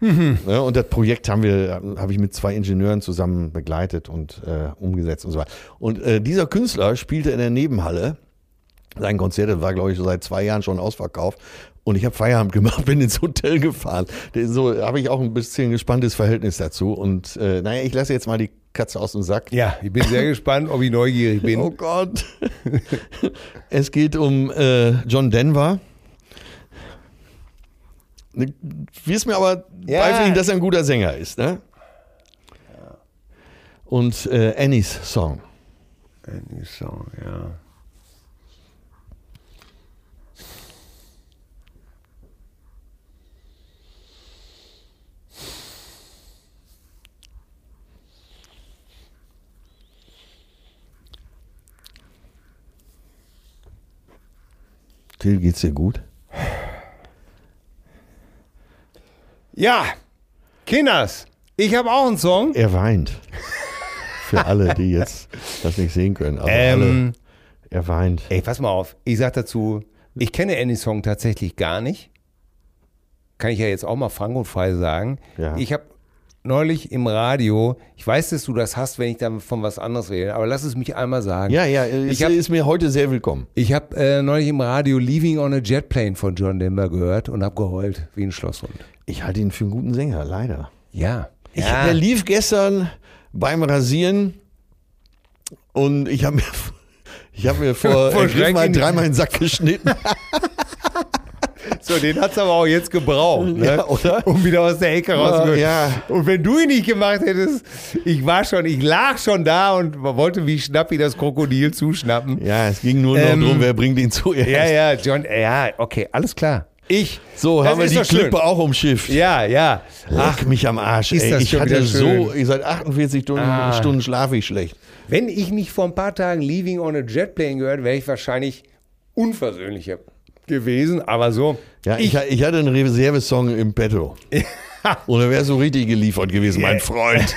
Speaker 3: Ne, und das Projekt haben wir, habe ich mit zwei Ingenieuren zusammen begleitet und äh, umgesetzt und so weiter. Und äh, dieser Künstler spielte in der Nebenhalle sein Konzert, das war, glaube ich, seit zwei Jahren schon ausverkauft. Und ich habe Feierabend (laughs) gemacht, bin ins Hotel gefahren. Das ist So habe ich auch ein bisschen gespanntes Verhältnis dazu. Und äh, naja, ich lasse jetzt mal die Katze aus dem Sack.
Speaker 2: Ja, ich bin sehr gespannt, ob ich neugierig bin.
Speaker 3: Oh Gott. (laughs) es geht um äh, John Denver. Ne, Wirst mir aber
Speaker 2: Ja.
Speaker 3: beifügen, dass er ein guter Sänger ist, ne? Und äh, Annies Song.
Speaker 2: Any Äh, Song, ja.
Speaker 3: Till, geht's dir gut?
Speaker 2: Ja, Kinders, ich habe auch einen Song.
Speaker 3: Er weint. Für alle, die jetzt das nicht sehen können. Aber
Speaker 2: Ähm,
Speaker 3: alle, er weint.
Speaker 2: ey, pass mal auf. Ich sag dazu, ich kenne Any Song tatsächlich gar nicht. Kann ich ja jetzt auch mal frank und frei sagen.
Speaker 3: Ja.
Speaker 2: Ich habe neulich im Radio, ich weiß, dass du das hast, wenn ich dann von was anderes rede, aber lass es mich einmal sagen.
Speaker 3: Ja, ja, es
Speaker 2: Ich hab-
Speaker 3: ist mir heute sehr willkommen.
Speaker 2: Ich habe äh, neulich im Radio Leaving on a Jet Plane von John Denver gehört und habe geheult wie ein Schlosshund.
Speaker 3: Ich halte ihn für einen guten Sänger, leider.
Speaker 2: Ja.
Speaker 3: Ich, äh,
Speaker 2: ja.
Speaker 3: Der lief gestern beim Rasieren und ich habe mir, (laughs) ich hab mir
Speaker 2: (laughs)
Speaker 3: vor
Speaker 2: Vor
Speaker 3: ich hab mal
Speaker 2: Schreck in-
Speaker 3: dreimal in den
Speaker 2: (laughs)
Speaker 3: Sack geschnitten.
Speaker 2: So, den hat's aber auch jetzt gebraucht, ne?
Speaker 3: Ja, (laughs) oder?
Speaker 2: um wieder aus der Ecke rauszukommen.
Speaker 3: ja.
Speaker 2: Und wenn du ihn nicht gemacht hättest, ich war schon, ich lag schon da und wollte wie Schnappi das Krokodil zuschnappen.
Speaker 3: ja, es ging nur noch
Speaker 2: Ähm,
Speaker 3: darum, wer bringt ihn zuerst.
Speaker 2: Ja, ja, John, ja, okay, alles klar. Ich,
Speaker 3: So
Speaker 2: Das
Speaker 3: haben wir
Speaker 2: ist
Speaker 3: die
Speaker 2: doch schön.
Speaker 3: Klippe auch umschifft.
Speaker 2: ja, ja.
Speaker 3: Ach, mich am Arsch.
Speaker 2: ist
Speaker 3: Ey.
Speaker 2: das
Speaker 3: ich
Speaker 2: schon
Speaker 3: hatte
Speaker 2: wieder
Speaker 3: so,
Speaker 2: schön.
Speaker 3: ich seit 48 Stunden,
Speaker 2: Ah.
Speaker 3: Stunden schlafe ich schlecht.
Speaker 2: Wenn ich nicht vor ein paar Tagen Leaving on a Jet Plane gehört, wäre ich wahrscheinlich unversöhnlicher gewesen, aber so.
Speaker 3: Ja, ich, ich hatte einen Reserve-Song im Petto. Und da wäre so richtig geliefert gewesen, mein
Speaker 2: Ja. (laughs)
Speaker 3: Freund.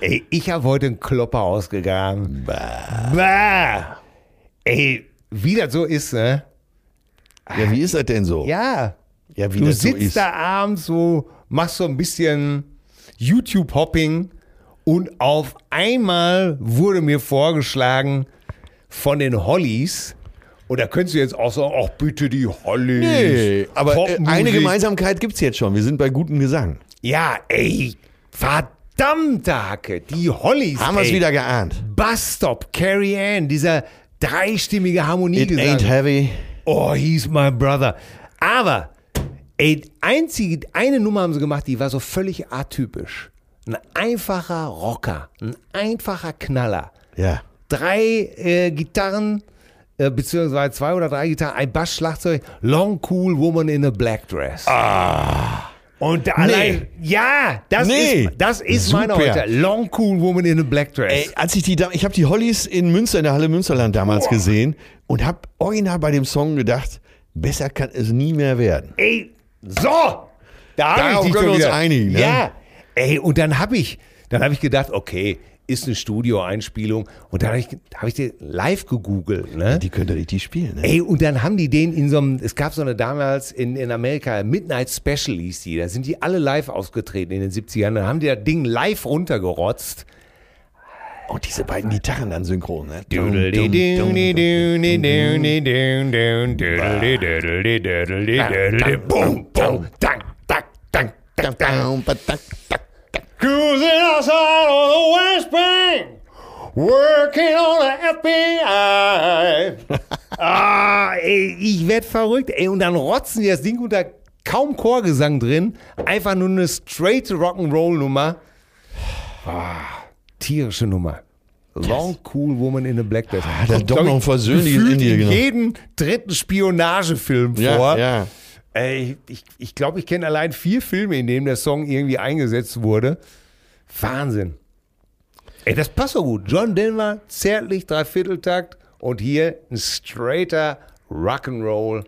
Speaker 2: Ey, ich habe heute einen Klopper ausgegraben. Bah. bah. Ey, wie das so ist, ne?
Speaker 3: Ja, wie ist das denn so?
Speaker 2: Ja.
Speaker 3: Ja, wie
Speaker 2: Du
Speaker 3: das so
Speaker 2: sitzt
Speaker 3: ist.
Speaker 2: da abends so, machst so ein bisschen YouTube-Hopping und auf einmal wurde mir vorgeschlagen von den Hollies, und da könntest du jetzt auch sagen, ach bitte die Hollies.
Speaker 3: Nee, aber äh,
Speaker 2: Popmusik.
Speaker 3: eine Gemeinsamkeit gibt es jetzt schon. Wir sind bei gutem Gesang.
Speaker 2: Ja, ey, verdammte Hacke, die Hollies.
Speaker 3: Haben wir es
Speaker 2: ey.
Speaker 3: wieder geahnt.
Speaker 2: Bustop, Carrie Ann, dieser dreistimmige
Speaker 3: It ain't
Speaker 2: Harmoniegesang.
Speaker 3: heavy.
Speaker 2: Oh, he's my brother. Aber, ey, einzige, eine Nummer haben sie gemacht, die war so völlig atypisch. Ein einfacher Rocker, ein einfacher Knaller.
Speaker 3: Ja.
Speaker 2: Drei äh, Gitarren, äh, beziehungsweise zwei oder drei Gitarren, ein Bassschlagzeug, Long Cool Woman in a Black Dress. Ah. Und da allein, ja, das
Speaker 3: Nee.
Speaker 2: ist, das ist meine
Speaker 3: Super.
Speaker 2: heute. Long Cool Woman in a Black Dress.
Speaker 3: Ey, als ich die, dam- ich habe die Hollies in Münster in der Halle Münsterland damals gesehen und habe original bei dem Song gedacht, besser kann es nie mehr werden.
Speaker 2: Ey, so! Da hab
Speaker 3: Darauf
Speaker 2: dich
Speaker 3: können
Speaker 2: doch
Speaker 3: wir uns
Speaker 2: wieder.
Speaker 3: einigen, ne?
Speaker 2: Ja. Ey, und dann habe ich, dann habe ich gedacht, okay, ist eine Studio-Einspielung. Und dann habe ich, hab ich den live gegoogelt. Ne?
Speaker 3: Die könnte richtig spielen. Ne?
Speaker 2: Ey, und dann haben die den in so einem, es gab so eine damals in, in Amerika, Midnight Special hieß die, da sind die alle live aufgetreten in den 70ern, dann haben die das Ding live runtergerotzt.
Speaker 3: Und diese beiden Gitarren dann synchron. Ne?
Speaker 2: Boom, boom, dang, dang, dang, dang, dang. Cruising outside on the West Bank, working on the FBI. (laughs) ah, ey, ich werd verrückt, ey, und dann rotzen die das Ding unter kaum Chorgesang drin, einfach nur eine straight Rock'n'Roll Nummer. Ah, (sighs) tierische Nummer. Long Cool Woman in a Black Dress.
Speaker 3: hat er Ah, doch
Speaker 2: glaub
Speaker 3: noch ein
Speaker 2: ich,
Speaker 3: versöhnliches
Speaker 2: gefühlt
Speaker 3: Indie
Speaker 2: in
Speaker 3: genommen.
Speaker 2: jedem dritten Spionagefilm vor.
Speaker 3: Ja, ja.
Speaker 2: Ey, ich glaube, ich, glaub, ich kenne allein vier Filme, in denen der Song irgendwie eingesetzt wurde. Wahnsinn. Ey, das passt so gut. John Denver, zärtlich, Dreivierteltakt und hier ein straighter Rock'n'Roll.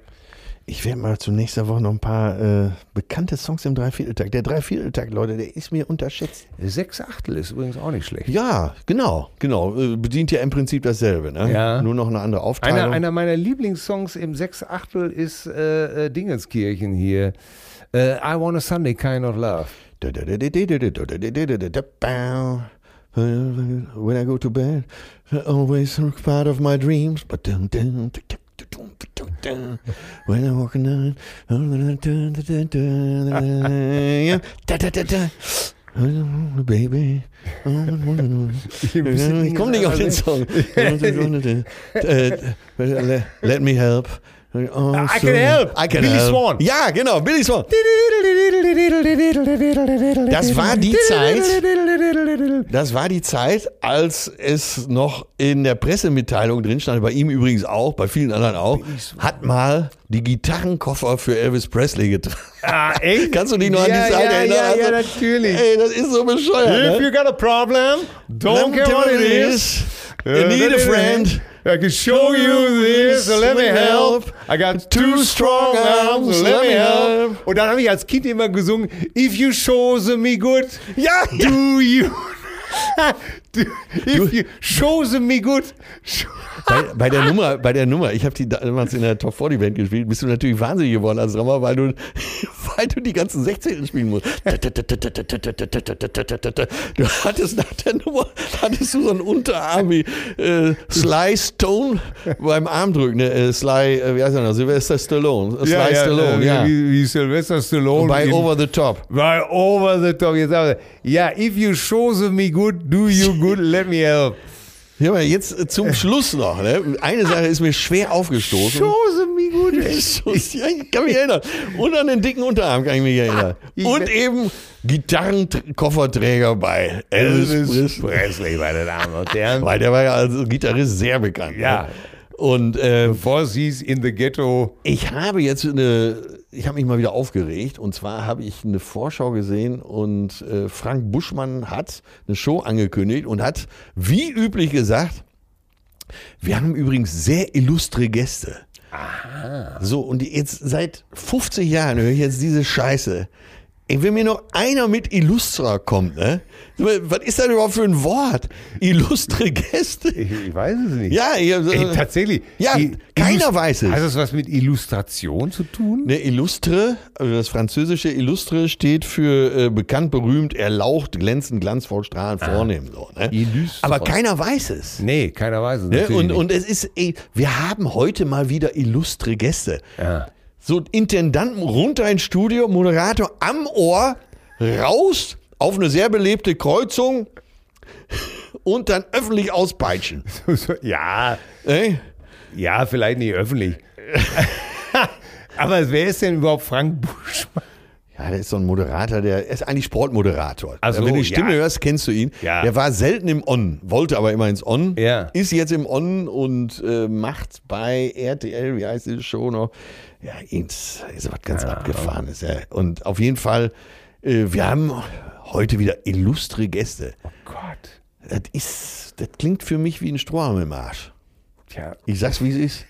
Speaker 3: Ich werde mal zu nächster Woche noch ein paar äh, bekannte Songs im Dreivierteltakt. Der Dreivierteltakt, Leute, der ist mir unterschätzt.
Speaker 2: Sechs Achtel ist übrigens auch nicht schlecht.
Speaker 3: Ja, genau, genau. Äh, Bedient ja im Prinzip dasselbe, ne?
Speaker 2: Ja.
Speaker 3: Nur noch eine andere Aufteilung.
Speaker 2: Einer, einer meiner Lieblingssongs im Sechs Achtel ist äh, äh, Dingenskirchen hier. Äh, I Want a Sunday Kind of Love.
Speaker 3: When I go to bed, I always look part of my dreams. But dun, dun, dun, dun, dun, dun, dun. when I walk in the night, dun, dun, dun, dun, dun, yeah. Da, da, da, da. Baby. Ich komme nicht auf den Song.
Speaker 2: (laughs)
Speaker 3: Äh, Let me help.
Speaker 2: I can help.
Speaker 3: I can
Speaker 2: Billy
Speaker 3: help.
Speaker 2: Swan.
Speaker 3: Ja, genau, Billy Swan. Das war die Zeit. Das war die Zeit, als es noch in der Pressemitteilung drin stand, bei ihm übrigens auch, bei vielen anderen auch, hat mal die Gitarrenkoffer für Elvis Presley getragen.
Speaker 2: (laughs) Ah, echt?
Speaker 3: Kannst du dich noch an
Speaker 2: Ja,
Speaker 3: die Zeit
Speaker 2: ja,
Speaker 3: erinnern?
Speaker 2: ja, ja,
Speaker 3: Also,
Speaker 2: natürlich.
Speaker 3: Ey, das ist so bescheuert.
Speaker 2: If
Speaker 3: Ne?
Speaker 2: you got a problem, don't care what it is. Uh,
Speaker 3: You need a friend.
Speaker 2: I can show you this, so let me help. I got two strong arms, so let me help. Oh, Und dann habe ich als Kind immer gesungen, if you show them me good, (laughs)
Speaker 3: Ja,
Speaker 2: do (laughs) you... do, if you show them me good, (laughs) show...
Speaker 3: bei, bei der Nummer, bei der Nummer, ich habe die damals in der Top 40 Band gespielt, bist du natürlich wahnsinnig geworden als Drummer, weil du, (laughs) weil du die ganzen 16 spielen musst. Du hattest nach der Nummer, hattest du so einen Unterarm wie äh, Sly Stone beim Armdrücken, ne, äh, Sly, äh, wie heißt er noch, Sylvester Stallone, Sly Stallone,
Speaker 2: äh,
Speaker 3: ja.
Speaker 2: Wie, wie Sylvester Stallone.
Speaker 3: Bei
Speaker 2: in-
Speaker 3: Over the Top.
Speaker 2: Bei Over the Top. Jetzt haben wir, ja, if you show them me good, do you good, let me help.
Speaker 3: Ja, aber jetzt äh, zum Schluss noch, ne? Eine Sache ist mir schwer aufgestoßen.
Speaker 2: Chose me gut. (laughs)
Speaker 3: Schuss, ja, ich kann mich erinnern. Und an den dicken Unterarm kann ich mich erinnern.
Speaker 2: Ich
Speaker 3: Und
Speaker 2: we-
Speaker 3: eben Gitarrenkofferträger bei Elvis
Speaker 2: Elvis
Speaker 3: Presley.
Speaker 2: Presley, meine Damen und Herren.
Speaker 3: Weil der war ja als Gitarrist sehr bekannt.
Speaker 2: Ja.
Speaker 3: Ne? Und äh,
Speaker 2: Bevor sie es in the Ghetto.
Speaker 3: ich habe jetzt eine, ich habe mich mal wieder aufgeregt. Und zwar habe ich eine Vorschau gesehen und äh, Frank Buschmann hat eine Show angekündigt und hat wie üblich gesagt, wir haben übrigens sehr illustre Gäste. So, und jetzt seit 50 Jahren höre ich jetzt diese Scheiße. Ey, wenn mir noch einer mit Illustra kommt, ne? Was ist das überhaupt für ein Wort? Illustre Gäste?
Speaker 2: Ich, ich weiß es nicht. Äh,
Speaker 3: Ja, ich,
Speaker 2: Ey, tatsächlich.
Speaker 3: Ja,
Speaker 2: Die-
Speaker 3: keiner
Speaker 2: Illust-
Speaker 3: weiß es.
Speaker 2: Hat das was mit Illustration zu tun?
Speaker 3: Ne, Illustre, also das französische Illustre steht für äh, bekannt, berühmt, erlaucht, glänzend, glanzvoll, strahlend, vornehm. So, ne?
Speaker 2: Ah. Illustre.
Speaker 3: Aber keiner weiß es.
Speaker 2: Nee, keiner weiß es.
Speaker 3: Ne?
Speaker 2: natürlich
Speaker 3: Und,
Speaker 2: nicht.
Speaker 3: und es ist, ey, wir haben heute mal wieder illustre Gäste. So Intendanten runter ins Studio, Moderator am Ohr, raus auf eine sehr belebte Kreuzung und dann
Speaker 2: (laughs)
Speaker 3: öffentlich auspeitschen.
Speaker 2: ja,
Speaker 3: Ey?
Speaker 2: ja, (laughs) vielleicht nicht öffentlich. Aber wer ist denn überhaupt Frank Buschmann?
Speaker 3: Ja, der ist so ein Moderator, der er ist eigentlich Sportmoderator.
Speaker 2: Ach so,
Speaker 3: Wenn du die Stimme
Speaker 2: ja.
Speaker 3: hörst, kennst du ihn.
Speaker 2: Ja.
Speaker 3: Der war selten im On, wollte aber immer ins On.
Speaker 2: Ja.
Speaker 3: Ist jetzt im On und äh, macht bei RTL, wie heißt die Show noch? Ja, ins, ist was
Speaker 2: Ah,
Speaker 3: ganz Abgefahrenes. Ja. Und auf jeden Fall, äh, wir haben heute wieder illustre Gäste.
Speaker 2: Oh Gott.
Speaker 3: Das ist, das klingt für mich wie ein Strohhalm im Arsch.
Speaker 2: (laughs) Tja.
Speaker 3: Ich sag's, wie es ist.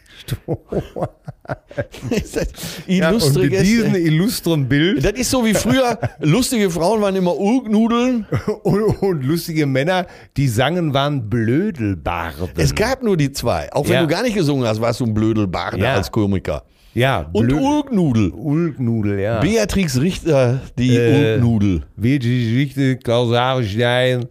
Speaker 3: (laughs) Ist das
Speaker 2: Ja, und
Speaker 3: illustre
Speaker 2: mit diesem
Speaker 3: Gäste.
Speaker 2: illustren Bild
Speaker 3: Das ist so wie
Speaker 2: (laughs)
Speaker 3: früher, lustige Frauen waren immer Urknudeln.
Speaker 2: und, und lustige Männer, die sangen, waren Blödelbarden.
Speaker 3: Es gab nur die zwei. Auch wenn
Speaker 2: Ja.
Speaker 3: du gar nicht gesungen hast, warst du ein Blödelbarde
Speaker 2: Ja.
Speaker 3: als Komiker.
Speaker 2: ja,
Speaker 3: Und
Speaker 2: Blö-
Speaker 3: Urknudel.
Speaker 2: Ulknudel, ja.
Speaker 3: Beatrix Richter, die
Speaker 2: Äh.
Speaker 3: Urknudel.
Speaker 2: Wie die Geschichte, Klaus Haberstein,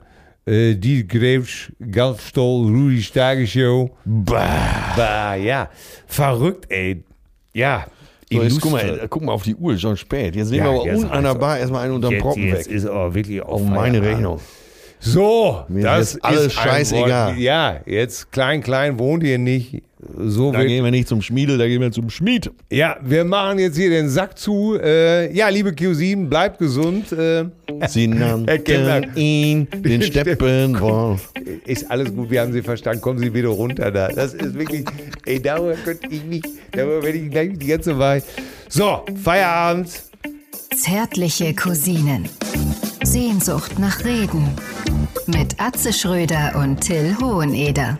Speaker 2: äh, die Krebs, ganz toll, Rudi Stagelshow.
Speaker 3: Bah.
Speaker 2: Bah, ja. Verrückt, ey. Ja.
Speaker 3: So, jetzt,
Speaker 2: Illustre.
Speaker 3: guck, mal, äh, guck mal auf die Uhr, schon spät. Jetzt nehmen
Speaker 2: Ja,
Speaker 3: wir aber
Speaker 2: jetzt
Speaker 3: unten an der
Speaker 2: reicht's.
Speaker 3: Bar erstmal einen unterm
Speaker 2: Jetzt,
Speaker 3: Proppen
Speaker 2: jetzt
Speaker 3: weg.
Speaker 2: ist aber wirklich auf
Speaker 3: Auf meine
Speaker 2: Feierabend.
Speaker 3: Rechnung.
Speaker 2: So,
Speaker 3: Mir
Speaker 2: das
Speaker 3: ist alles
Speaker 2: ein
Speaker 3: scheißegal.
Speaker 2: Wort. Ja, jetzt klein, klein wohnt ihr nicht. So
Speaker 3: Da
Speaker 2: wird,
Speaker 3: gehen wir nicht zum Schmiedel, da gehen wir
Speaker 2: (laughs)
Speaker 3: zum Schmied.
Speaker 2: ja, wir machen jetzt hier den Sack zu. Äh, ja, liebe Q7, bleibt gesund. Äh,
Speaker 3: Sie
Speaker 2: Herr Kellner.
Speaker 3: nannten ihn
Speaker 2: (laughs)
Speaker 3: den Steppenwolf.
Speaker 2: ist alles gut, wir haben Sie verstanden. Kommen Sie wieder runter da. Das ist wirklich, ey, darüber könnte ich nicht, darüber werde ich gleich die ganze Weile. So, Feierabend.
Speaker 1: Zärtliche Cousinen. Sehnsucht nach Reden. Mit Atze Schröder und Till Hoheneder.